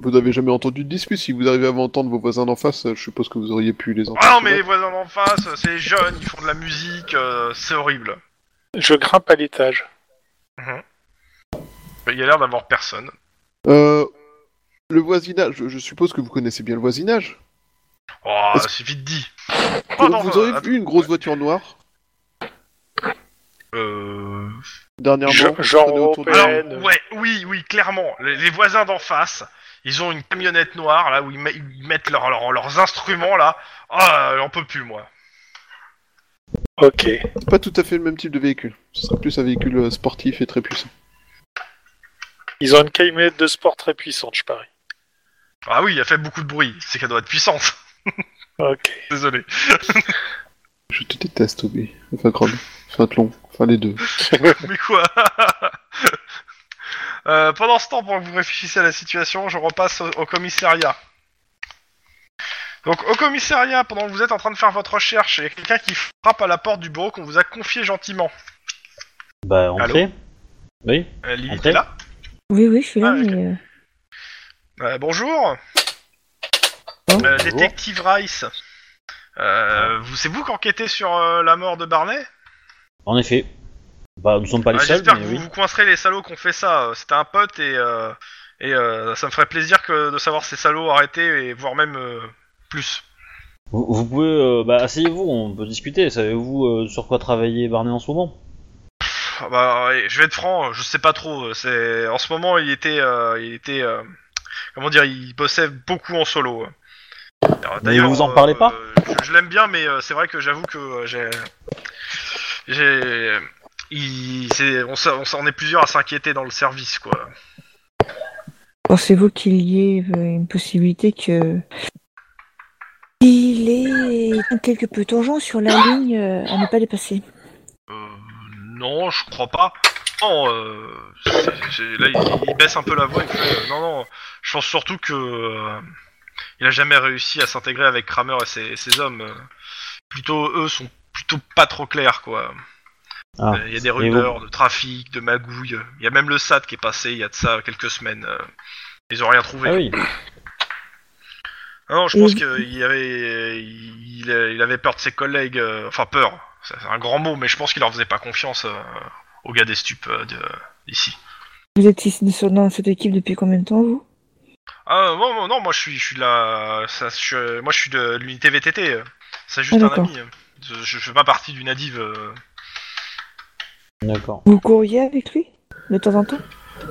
Vous n'avez jamais entendu de dispute. Si vous arrivez à entendre vos voisins d'en face, euh, je suppose que vous auriez pu les entendre. Ah non, mais les voisins d'en face, c'est les jeunes, ils font de la musique, euh, c'est horrible. Je grimpe à l'étage. Il y a l'air d'avoir personne. Euh, le voisinage, je- je suppose que vous connaissez bien le voisinage. Oh, Est-ce- c'est vite dit. Oh, euh, Vous- Pardon, vous auriez attends, vu une grosse voiture noire Euh... dernièrement Je- genre traîner autour de- européen. Alors, Peine. ouais, oui, oui, clairement. Les, les voisins d'en face, ils ont une camionnette noire, là, où ils, met- ils mettent leurs- leurs- leurs instruments, là. Ah, j'en peux plus, moi. Ok. C'est pas tout à fait le même type de véhicule. Ce serait plus un véhicule euh, sportif et très puissant. Ils ont une camionnette de sport très puissante, je parie. Ah oui, elle fait beaucoup de bruit, c'est qu'elle doit être puissante. [laughs] Ok. Désolé. Je te déteste, Obi. Enfin, Grom. Enfin, Tlon. Enfin, les deux. Mais quoi [laughs] Euh, Pendant ce temps, pour que vous réfléchissez à la situation, je repasse au, au commissariat. Donc au commissariat, pendant que vous êtes en train de faire votre recherche, il y a quelqu'un qui frappe à la porte du bureau qu'on vous a confié gentiment. Bah, entrez. Oui. Euh, Lily, Entrez. t'es là Oui, oui, je suis là, Ah, ok. mais. euh, Euh, Bonjour. bon. Euh, détective Rice. Euh, vous- c'est vous qui enquêtez sur euh, la mort de Barney En effet. Bah, nous sommes pas les Ouais, seuls, Ah, J'espère que mais vous oui. vous coincerez les salauds qui ont fait ça. Euh, C'était un pote et, euh, et euh, ça me ferait plaisir que de savoir ces salauds arrêtés et voire même euh, plus. Vous, vous pouvez, euh, bah, asseyez-vous, on peut discuter. Savez-vous euh, sur quoi travailler Barney en ce moment Pff, bah, ouais, je vais être franc, je sais pas trop. C'est en ce moment il était, euh, il était, euh, comment dire, il bossait beaucoup en solo. Alors, Mais vous en parlez pas euh, Je, je l'aime bien, mais euh, c'est vrai que j'avoue que euh, j'ai, j'ai, il, c'est- on, s'en- on s'en est plusieurs à s'inquiéter dans le service quoi. Pensez-vous qu'il y ait euh, une possibilité que. Il est quelque peu tangent sur la ligne euh, à ne pas dépasser. Euh, non, je crois pas. Non, euh, c'est- c'est- là, il, il baisse un peu la voix. il fait, euh, non, non, je pense surtout que euh, il a jamais réussi à s'intégrer avec Kramer et ses, ses hommes. euh. Plutôt, eux sont plutôt pas trop clairs, quoi. Ah. Euh, Il y a des vous- rumeurs de trafic, de magouilles. Il y a même le SAT qui est passé il y a de ça quelques semaines. euh. Ils ont rien trouvé. Ah oui. Ah Non, je pense Et- qu'il avait, il, il avait peur de ses collègues. euh, enfin, peur. C'est c'est un grand mot, mais je pense qu'il leur faisait pas confiance euh, aux gars des stupes euh, de- d'ici. Vous êtes ici sur- dans cette équipe depuis combien de temps, vous Ah non, non, non, moi je suis, je suis de la, ça, je suis, euh, moi je suis de l'unité VTT. euh. C'est juste Ah, un d'accord. ami. euh. Je, je fais pas partie du Nadiv. euh. D'accord. Vous courriez avec lui De temps en temps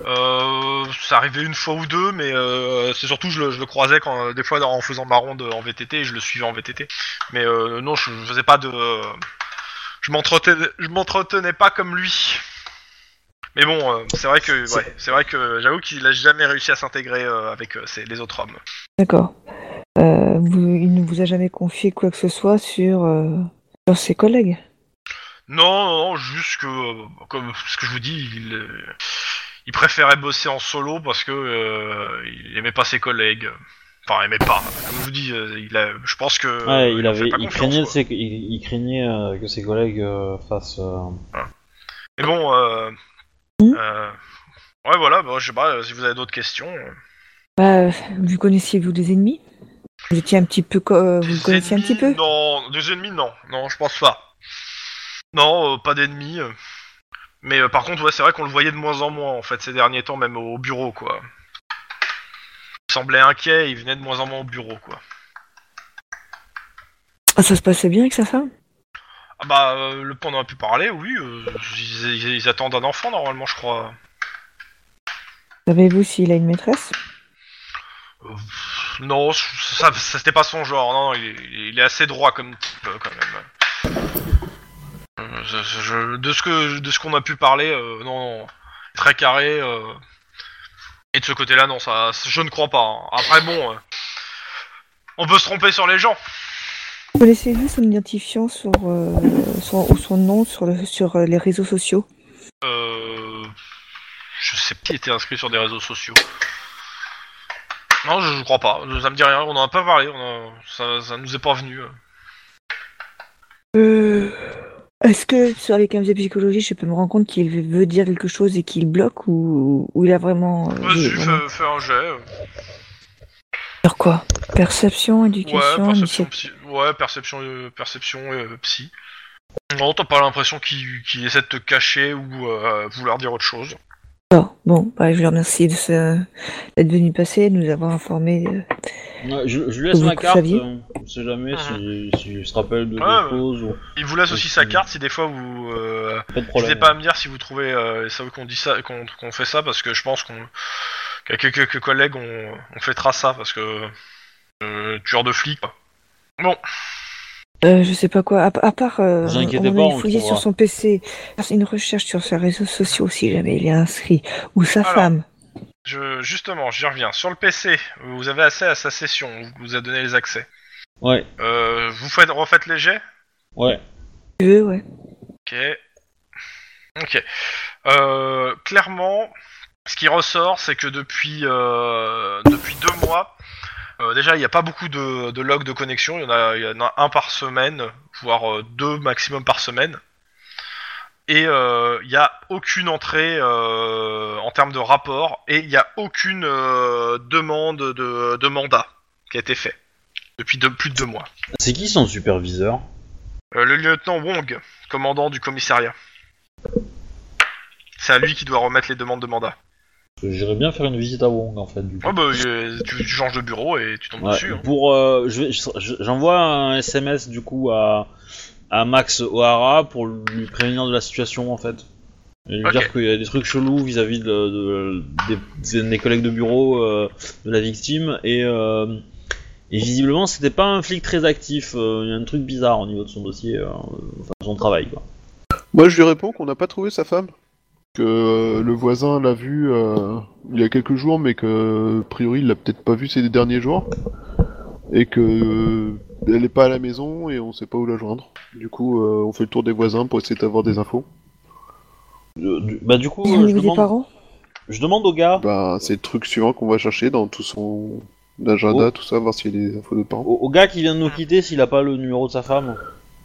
Euh, ça arrivait une fois ou deux, mais euh, c'est surtout je le, je le croisais quand euh, des fois dans- en faisant ma ronde en VTT, je le suivais en VTT. Mais euh, non, je, je faisais pas de, euh, je m'entretenais, je m'entretenais pas comme lui. Mais bon, euh, c'est vrai que, ouais, c'est vrai que j'avoue qu'il a jamais réussi à s'intégrer euh, avec euh, ses- les autres hommes. D'accord. Euh, vous- il ne vous a jamais confié quoi que ce soit sur, euh, sur ses collègues Non, non, non, juste que, euh, comme ce que je vous dis, il, euh, il préférait bosser en solo parce que euh, il aimait pas ses collègues. Enfin, il aimait pas. Comme je vous dis, euh, il a, je pense que. euh, Ouais, il leur fait avait, pas il confiance, craignait, quoi. ses- il, il craignait euh, que ses collègues euh, fassent. euh, Mais bon, euh, Mhm. euh, ouais, voilà. Bon, je sais pas euh, si vous avez d'autres questions. bah, euh, Vous connaissiez-vous des ennemis Vous étiez un petit peu. co- euh, vous Des le connaissiez un petit peu ennemis, Non, des ennemis, non, non, je pense pas. Non, euh, pas d'ennemis. euh. Mais euh, par contre, ouais, c'est vrai qu'on le voyait de moins en moins, en fait, ces derniers temps, même au, au bureau, quoi. Il semblait inquiet, il venait de moins en moins au bureau, quoi. Ah, ça se passait bien avec sa femme Ah bah, euh, le pont, on en a pu parler, oui, euh, ils, ils- ils attendent un enfant, normalement, je crois. Savez-vous s'il a une maîtresse Euh, pff, non, je- ça, ça, c'était pas son genre, non, il, est- il est assez droit comme type, euh, quand même. Euh, je- je- je- de ce que de ce qu'on a pu parler, euh, non, non, très carré. euh, et de ce côté-là, non, ça, je ne crois pas. hein. Après, bon, euh, on peut se tromper sur les gens. Connaissez-vous son identifiant sur, euh, son, ou son nom sur, le- sur euh, les réseaux sociaux Euh, je sais pas qui était inscrit sur des réseaux sociaux. Non, je, je crois pas. Ça me dit rien. On en a pas parlé. On a- ça, ça nous est pas venu. euh. euh... Est-ce que sur les camions de psychologie, je peux me rendre compte qu'il veut dire quelque chose et qu'il bloque ou, ou il a vraiment... euh, Vas-y, vraiment- fais, fais un jet. euh. Sur quoi Perception, éducation, Ouais, perception, initiative. psy... ouais, perception, euh, perception euh, psy. Non, t'as pas l'impression qu'il qu'il essaie de te cacher ou euh, vouloir dire autre chose. Bon, bon, bah, je lui remercie de ce- d'être venu passer, de nous avoir informé. euh, Ouais, je, je lui laisse Vous ma carte, saviez euh, on sait jamais si, Ah. si je se rappelle de Ouais, quelque ouais. chose ou... Il vous laisse aussi Ok. sa carte si des fois vous. Euh, Pas de problème. n'hésitez pas à me dire si vous trouvez euh, ça qu'on dit ça, qu'on qu'on fait ça parce que je pense qu'on qu'à quelques, quelques collègues on, on fêtera ça parce que euh, tueur de flic. quoi. Bon, euh, je sais pas quoi, à, à part. Euh, Vous inquiétez on pas, a on le fouillé trouvera. sur son PC, faire une recherche sur ses réseaux sociaux si jamais il est inscrit, ou sa Alors. femme. je, justement, j'y reviens. Sur le PC, vous avez accès à sa session. On vous a donné les accès. Ouais, Euh, vous faites refaites les jets. ouais. Tu veux, ouais. Ok. Ok. Euh, clairement, ce qui ressort, c'est que depuis, euh, depuis deux mois, euh, déjà, il n'y a pas beaucoup de, de logs de connexion. Il y, en a- il y en a un par semaine, voire euh, deux maximum par semaine. Et euh, il n'y a aucune entrée euh, en termes de rapport et il n'y a aucune euh, demande de, de mandat qui a été fait depuis deux- plus de deux mois. C'est qui son superviseur Euh, le lieutenant Wong, commandant du commissariat. C'est à lui qui doit remettre les demandes de mandat. Parce que J'irais bien faire une visite à Wong en fait. Du coup. Oh bah, euh, tu, tu changes de bureau et tu tombes Ouais, dessus. hein. Pour, euh, je vais- je- j'envoie un SMS du coup à, à Max O'Hara pour lui prévenir de la situation en fait. Et lui Ok. dire qu'il y a des trucs chelous vis-à-vis de, de- des, des collègues de bureau euh, de la victime et, euh, et visiblement c'était pas un flic très actif. euh, Il y a un truc bizarre au niveau de son dossier, euh, enfin de son travail quoi. Moi, je lui réponds qu'on n'a pas trouvé sa femme. Que euh, le voisin l'a vue euh, il y a quelques jours, mais que, a priori, il l'a peut-être pas vue ces derniers jours. Et que euh, elle est pas à la maison et on sait pas où la joindre. Du coup, euh, on fait le tour des voisins pour essayer d'avoir des infos. Du- du- bah du coup Et euh, Ah, au je, niveau des demande, parents je demande au gars, Bah, c'est le truc suivant qu'on va chercher dans tout son agenda, Oh. tout ça, voir s'il y a des infos de parents. au, au gars qui vient de nous Mm. quitter s'il a pas le numéro de sa femme,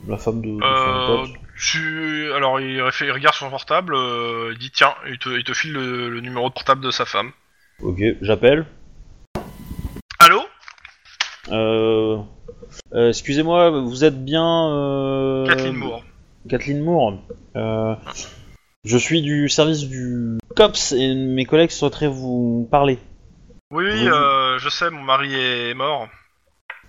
la femme de, de Euh, son pote. tu... Alors il, réfé- il regarde son portable, euh, il dit tiens, il te, il te file le, le numéro de portable de sa femme. Ok, j'appelle. Allô Euh, euh, Excusez-moi, vous êtes bien. Euh... Kathleen Moore. Kathleen Moore. Euh, je suis du service du COPS et mes collègues souhaiteraient vous parler. Oui, oui, oui. euh, je sais, mon mari est mort.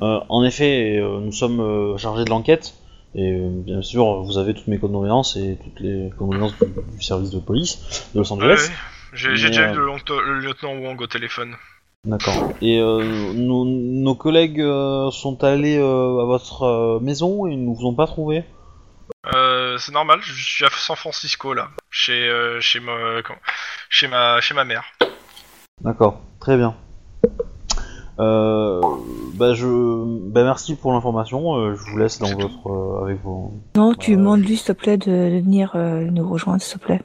Euh, en effet, euh, nous sommes euh, chargés de l'enquête. Et euh, bien sûr, vous avez toutes mes condoléances et toutes les condoléances du, du service de police de Los Angeles. Ouais, ouais. J'ai j'ai Mais, déjà eu euh, le, longte- le lieutenant Wong au téléphone. D'accord. Et euh, nos, nos collègues euh, sont allés euh, à votre euh, maison et ils ne vous ont pas trouvé. Euh, c'est normal, je suis à San Francisco là, chez, euh, chez, ma, comment- chez, ma, chez ma mère. D'accord, très bien. Euh, bah je, bah merci pour l'information. euh, je vous laisse dans C'est tout. votre, euh, avec vos. Non, tu Euh, demandes lui, s'il te plaît, de, de venir euh, nous rejoindre, s'il te plaît.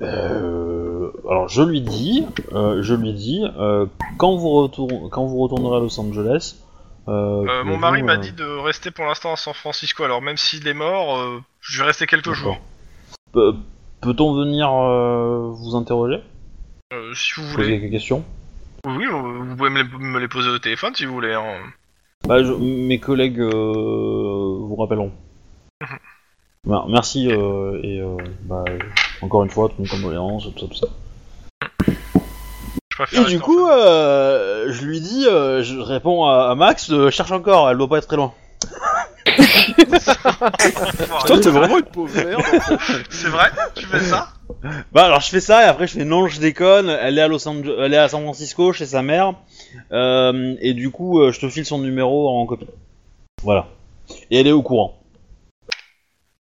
Euh, alors je lui dis, euh, je lui dis, euh, quand vous retourne, quand vous retournerez à Los Angeles. euh, Euh, mon pouvez-vous, mari m'a euh, dit de rester pour l'instant à San Francisco, alors même s'il est mort, euh, je vais rester quelques jours. Pe- Peut-on venir euh, vous interroger, Euh, si vous poser voulez. quelques questions Oui, euh, vous vous pouvez me les, me les poser au téléphone si vous voulez. hein. Bah, je- mes collègues Ah. euh, vous rappelleront. Bah, merci euh, et euh, bah, Encore une fois, toutes mes condoléances, tout ça, tout ça. Je préfère Et être du en coup, famille. euh, je lui dis, euh, je réponds à, à Max, euh, cherche encore, elle doit pas être très loin. euh, [laughs] Putain, t'es vraiment une Oh, pauvre merde. C'est vrai Tu fais ça Bah alors je fais ça et après je fais non je déconne, elle est à Los Angeles, elle est à San Francisco chez sa mère euh, et du coup euh, je te file son numéro en copie. Voilà. Et elle est au courant.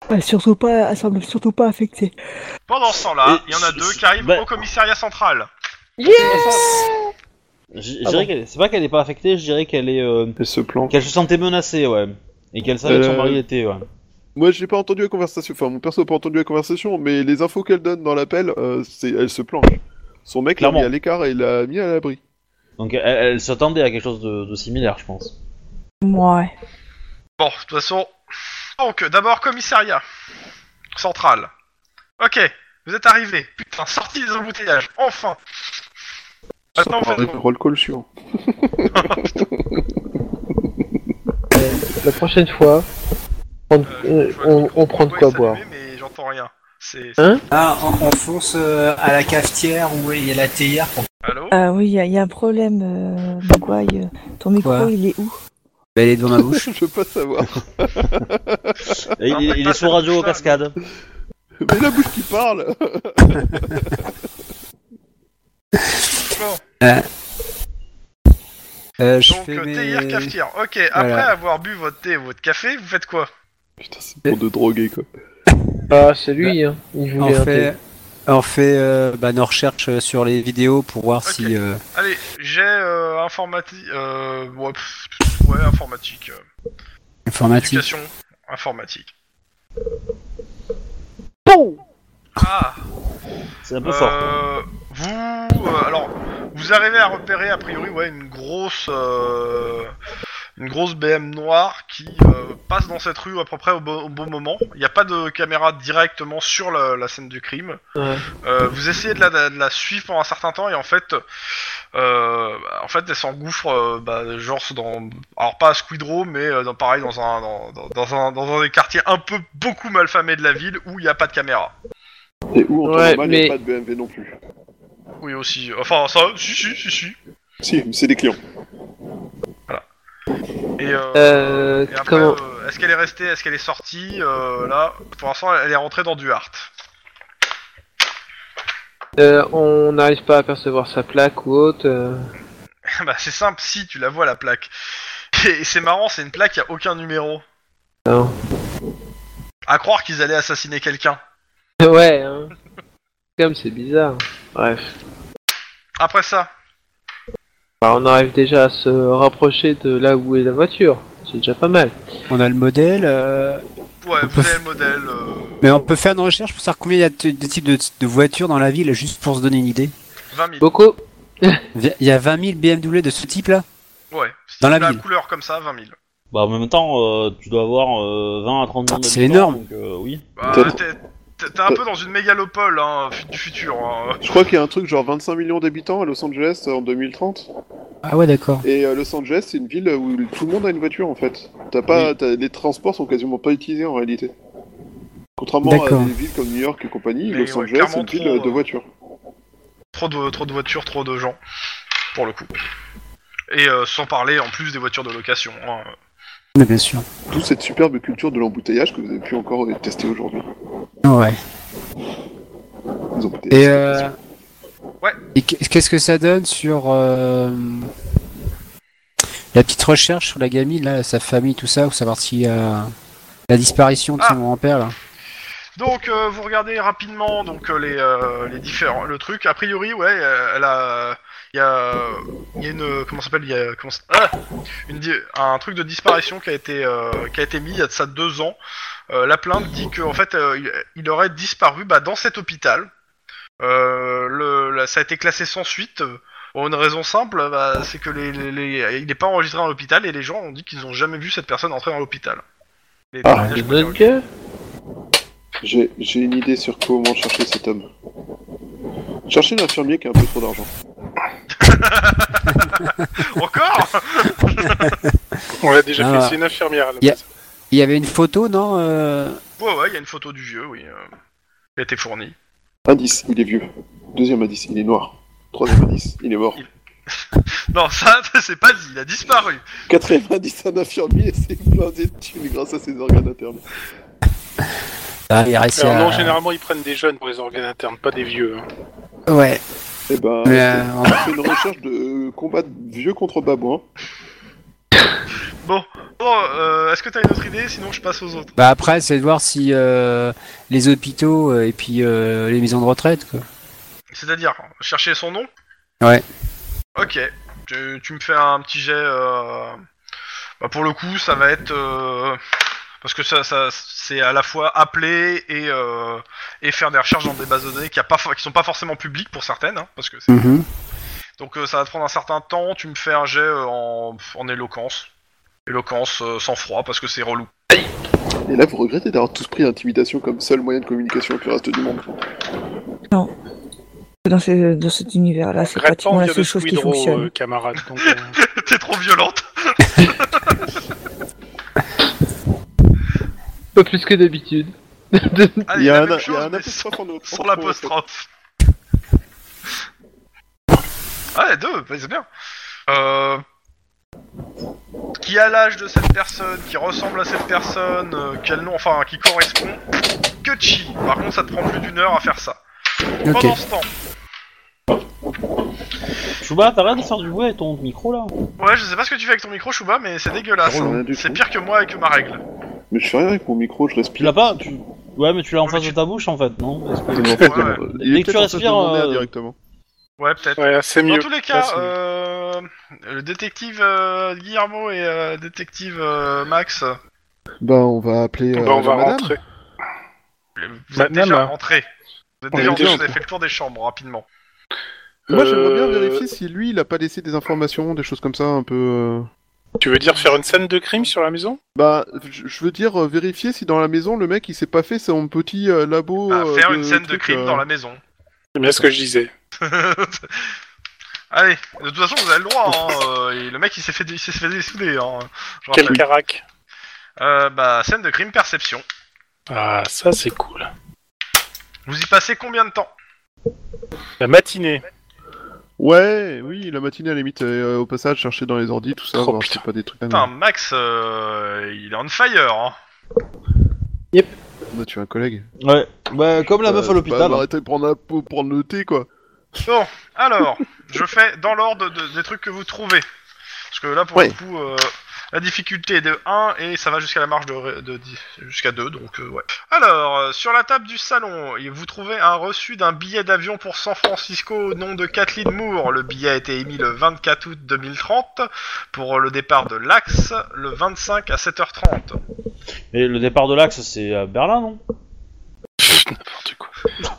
Ouais, Bah, surtout pas, elle semble surtout pas affectée. Pendant ce temps-là, Et il y en a c- deux c- qui arrivent bah- au commissariat central. J- Je Ah dirais bon qu'elle est- c'est pas qu'elle est pas affectée, je dirais qu'elle est euh, Elle se planque. qu'elle se sentait menacée ouais et qu'elle savait que son Euh, mari était ouais. Moi, j'ai pas entendu la conversation. Enfin, mon perso a pas entendu la conversation, mais les infos qu'elle donne dans l'appel, euh, c'est elle se planque. Son mec l'a Clairement. mis à l'écart et l'a mis à l'abri. Donc elle, elle s'attendait à quelque chose de, de similaire je pense. Ouais. Bon, de toute façon. Donc, d'abord, commissariat central. Ok, vous êtes arrivés. Putain, sorti des embouteillages, enfin Attends, Ça en fait, arrive, roll call suivant. [laughs] La prochaine fois, on, Euh, euh, je vois on- le micro on prend de pourquoi quoi il s'est boire. allumé, Mais j'entends rien. C'est. Hein Ah, on, on fonce euh, à la cafetière où il y a la théière. Pour... Allô Ah oui, il y, a- il y a un problème, euh, Bagouaille. Ton micro, Quoi il est où Elle est devant ma [laughs] bouche. Je veux pas savoir. Et il, mais il pas est sous cette radio aux bouche-là, cascades. mais la bouche qui parle [laughs] Euh, je Donc, fais euh, mes- théière, cafetière. Ok, après Voilà. avoir bu votre thé ou votre café, vous faites quoi Putain, c'est pour de droguer, quoi. Ah, c'est lui, hein. Il on voulait un thé. fait, on fait euh, bah, nos recherches euh, sur les vidéos pour voir Ok. si. euh, Allez, j'ai euh, informatique. Euh, ouais, pff, ouais, informatique. euh, informatique. éducation informatique. Pou Ah C'est un peu fort. Euh, vous, euh, alors, vous arrivez à repérer a priori ouais, une grosse, euh, une grosse BM noire qui euh, passe dans cette rue à peu près au, bo- au bon moment. Il n'y a pas de caméra directement sur la, la scène du crime. Ouais. Euh, vous essayez de la, de la suivre pendant un certain temps et en fait, euh, bah, en fait, elle s'engouffre, euh, bah, genre dans, alors pas à Squidrow, mais euh, dans, pareil dans un, dans, dans- dans un, dans un des quartiers un peu beaucoup malfamés de la ville où il n'y a pas de caméra. Et où on Ouais, tombe mal, il mais- a pas de BMW non plus. Oui aussi. Enfin ça, si si si si. Si, mais c'est des clients. Et, euh, Euh, et après, comment euh, est-ce qu'elle est restée, est-ce qu'elle est sortie euh, Là, pour l'instant, elle est rentrée dans Duarte. [laughs] euh, On n'arrive pas à percevoir sa plaque ou autre. euh. bah, c'est simple, si tu la vois la plaque. [laughs] Et, c'est marrant, c'est une plaque, y a aucun numéro. Non. [laughs] À croire qu'ils allaient assassiner quelqu'un. Ouais, hein. Comme c'est bizarre. Bref. Après ça, Bah, on arrive déjà à se rapprocher de là où est la voiture. C'est déjà pas mal. On a le modèle. euh, ouais, On vous peut avez f- le modèle. euh, Mais on peut faire une recherche pour savoir combien il y a de, de types de, de voitures dans la ville, juste pour se donner une idée. 20 000. Beaucoup Vi- Il y a 20 000 BMW de ce type-là Ouais, c'est Dans la ville. couleur comme ça, 20 000. Bah en même temps euh, tu dois avoir euh, 20 à 30 millions C'est d'habitants, énorme. donc, euh, oui. Bah, Peut-être. t'es, t'es- t'es un peu dans une mégalopole hein, fu- du futur. hein. Je crois qu'il y a un truc genre 25 millions d'habitants à Los Angeles euh, en 2030. Ah ouais, d'accord. Et euh, Los Angeles, c'est une ville où tout le monde a une voiture en fait. T'as pas, t'as- les transports sont quasiment pas utilisés en réalité. Contrairement à D'accord. des villes comme New York et compagnie, Mais Los ouais, Angeles, c'est clairement une ville trop, euh, de euh, voitures. Trop de, trop de voitures, trop de gens, pour le coup. Et euh, sans parler en plus des voitures de location. hein. Mais bien sûr. D'où cette superbe culture de l'embouteillage que vous avez pu encore euh, tester aujourd'hui. Ouais. Les embouteillages, Et, c'est euh, Ouais. et qu- qu'est-ce que ça donne sur euh, la petite recherche sur la gamine, là, sa famille, tout ça, pour savoir si euh, la disparition de son Ah. grand-père, là Donc euh, vous regardez rapidement donc euh, les, euh, les différents le truc. A priori ouais, euh, elle a il y a il y a une comment ça s'appelle il y a comment ça- ah une di- un truc de disparition qui a été euh, qui a été mis il y a de ça deux ans. Euh, la plainte dit que en fait euh, il, il aurait disparu bah, dans cet hôpital. Euh, le, la- ça a été classé sans suite. euh, Pour une raison simple, bah, c'est que les, les- les- il n'est pas enregistré dans l'hôpital et les gens ont dit qu'ils n'ont jamais vu cette personne entrer dans l'hôpital. Les Ah, témoignages de qu'on a bonne gueule. J'ai j'ai une idée sur comment chercher cet homme. Cherchez l'infirmier qui a un peu trop d'argent. Encore On l'a déjà Ah. fait, c'est une infirmière à la Y a- base. Il y avait une photo, non euh, Ouais, ouais, il y a une photo du vieux, oui. euh, qui a été fournie. Indice, il est vieux. Deuxième indice, il est noir. Troisième indice, il est mort. Non, [laughs] ça, c'est pas dit, il a disparu. Quatrième indice, un infirmier s'est blindé de thunes grâce à ses organes internes. Ah, il est resté Alors, à- non, généralement, ils prennent des jeunes pour les organes internes, pas des vieux. hein. Ouais. Eh ben, Mais, euh, on a fait une recherche de combat de vieux contre babouin. Bon, euh, est-ce que t'as une autre idée Sinon, je passe aux autres. Bah après, c'est de voir si euh, les hôpitaux euh, et puis euh, les maisons de retraite. Quoi. C'est-à-dire, chercher son nom Ouais. Ok, tu, tu me fais un petit jet. euh, bah, pour le coup, ça va être. euh, Parce que ça, ça c'est à la fois appeler et, euh, et faire des recherches dans des bases de données qui, a pas, for- qui sont pas forcément publiques pour certaines. hein, parce que c'est- Donc euh, ça va te prendre un certain temps, tu me fais un jet euh, en, en éloquence. Éloquence euh, sans froid parce que c'est relou. [laughs] Et là, vous regrettez d'avoir tous pris l'intimidation comme seul moyen de communication avec le reste du monde. Dans, ce- dans cet univers-là, c'est Regrette pas, pratiquement on la vient de seule chose qui Squidrow, fonctionne. euh, camarade. donc, euh, T'es trop violente Pas plus que d'habitude. Ah, Il y la a un, même il y chose, a un mais apostrophe en Sans l'apostrophe. Ouais, deux, bah, c'est bien. Euh, Qui a l'âge de cette personne, qui ressemble à cette personne, euh, quel nom, enfin, qui correspond, que de chi. Par contre, ça te prend plus d'une heure à faire ça. Ok. Pendant ce temps, Chouba, t'arrêtes de faire du bruit avec ton micro là. ouais, je sais pas ce que tu fais avec ton micro, Chouba, mais c'est dégueulasse. C'est relou, hein. du C'est coup. pire que moi avec ma règle. Mais je fais rien avec mon micro, je Tu respire. l'as pas tu... Ouais, mais tu l'as en Ouais, face mais de tu- ta bouche en fait, non Parce que- Il est en Ouais, face de ouais. mon- Dès que Il est tu peut-être en face de respires, mon air euh, directement. Ouais, peut-être. ouais, c'est mieux. Dans tous les cas, Ouais, c'est mieux. euh, le détective euh, Guillermo et euh, détective euh, Max, Bah, on va appeler. Bah, euh, on va madame. rentrer. Vous êtes Madame, déjà hein. rentré. Vous êtes Bah, On déjà est rentré, déjà vous avez fait le tour des chambres rapidement. Moi, j'aimerais bien Euh, vérifier si lui, il a pas laissé des informations, des choses comme ça, un peu. euh, Tu veux dire faire une scène de crime sur la maison Bah, je je veux dire, euh, vérifier si dans la maison, le mec, il s'est pas fait son petit euh, labo. Bah, euh, faire une scène de trucs, crime euh, dans la maison. [laughs] C'est bien ce que je disais. Allez, de toute façon, vous avez le droit. Oh. Hein. euh, et le mec, il s'est fait, il s'est fait dessouder. Hein. je Quel rappelle. carac Euh, bah, scène de crime, perception. Ah, ça c'est cool. Vous y passez combien de temps La matinée. Ouais, oui, la matinée, à la limite, euh, au passage, chercher dans les ordi, tout ça, Oh, voir putain. si c'est pas des trucs. Ah, non. Putain, Max, euh, il est on fire. Hein. On a tué un collègue. Ouais, bah comme la meuf à Euh, l'hôpital. Bah, arrêtez de prendre, la peau, prendre le thé, quoi. Bon, alors, je fais dans l'ordre de- des trucs que vous trouvez. Parce que là, pour Ouais. le coup, euh, la difficulté est de 1 et ça va jusqu'à la marge de, ré- de dix- jusqu'à 2, donc euh, ouais. Alors, euh, sur la table du salon, il- vous trouvez un reçu d'un billet d'avion pour San Francisco au nom de Kathleen Moore. Le billet a été émis le 24 août 2030 pour le départ de l'Axe le 25 à 7h30. Et le départ de l'axe, c'est à Berlin, non N'importe quoi.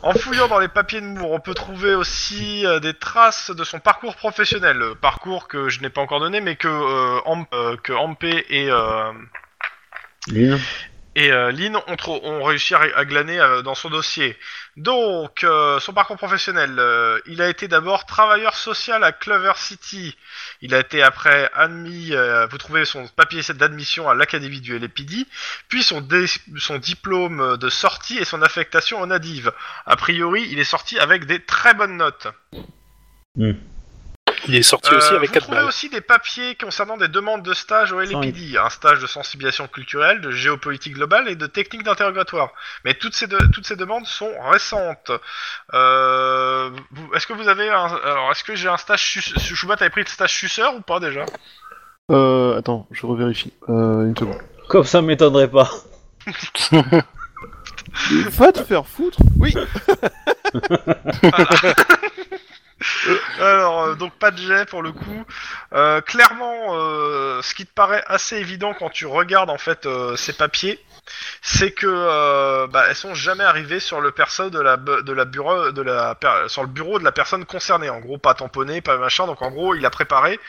En fouillant dans les papiers de Moore, on peut trouver aussi euh, des traces de son parcours professionnel, euh, parcours que je n'ai pas encore donné, mais que euh, Am- euh, que Ampé et euh, et euh, Lynn ont, trou- ont réussi à, ré- à glaner euh, dans son dossier. Donc, euh, son parcours professionnel, euh, il a été d'abord travailleur social à Clover City. Il a été après admis, euh, vous trouvez son papier d'admission à l'Académie du LPD, puis son, dé- son diplôme de sortie et son affectation en adive. A priori, il est sorti avec des très bonnes notes. Il est sorti aussi Euh, avec vous 4 trouvez balles. aussi des papiers concernant des demandes de stage au LPD, un stage de sensibilisation culturelle, de géopolitique globale et de techniques d'interrogatoire. Mais toutes ces, de- toutes ces demandes sont récentes. Euh, vous- est-ce que vous avez un... Alors, est-ce que j'ai un stage... Su... Chouba, t'avais pris le stage suceur ou pas déjà Euh, attends, je revérifie. Euh, une seconde. Comme ça m'étonnerait pas. Va te faire foutre Oui Alors, euh, donc pas de jet pour le coup. Euh, clairement, euh, ce qui te paraît assez évident quand tu regardes en fait euh, ces papiers, c'est que euh, bah, elles sont jamais arrivées sur le perso de la bu- de la bureau de la per- sur le bureau de la personne concernée. En gros, pas tamponné, pas machin. Donc en gros, il a préparé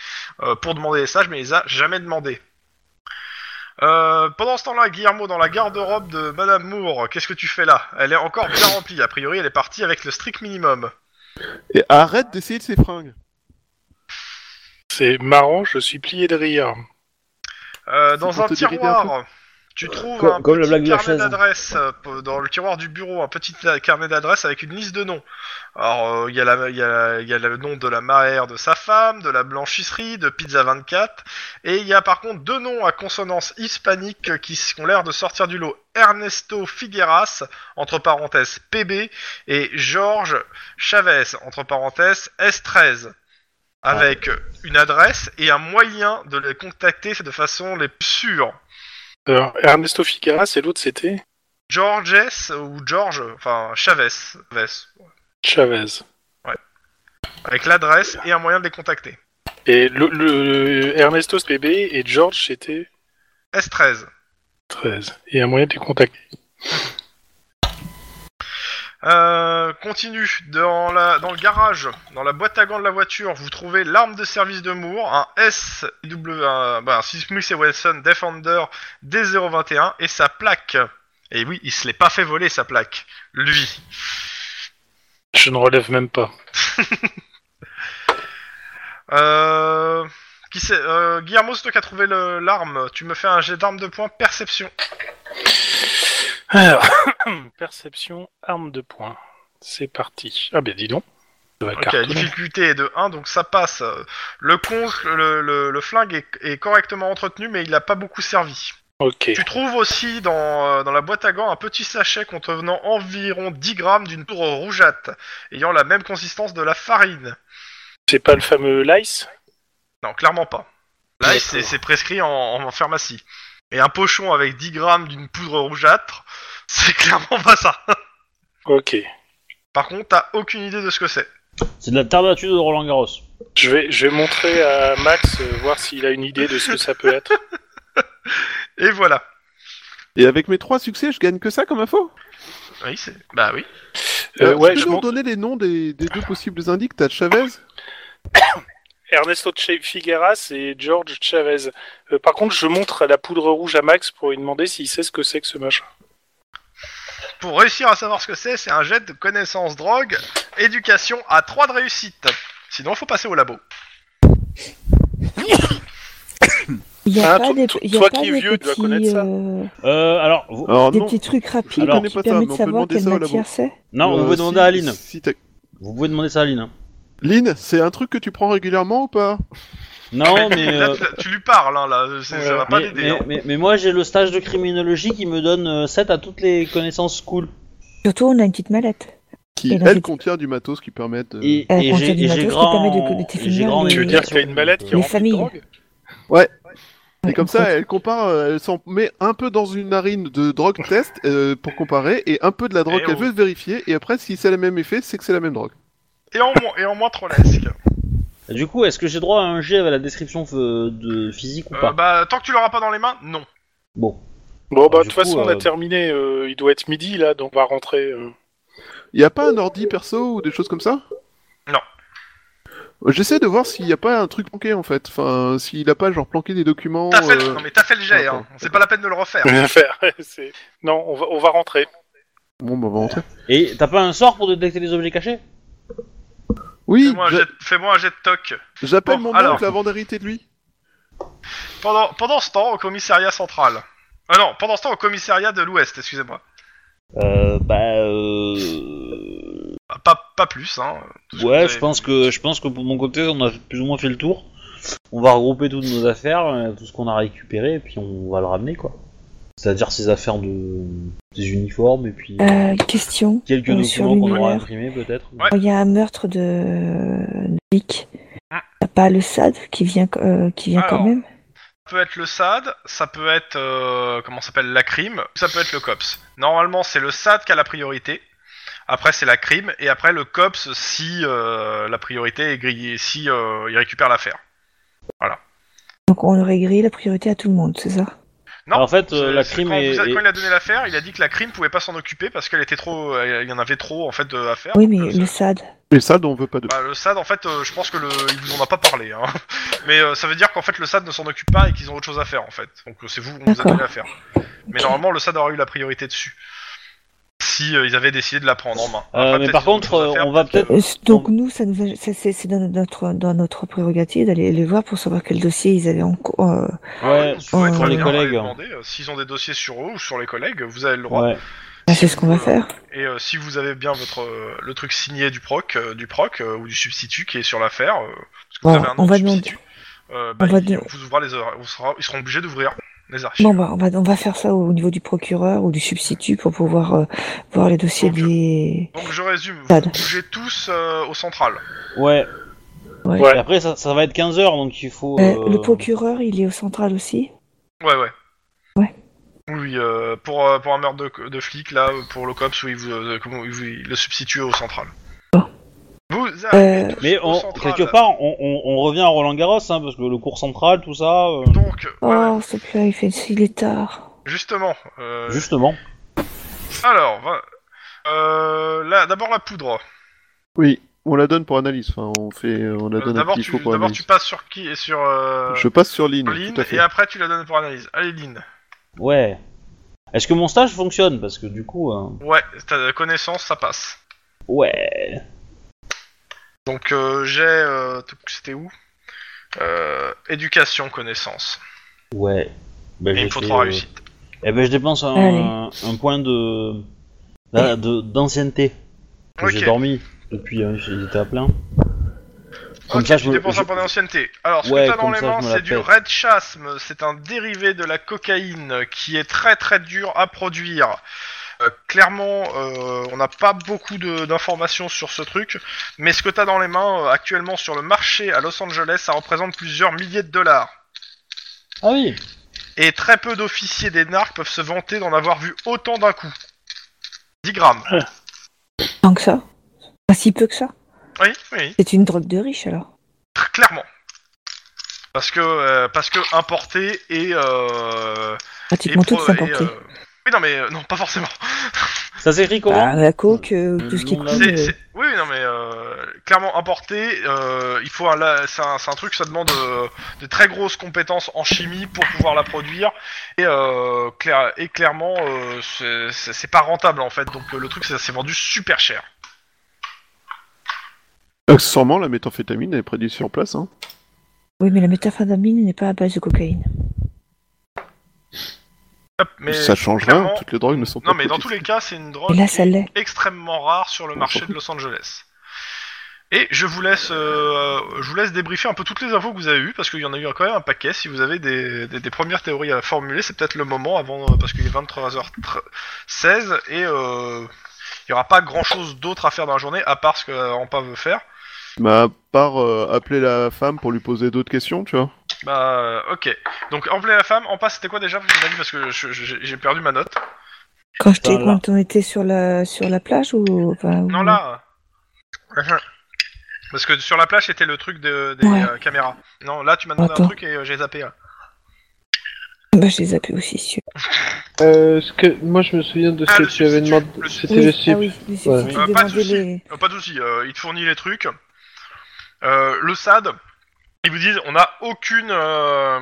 euh, pour demander les stages, mais il les a jamais demandés. Euh, pendant ce temps-là, Guillermo, dans la garde-robe de Madame Moore, qu'est-ce que tu fais là Elle est encore bien remplie. A priori, elle est partie avec le strict minimum. Et arrête d'essayer de ses fringues C'est marrant, je suis plié de rire. Euh, dans pour un te dérider un tiroir, Tu trouves Comme- un comme la petit blague de la carnet chaise. d'adresse euh, dans le tiroir du bureau, un petit euh, carnet d'adresse avec une liste de noms. Alors, euh, il y, a la- il y a- il y a le nom de la mère de sa femme, de la blanchisserie, de Pizza 24, et il y a par contre deux noms à consonance hispanique euh, qui s- ont l'air de sortir du lot. Ernesto Figueras, entre parenthèses PB, et Georges Chavez, entre parenthèses S13. Avec une adresse et un moyen de les contacter de façon les plus sûre. Alors, Euh, Ernesto Figueras et l'autre c'était Georges ou George, enfin Chavez, Chavez, Chavez. avec l'adresse et un moyen de les contacter. Et le, le- Ernesto PB et George c'était S13. 13. Et un moyen de les contacter. Euh, continue. Dans, la, dans le garage, dans la boîte à gants de la voiture, vous trouvez l'arme de service de Moore, un SW, un, bah, un Smith Wesson Defender D021 et sa plaque. Et oui, il se l'est pas fait voler sa plaque. Lui. Je ne relève même pas. Euh, qui c'est euh, Guillermo, c'est toi qui as trouvé le- l'arme. Tu me fais un jet d'arme de poing perception. Alors, [coughs] perception, arme de poing. C'est parti. Ah ben dis donc. Ça va Ok, la cartonner. difficulté est de 1, donc ça passe. Euh, Le con, le, le- le flingue est, est correctement entretenu, mais il n'a pas beaucoup servi. Ok. Tu trouves aussi dans, euh, dans la boîte à gants un petit sachet contenant environ 10 grammes d'une poudre rougeâtre, ayant la même consistance de la farine. C'est pas le fameux Lice Non, clairement pas. Là, D'accord. c'est c'est prescrit en, en pharmacie. Et un pochon avec 10 grammes d'une poudre rougeâtre, [laughs] c'est clairement pas ça. Ok. Par contre, t'as aucune idée de ce que c'est. C'est de la tardature de Roland Garros. Je vais, je vais montrer à Max, euh, voir s'il a une idée de ce que ça peut être. Et voilà. Et avec mes trois succès, je gagne que ça comme info Oui, c'est. Bah oui. Euh, Euh, ouais, tu je peux nous montre donner les noms des, des deux possibles indices que T'as Chavez Ernesto Che- Figueras et George Chavez. Euh, par contre, je montre la poudre rouge à Max pour lui demander s'il sait ce que c'est que ce machin. Pour réussir à savoir ce que c'est, c'est un jet de connaissance drogue, éducation à 3 de réussite. Sinon, faut passer au labo. Il n'y a Ah, pas toi- des, toi- il y a toi pas qui es des vieux, tu dois connaître petits, ça. Ah euh, Euh, alors, vous- Alors des non, petits trucs rapides Alors, qui pas ça, permettent mais de on peut savoir demander quelle ça au matière labo. c'est non, vous euh, pouvez si- demander à Aline. si t'as- Vous pouvez demander ça à Aline. hein. Lynn, c'est un truc que tu prends régulièrement ou pas Non, mais, Là, euh, tu- tu lui parles, hein, là, c'est- ça va pas mais, l'aider. mais- hein. mais- mais moi j'ai le stage de criminologie qui me donne euh, 7 à toutes les connaissances cool. Euh, Surtout, on a une petite mallette. Qui, Et la elle, petite- contient du matos qui permettent de... Et, Euh, et quand t'as j'ai du et matos j'ai qui grand. permet de connaître tes et j'ai fingers, grand mais- Tu veux dire qu'il y a une mallette qui Les est remplie de familles. drogue Et comme ça, elle compare, euh, elle s'en met un peu dans une narine de drogue test euh, pour comparer, et un peu de la drogue Eh qu'elle oh. veut vérifier, et après, si c'est le même effet, c'est que c'est la même drogue. Et en moins, et en moins trollesque. Du coup, est-ce que j'ai droit à un G avec la description euh, de physique ou Euh, pas bah, tant que tu l'auras pas dans les mains, non. Bon. Bon, bah, de Du toute façon, coup, on a euh, terminé. euh, il doit être midi, là, donc on va rentrer. euh. Y a pas un ordi perso ou des choses comme ça Non. Euh, J'essaie de voir s'il y a pas un truc planqué en fait, enfin, s'il a pas genre planqué des documents. Oh, T'as fait, le- euh, non, mais t'as fait le jet, hein. d'accord. c'est pas la peine de le refaire. Rien à [laughs] faire. c'est- non, on va, on va rentrer. Bon, bah, on va rentrer. Et t'as pas un sort pour détecter les objets cachés Oui, Fais-moi un, j'a- jet- fais-moi un jet de toc. j'appelle Bon, mon alors. oncle avant d'hériter de lui. Pendant, pendant ce temps, au commissariat central. Ah non, pendant ce temps, au commissariat de l'Ouest, excusez-moi. Euh, bah. Euh... Pas, pas plus, hein. Tout ce que vous Ouais, je avez- pense que je pense que pour mon côté, on a plus ou moins fait le tour. On va regrouper toutes nos affaires, euh, tout ce qu'on a récupéré, et puis on va le ramener quoi. C'est-à-dire ces affaires de des uniformes et puis Euh, question. quelques euh, sur documents qu'on aura l'univers. imprimés peut-être. Ouais. Il y a un meurtre de, de Vic. Ah. T'as pas le SAD qui vient, euh, qui vient Alors. quand même Ça peut être le SAD, ça peut être euh, comment ça s'appelle la crime, ça peut être le COPS. Normalement, c'est le SAD qui a la priorité. Après, c'est la crime et après le COPS si euh, la priorité est grillée, si euh, il récupère l'affaire. Donc on aurait grillé la priorité à tout le monde, c'est ça Non, Alors, en fait, euh, C'est- la c'est crime quand, est, vous a- est- quand il a donné l'affaire, il a dit que la crime pouvait pas s'en occuper parce qu'elle était trop, elle- il y en avait trop en fait de- à faire. Euh, Oui, Donc, mais le, le SAD. Mais ça, dont on veut pas de. bah, le SAD, en fait, euh, je pense que le, il vous en a pas parlé. hein. [laughs] Mais euh, ça veut dire qu'en fait le SAD ne s'en occupe pas et qu'ils ont autre chose à faire en fait. Donc euh, c'est vous, on vous a D'accord. donné l'affaire. Mais normalement, le SAD aurait eu la priorité dessus. Si si euh, ils avaient décidé de la prendre en main. Euh, Après, mais peut-être par qu'ils ont contre, d'autres affaires, on va peut-être que- Euh, c- Donc nous, ça nous a- ça, c'est c'est dans notre dans notre prérogative d'aller les voir pour savoir quel dossier ils avaient en cours. euh, Ouais, Vous pouvez euh, très les bien collègues. demander, euh, S'ils ont des dossiers sur eux ou sur les collègues, vous avez le droit. Ouais. bah, c'est ce qu'on va faire. Et euh, si vous avez bien votre euh, le truc signé du proc, euh, du proc euh, ou du substitut qui est sur l'affaire, euh, parce que vous Bon, avez un on nom de va demander- substitut, euh, bah, on va ils, dire- vous ouvrira les oreilles- on sera- ils seront obligés d'ouvrir les archives. Bon, bah, on, va, on va faire ça au, au niveau du procureur ou du substitut pour pouvoir euh, voir les dossiers Ok. des... Donc je résume, vous Tad. bougez tous euh, au central. Ouais. Ouais. Et après, ça, ça va être 15h, donc il faut. Euh, euh, le procureur, il est au central aussi Ouais, ouais. Ouais. Oui, euh, pour, euh, pour un meurtre de, de flic, là, euh, pour le COPS, oui, vous, euh, comment- il vous- il le substitue au central. Bon. Vous Euh, arrivez tous Mais au on, central. quelque part, on, on- on revient à Roland Garros, hein, parce que le cours central, tout ça. euh, Donc, ouais, ouais, Oh, s'il te plaît, il, fait... il est tard. justement, euh, Justement. alors, va- euh, là, d'abord la poudre. Oui, on la donne pour analyse. Enfin, on fait, on la Euh, donne à d'abord, qui il tu, faut pour d'abord, analyse. tu passes sur qui et sur euh, Je passe sur Lynn, Lynn, tout à fait. et après tu la donnes pour analyse. Allez, Lynn. Ouais. Est-ce que mon stage fonctionne Parce que du coup. euh, Ouais, ta connaissance, ça passe. Ouais. Donc, euh, j'ai. euh, t- C'était où Euh, Éducation, connaissance. Ouais. Ben, Et j'ai il me faut fait, trois euh, réussites. Eh ben, je dépense un, Allez. un point de d'a- de- d'ancienneté. euh, que Ok. J'ai dormi depuis, hein, j'étais à plein. Comme ok, ça, je Ah, tu me- dépenses un je- point d'ancienneté. Alors, ce Ouais, que t'as dans comme les ça, mains, je me la c'est du pète. red chasme. C'est un dérivé de la cocaïne qui est très très dur à produire. Euh, clairement, euh, on n'a pas beaucoup de- d'informations sur ce truc, mais ce que t'as dans les mains euh, actuellement sur le marché à Los Angeles, ça représente plusieurs milliers de dollars. Ah oui Et très peu d'officiers des narcs peuvent se vanter d'en avoir vu autant d'un coup. 10 grammes. Tant que ça Pas si peu que ça Oui, oui. C'est une drogue de riche, alors Tr- clairement. Parce que, euh, parce que importé et... Euh, Pratiquement pro- toute sa portée. euh, Oui, non, mais euh, non, pas forcément. Ça s'écrit comment Bah, la coke, euh, Euh, tout ce qui non, là, coule... C'est- euh, c'est- Ah, Oui, non, mais euh, clairement importé. euh, il faut un, la- c'est un, c'est un truc, ça demande euh, de très grosses compétences en chimie pour pouvoir la produire. Et, euh, clair- et clairement, euh, c'est- c'est c'est pas rentable en fait. Donc euh, le truc, c'est c'est vendu super cher. Accessoirement, Euh, la méthamphétamine est prédite sur place. Hein. Oui, mais la méthamphétamine n'est pas à base de cocaïne. Hop, mais ça change rien, clairement- toutes les drogues ne sont pas Non, mais dans tous cotisées. les cas, c'est une drogue Et là, qui ça est l'est. extrêmement rare sur le On marché s'en de fout. Los Angeles. Et je vous laisse, euh, je vous laisse débriefer un peu toutes les infos que vous avez eues, parce qu'il y en a eu quand même un paquet. Si vous avez des, des- des premières théories à formuler, c'est peut-être le moment avant, euh, parce qu'il est 23h16 et euh, il n'y aura pas grand-chose d'autre à faire dans la journée, à part ce que euh, Ampa veut faire. Bah, à part euh, appeler la femme pour lui poser d'autres questions, tu vois. Bah, euh, ok. Donc, Ampa et la femme, Ampa, c'était quoi déjà Parce que, parce que je- je- j'ai perdu ma note. Quand, j'étais, Voilà. quand on était sur la, sur la plage ou... enfin, Non, ou- là. euh, Parce que sur la plage, c'était le truc de, des Ouais. euh, caméras. Non, là, tu m'as demandé un Attends. truc et euh, j'ai zappé. hein. Bah, je les appelle aussi, si tu veux. Euh, ce que, moi je me souviens de ce Ah, que le tu avais substitut, demandé. le C'était Oui, le sub. ah oui, mais c'est Ouais. si tu Euh, pas de demandais souci. les... Euh, pas de souci, euh, ils te fournissent les trucs. Euh, le SAD, ils vous disent on n'a aucune. euh,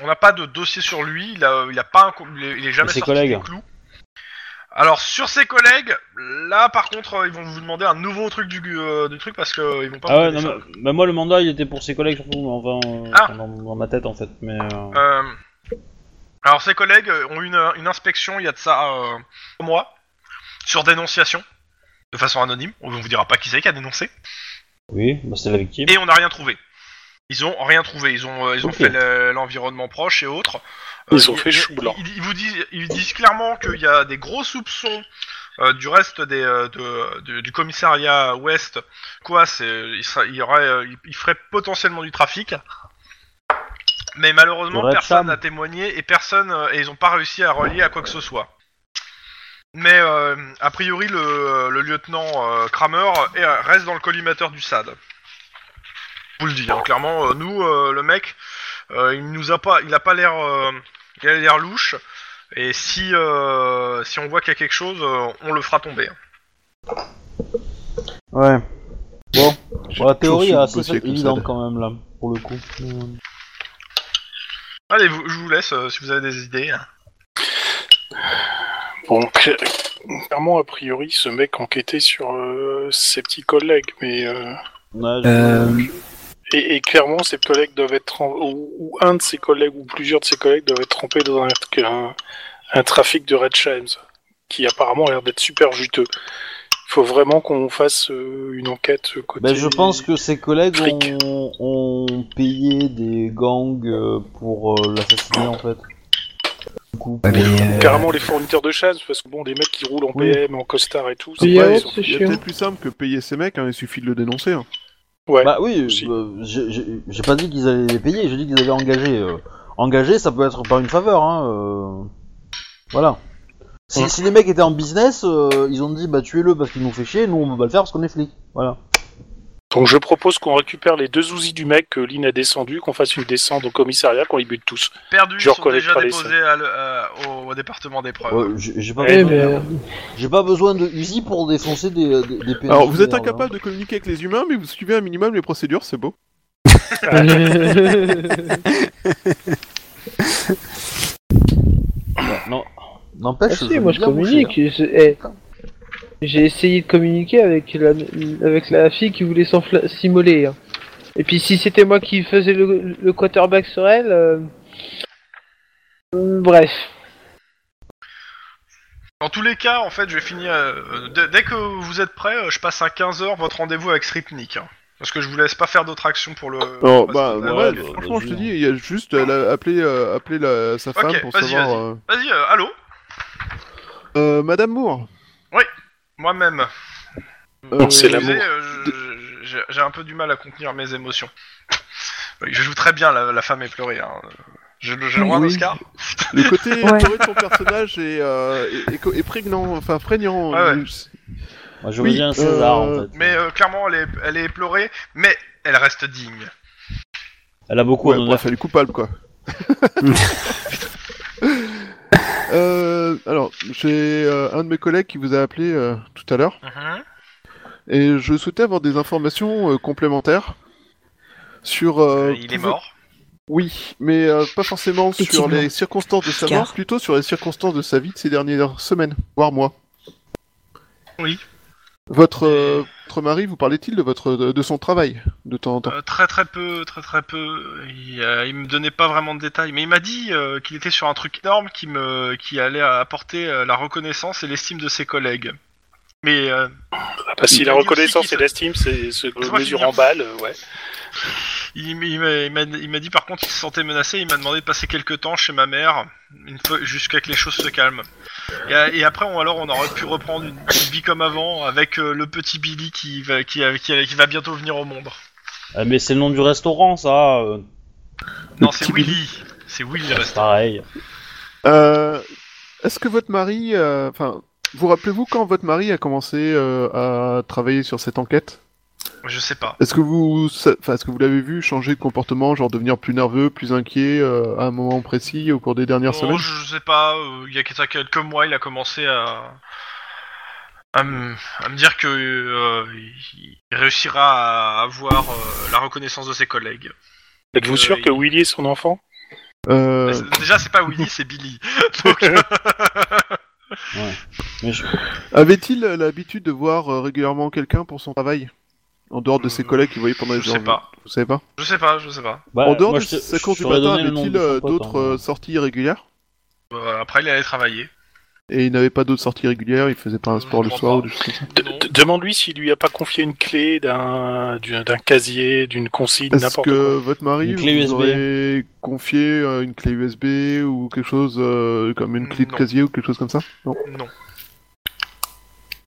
on n'a pas de dossier sur lui, il, a, il, a pas un co- il est- il est jamais Et ses sorti collègues des clous. Alors, sur ses collègues, là par contre, euh, ils vont vous demander un nouveau truc du, euh, du truc parce que euh, ils vont pas Ah vous ouais, donner non, ça. mais- bah, moi le mandat il était pour ses collègues surtout, mais enfin euh, Ah. dans, dans ma tête en fait. Mais euh, Euh, alors, ses collègues euh, ont eu une, une inspection il y a de ça euh, un mois, sur dénonciation, de façon anonyme. On ne vous dira pas qui c'est qui a dénoncé. oui, bah, c'est la victime. Et on n'a rien trouvé. Ils ont rien trouvé. Ils ont, euh, ils ont Ok. fait le- l'environnement proche et autres. Euh, Ils ont fait chou blanc. Ils, ils vous disent, ils disent clairement qu'il y a des gros soupçons euh, du reste des, euh, de- de- du commissariat ouest. Quoi, c'est, il, serait- il y aurait, euh, il- il ferait potentiellement du trafic. Mais Du malheureusement, Red personne Sam. n'a témoigné et personne euh, et ils n'ont pas réussi à relier à quoi que ce soit. Mais euh, a priori, le, le lieutenant euh, Kramer est- reste dans le collimateur du SAD. Je vous le dis, hein, clairement, euh, nous, euh, le mec, euh, il nous a pas, il a pas l'air, euh, il a l'air louche. Et si, euh, si on voit qu'il y a quelque chose, euh, on le fera tomber. Ouais. J'ai Bon, la toujours théorie ah, su est que assez bosser comme évidente ça. quand même là pour le coup. Mm. Allez, vous- je vous laisse euh, si vous avez des idées. Bon, cl- clairement, a priori, ce mec enquêtait sur euh, ses petits collègues, mais euh, Ouais, je- Euh, et, et clairement, ses collègues doivent être trem- ou, ou un de ses collègues ou plusieurs de ses collègues doivent être trempés dans un, un- un trafic de Red Shames, qui apparemment a l'air d'être super juteux. Il faut vraiment qu'on fasse euh, une enquête euh, côté. Ben, je pense que ses collègues Fric. ont, ont payé des gangs euh, pour euh, l'assassiner en fait. Du coup, ouais, pour- mais, euh, Carrément les fournisseurs de chasse, parce que bon, des mecs qui roulent en Oui. PM, en costard et tout, Oui, pas- euh, ils sont- c'est Il y a chiant. peut-être plus simple que payer ces mecs, hein, il suffit de le dénoncer. hein. Ouais. Bah oui, Si. euh, j'ai- j'ai j'ai pas dit qu'ils allaient les payer, j'ai dit qu'ils allaient engager. euh. Engager, ça peut être par une faveur, hein. euh. Voilà. Si, Ouais. si les mecs étaient en business, euh, ils ont dit bah tuez-le parce qu'il nous fait chier, nous on peut pas le faire parce qu'on est flics. Voilà. Donc je propose qu'on récupère les deux ouzis du mec que Lynn a descendu, qu'on fasse une descente au commissariat, qu'on les bute tous. Perdus, Je ils sont reconnais déjà pas les déposés à le- à- au, au département des preuves. Euh, j'ai j'ai pas, Eh Eh besoin- ben, j'ai pas besoin de Uzi pour défoncer des, euh, des, des pénalités, Alors, vous êtes merde, hein. incapable de communiquer avec les humains, mais vous suivez un minimum les procédures, c'est beau. Non, Ah n'empêche. si, j'aime moi je bien boucher, communique. je- eh, J'ai essayé de communiquer avec la, avec la fille qui voulait s'enfla- s'immoler. hein. Et puis si c'était moi qui faisais le, le quarterback sur elle... euh, euh, Bref. Dans tous les cas, en fait, je vais finir. euh, dès- dès que vous êtes prêts, euh, je passe à 15h votre rendez-vous avec Stripnik. hein. parce que je vous laisse pas faire d'autres actions pour le. Alors, parce bah, que- ouais, euh, ouais, bah, franchement, je te vas-y, dis, il y a juste à la- appeler, euh, appeler la- sa Ok, femme pour vas-y, savoir. vas-y. euh, Vas-y, euh, allô Euh, Madame Moore Moi-même. Euh, C'est Vous l'amour. savez, euh, je- je- J'ai j'ai un peu du mal à contenir mes émotions. Oui, Je joue très bien la, la femme est pleurée. Hein. Je, je le rends un Oui. Oscar Le côté Ouais. coloré de son personnage est, euh, est- est co- est prégnant, enfin prégnant. Ah Ouais, ouais. euh, c'est- hein. Moi, j'aurais Oui, dit un César euh, en fait. Mais euh, clairement, elle est, elle est éplorée, mais elle reste digne. Elle a beaucoup Ouais, en honneur. bref, elle est coupable, quoi. [laughs] Euh, alors, j'ai euh, un de mes collègues qui vous a appelé euh, tout à l'heure, Mhm. et je souhaitais avoir des informations euh, complémentaires sur... euh, Euh, il est pouvez- mort. Oui, mais euh, pas forcément sur Effectivement. les circonstances de sa Car- mort, plutôt sur les circonstances de sa vie de ces dernières semaines, voire mois. Oui. Votre, euh, votre mari, vous parlait-il de, votre, de, de son travail, de temps en temps Euh, très très peu, très très peu. Il, euh, il me donnait pas vraiment de détails, mais il m'a dit euh, qu'il était sur un truc énorme qui me, qui allait apporter euh, la reconnaissance et l'estime de ses collègues. Mais euh, Ah, bah, si Il la a dit aussi reconnaissance qu'il et l'estime se se Laisse-moi mesurent finir. en balles, euh, ouais. il, m- il m'a- il m'a il m'a dit par contre qu'il se sentait menacé. Il m'a demandé de passer quelques temps chez ma mère, une fois- jusqu'à que les choses se calment. Et, a- et après, on, alors, on aurait pu reprendre une, une vie comme avant avec euh, le petit Billy qui va, qui, a- qui, a- qui va bientôt venir au monde. Ah, mais c'est le nom du restaurant, ça. euh, non, c'est petit Billy. Willy. C'est Willy. le c'est pareil. Euh, Est-ce que votre mari, euh, enfin, vous rappelez-vous quand votre mari a commencé euh, à travailler sur cette enquête Je sais pas. Est-ce que vous, sa- enfin, est-ce que vous l'avez vu changer de comportement, genre devenir plus nerveux, plus inquiet euh, à un moment précis au cours des dernières Oh, semaines Je sais pas, euh, il y a quelques- quelques mois, il a commencé à, à, me, à me dire que euh, il il réussira à avoir euh, la reconnaissance de ses collègues. Êtes-vous Euh, sûr que il- Willy est son enfant Euh, C'est- Déjà, c'est pas Willy, c'est Billy. [laughs] Donc, euh, Mais je- Avait-il euh, l'habitude de voir euh, régulièrement quelqu'un pour son travail En dehors de ses Euh, collègues qu'il voyait pendant les je sais journées pas. Vous savez pas je sais pas, je sais pas. bah, En dehors moi, de je te- sa course je du t'aurais matin, donné le nom avait-il de son euh, pote, d'autres hein. euh, sorties régulières Euh, après, il allait travailler. Et il n'avait pas d'autres sorties régulières, il faisait pas un Je sport le pense soir pas. ou des choses comme ça De- Mmh, Non. de- Demande-lui s'il lui a pas confié une clé d'un d'un d'un casier, d'une consigne, Est-ce n'importe que votre mari Une clé vous USB. aurait confié euh, une clé USB ou quelque chose euh, comme une clé de Non. casier ou quelque chose comme ça Non.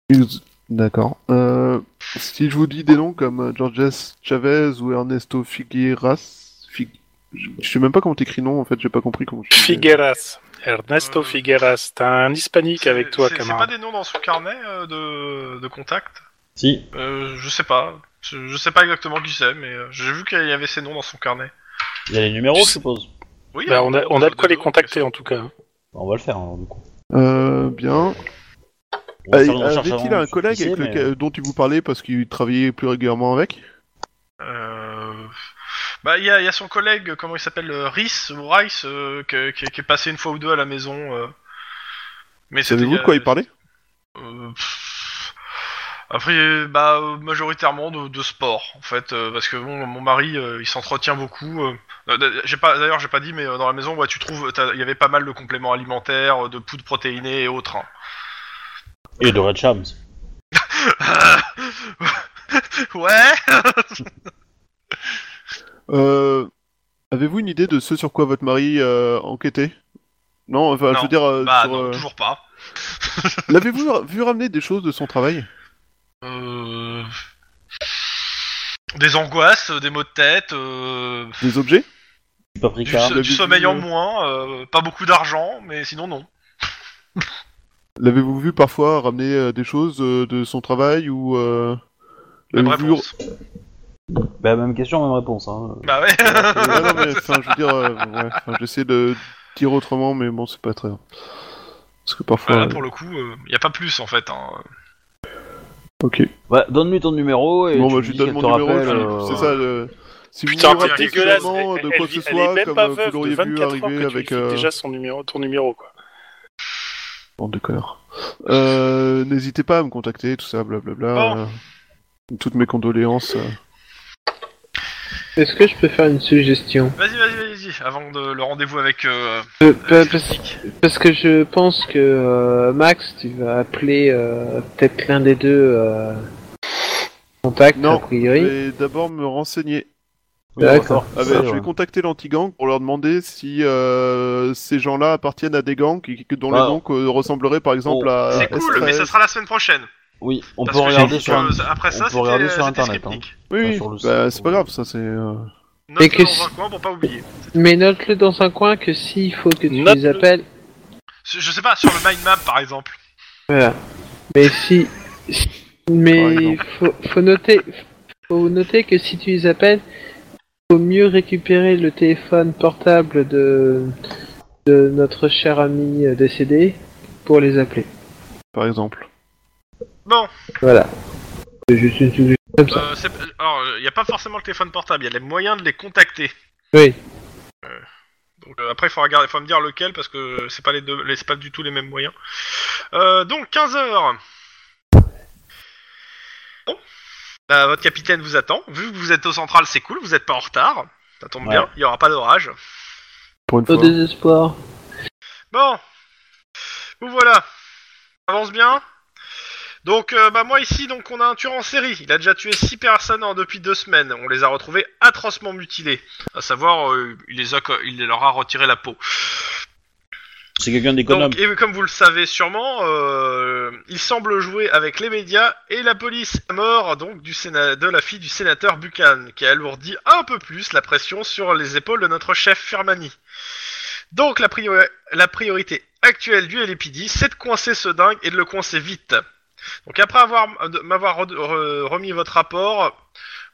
Il vous- D'accord. Euh, si je vous dis des noms comme euh, Georges Chavez ou Ernesto Figueras, Fig- je je sais même pas comment t'écris nom en fait, j'ai pas compris comment. quoi. tu- Figueras. Ernesto Euh, Figueras. T'as un hispanique C'est- avec toi, c'est- C'est pas camarade. des noms dans son carnet euh, de, de contact Si. Euh, Je sais pas. Je, je sais pas exactement qui c'est, mais euh, j'ai vu qu'il y avait ses noms dans son carnet. Il y a les numéros, Tu je sais- suppose. Oui, euh, Bah, on a, on a de quoi les Des noms, contacter en tout cas. Bah, on va le faire, alors, du coup. Euh, On bien. va faire une Euh, Oh, recherche Avait-il avant un de collègue pisser, avec mais- lequel- euh, dont tu vous parlais parce qu'il travaillait plus régulièrement avec Euh... Bah, il y, a il y a son collègue, comment il s'appelle, euh, Rhys ou Rice, euh, que- qui, qui est passé une fois ou deux à la maison. euh. Mais c'était- Savez-vous de quoi il parlait Euh, pff, Après, bah, euh, majoritairement de, de sport, en fait, euh, parce que bon, mon mari, euh, il s'entretient beaucoup. euh, euh, d'a- j'ai pas, d'ailleurs, j'ai pas dit, mais euh, dans la maison, ouais, tu trouves, t'as- il y avait pas mal de compléments alimentaires, euh, de poudre protéinée et autres. hein. [laughs] Et de Red Shams. ouais. Euh, Avez-vous une idée de ce sur quoi votre mari euh, enquêtait Non, enfin, Non. je veux dire, euh, bah, sur, non, euh, toujours pas. l'avez-vous ra- vu ramener des choses de son travail Euh, Des angoisses, euh, des maux de tête, euh, Des objets Du paprika. du, le du bébé, sommeil en euh. moins, euh, pas beaucoup d'argent, mais sinon non. L'avez-vous vu parfois ramener euh, des choses euh, de son travail ou euh, Même l'avez-vous vu- réponse. Bah, même question, même réponse. Hein. Bah ouais. [laughs] Ouais, non, [laughs] mais, enfin, je veux dire, euh, ouais, enfin, j'essaie de dire autrement, mais bon, c'est pas très. Parce que parfois. Bah, Voilà, euh, pour le coup, il n'y a pas plus en fait. hein. Ok. Ouais, Bah, donne-lui ton numéro et Bon, tu bah, lui je lui dis donne qu'elle mon te numéro. rappelle, je- euh, C'est ça. le- Si vous Putain, voulez t'es rappeler dégueulasse, vraiment elle- de elle quoi vit- que ce elle soit, est même comme pas euh, vous veuve de l'auriez vu 24 heures que arriver tu avec. lui files euh, déjà son numéro, ton numéro quoi. Bande de connards. Euh, N'hésitez pas à me contacter, tout ça, blablabla. Bon. euh, toutes mes condoléances. euh. Est-ce que je peux faire une suggestion Vas-y, vas-y, vas-y, avant de, le rendez-vous avec. Euh, Euh, pa- parce, parce que je pense que euh, Max, tu vas appeler euh, peut-être l'un des deux euh, contacts, Non, a priori. Mais d'abord me renseigner. oui, on va savoir. D'accord. Ah ben, je vais contacter l'anti-gang pour leur demander si euh, ces gens-là appartiennent à des gangs qui- que- dont Ah. le nom euh, ressemblerait par exemple Oh. à. c'est cool, S13. mais ça sera la semaine prochaine. Oui, on Parce peut que regarder j'ai- sur. euh, Après ça, on peut c'était regarder sur c'était Internet, hein. Scriptnic. Oui, Enfin, oui. sur le Bah, site, c'est pas ouais. grave, ça c'est. euh, Note-le Et que dans si- un coin pour pas oublier. Mais note-le dans un coin que s'il faut que tu les Note-le. appelles. Je sais pas, sur le mind map par exemple. Voilà. Mais si. si- Par Mais exemple. faut, faut noter. Faut noter que si tu les appelles, faut mieux récupérer le téléphone portable de, de notre cher ami euh, décédé pour les appeler. Par exemple. Voilà. C'est juste une suggestion comme ça. Euh, c'est- alors, il n'y a pas forcément le téléphone portable, il y a les moyens de les contacter. Oui. Donc euh, après, il faut, regarder- faut me dire lequel parce que c'est pas les deux, les- c'est pas du tout les mêmes moyens. Euh, donc 15 heures. Bon. Bah, votre capitaine vous attend. Vu que vous êtes au central, c'est cool. Vous n'êtes pas en retard. Ça tombe Ouais. bien. Il n'y aura pas d'orage. Pour une Au fois. désespoir. Bon. Vous voilà. On Avance bien. Donc, euh, bah moi ici, donc on a un tueur en série. Il a déjà tué six personnes en- depuis deux semaines. On les a retrouvés atrocement mutilés. À savoir, euh, il, les a, co- il leur a retiré la peau. C'est quelqu'un d'économe. Donc, et comme vous le savez sûrement, euh, il semble jouer avec les médias et la police. La mort donc du séna- de la fille du sénateur Buchan, qui a alourdi un peu plus la pression sur les épaules de notre chef Firmani. Donc la, priori- la priorité actuelle du LPD, c'est de coincer ce dingue et de le coincer vite. Donc après avoir de- m'avoir re- re- remis votre rapport,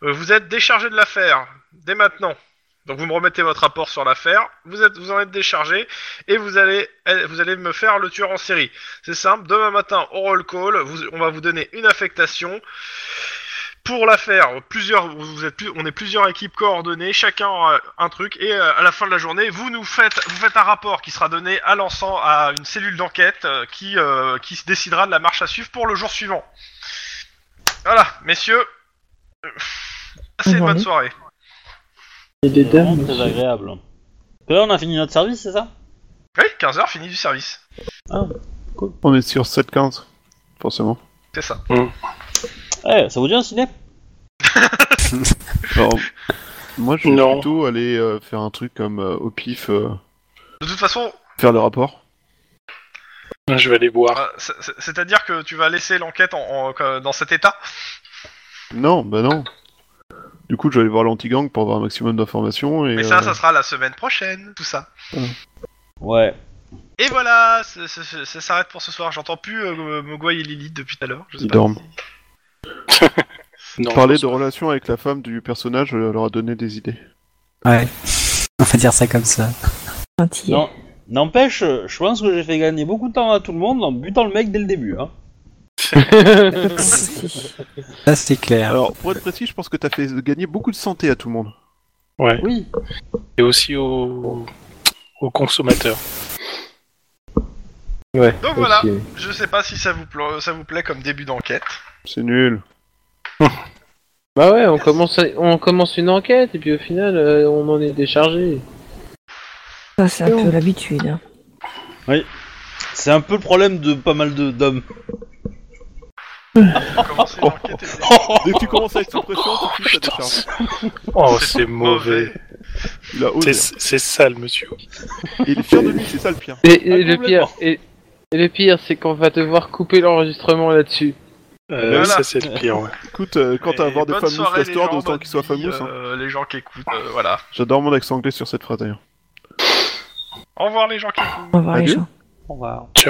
euh, vous êtes déchargé de l'affaire dès maintenant. Donc vous me remettez votre rapport sur l'affaire, vous êtes vous en êtes déchargé et vous allez, eh, vous allez me faire le tueur en série. C'est simple, demain matin au roll call, vous- on va vous donner une affectation pour la faire. Plusieurs, vous êtes plus, on est plusieurs équipes coordonnées, chacun aura un truc, et euh, à la fin de la journée, vous nous faites, vous faites un rapport qui sera donné à l'ensemble, à une cellule d'enquête euh, qui, euh, qui se décidera de la marche à suivre pour le jour suivant. Voilà, messieurs, euh, passez une Bonne bonne journée. soirée. Et des C'est vraiment dames. très agréable. Et Là, on a fini notre service, c'est ça Oui, 15h, fini du service. Ah. On est sur 7-15, forcément. C'est ça. Ouais, Eh, ça vous dit un ciné Alors, moi je vais Non. plutôt aller euh, faire un truc comme euh, au pif, euh, De toute façon, faire le rapport. Je vais aller boire. Ah, c'est- c'est- C'est-à-dire que tu vas laisser l'enquête en- en- dans cet état Non, bah non. Du coup, je vais aller voir l'anti-gang pour avoir un maximum d'informations. Et, Mais ça, euh, ça sera la semaine prochaine, tout ça. Ouais. Et voilà, c'est- c'est- c'est- ça s'arrête pour ce soir. J'entends plus euh, Mogwai et Lilith depuis tout à l'heure. je sais Ils pas dorment. si- Non, Parler de je pense relations avec la femme du personnage euh, leur a donné des idées. Ouais. On va dire ça comme ça. Gentil. Non. N'empêche, euh, je pense que j'ai fait gagner beaucoup de temps à tout le monde en butant le mec dès le début. Hein. [laughs] Pas de soucis. Ça, c'est clair. Alors, pour être précis, je pense que t'as fait gagner beaucoup de santé à tout le monde. Oui. pas. Et aussi au, au consommateur. Ouais. Donc voilà. ok. Je sais pas si ça vous, pla- ça vous plaît comme début d'enquête. [laughs] C'est nul. Bah ouais, on commence, à- on commence une enquête et puis au final, euh, on en est déchargé. Ça, c'est un peu l'habitude. hein. C'est un peu le problème de pas mal de- d'hommes. Vous commencez une enquête et- [laughs] Dès que tu commences à être sous pression, tout de suite, ça Putain, décharge. Oh, c'est mauvais. Il a osé. C'est- C'est sale, monsieur. Et il est fier de lui, c'est ça le pire. Et, et le complètement. pire, et, et le pire, c'est qu'on va devoir couper l'enregistrement là-dessus. Euh, Voilà. Ça, c'est le pire, ouais. Écoute, euh, quand t'as à Et voir des bonne famous soirée, les pasteurs, gens, d'autant bonne qu'ils soient nuit, famous. hein. euh, les gens qui écoutent, euh, voilà. J'adore mon accent anglais sur cette phrase d'ailleurs. Au revoir les gens qui écoutent. Au revoir les Adieu. gens. On va.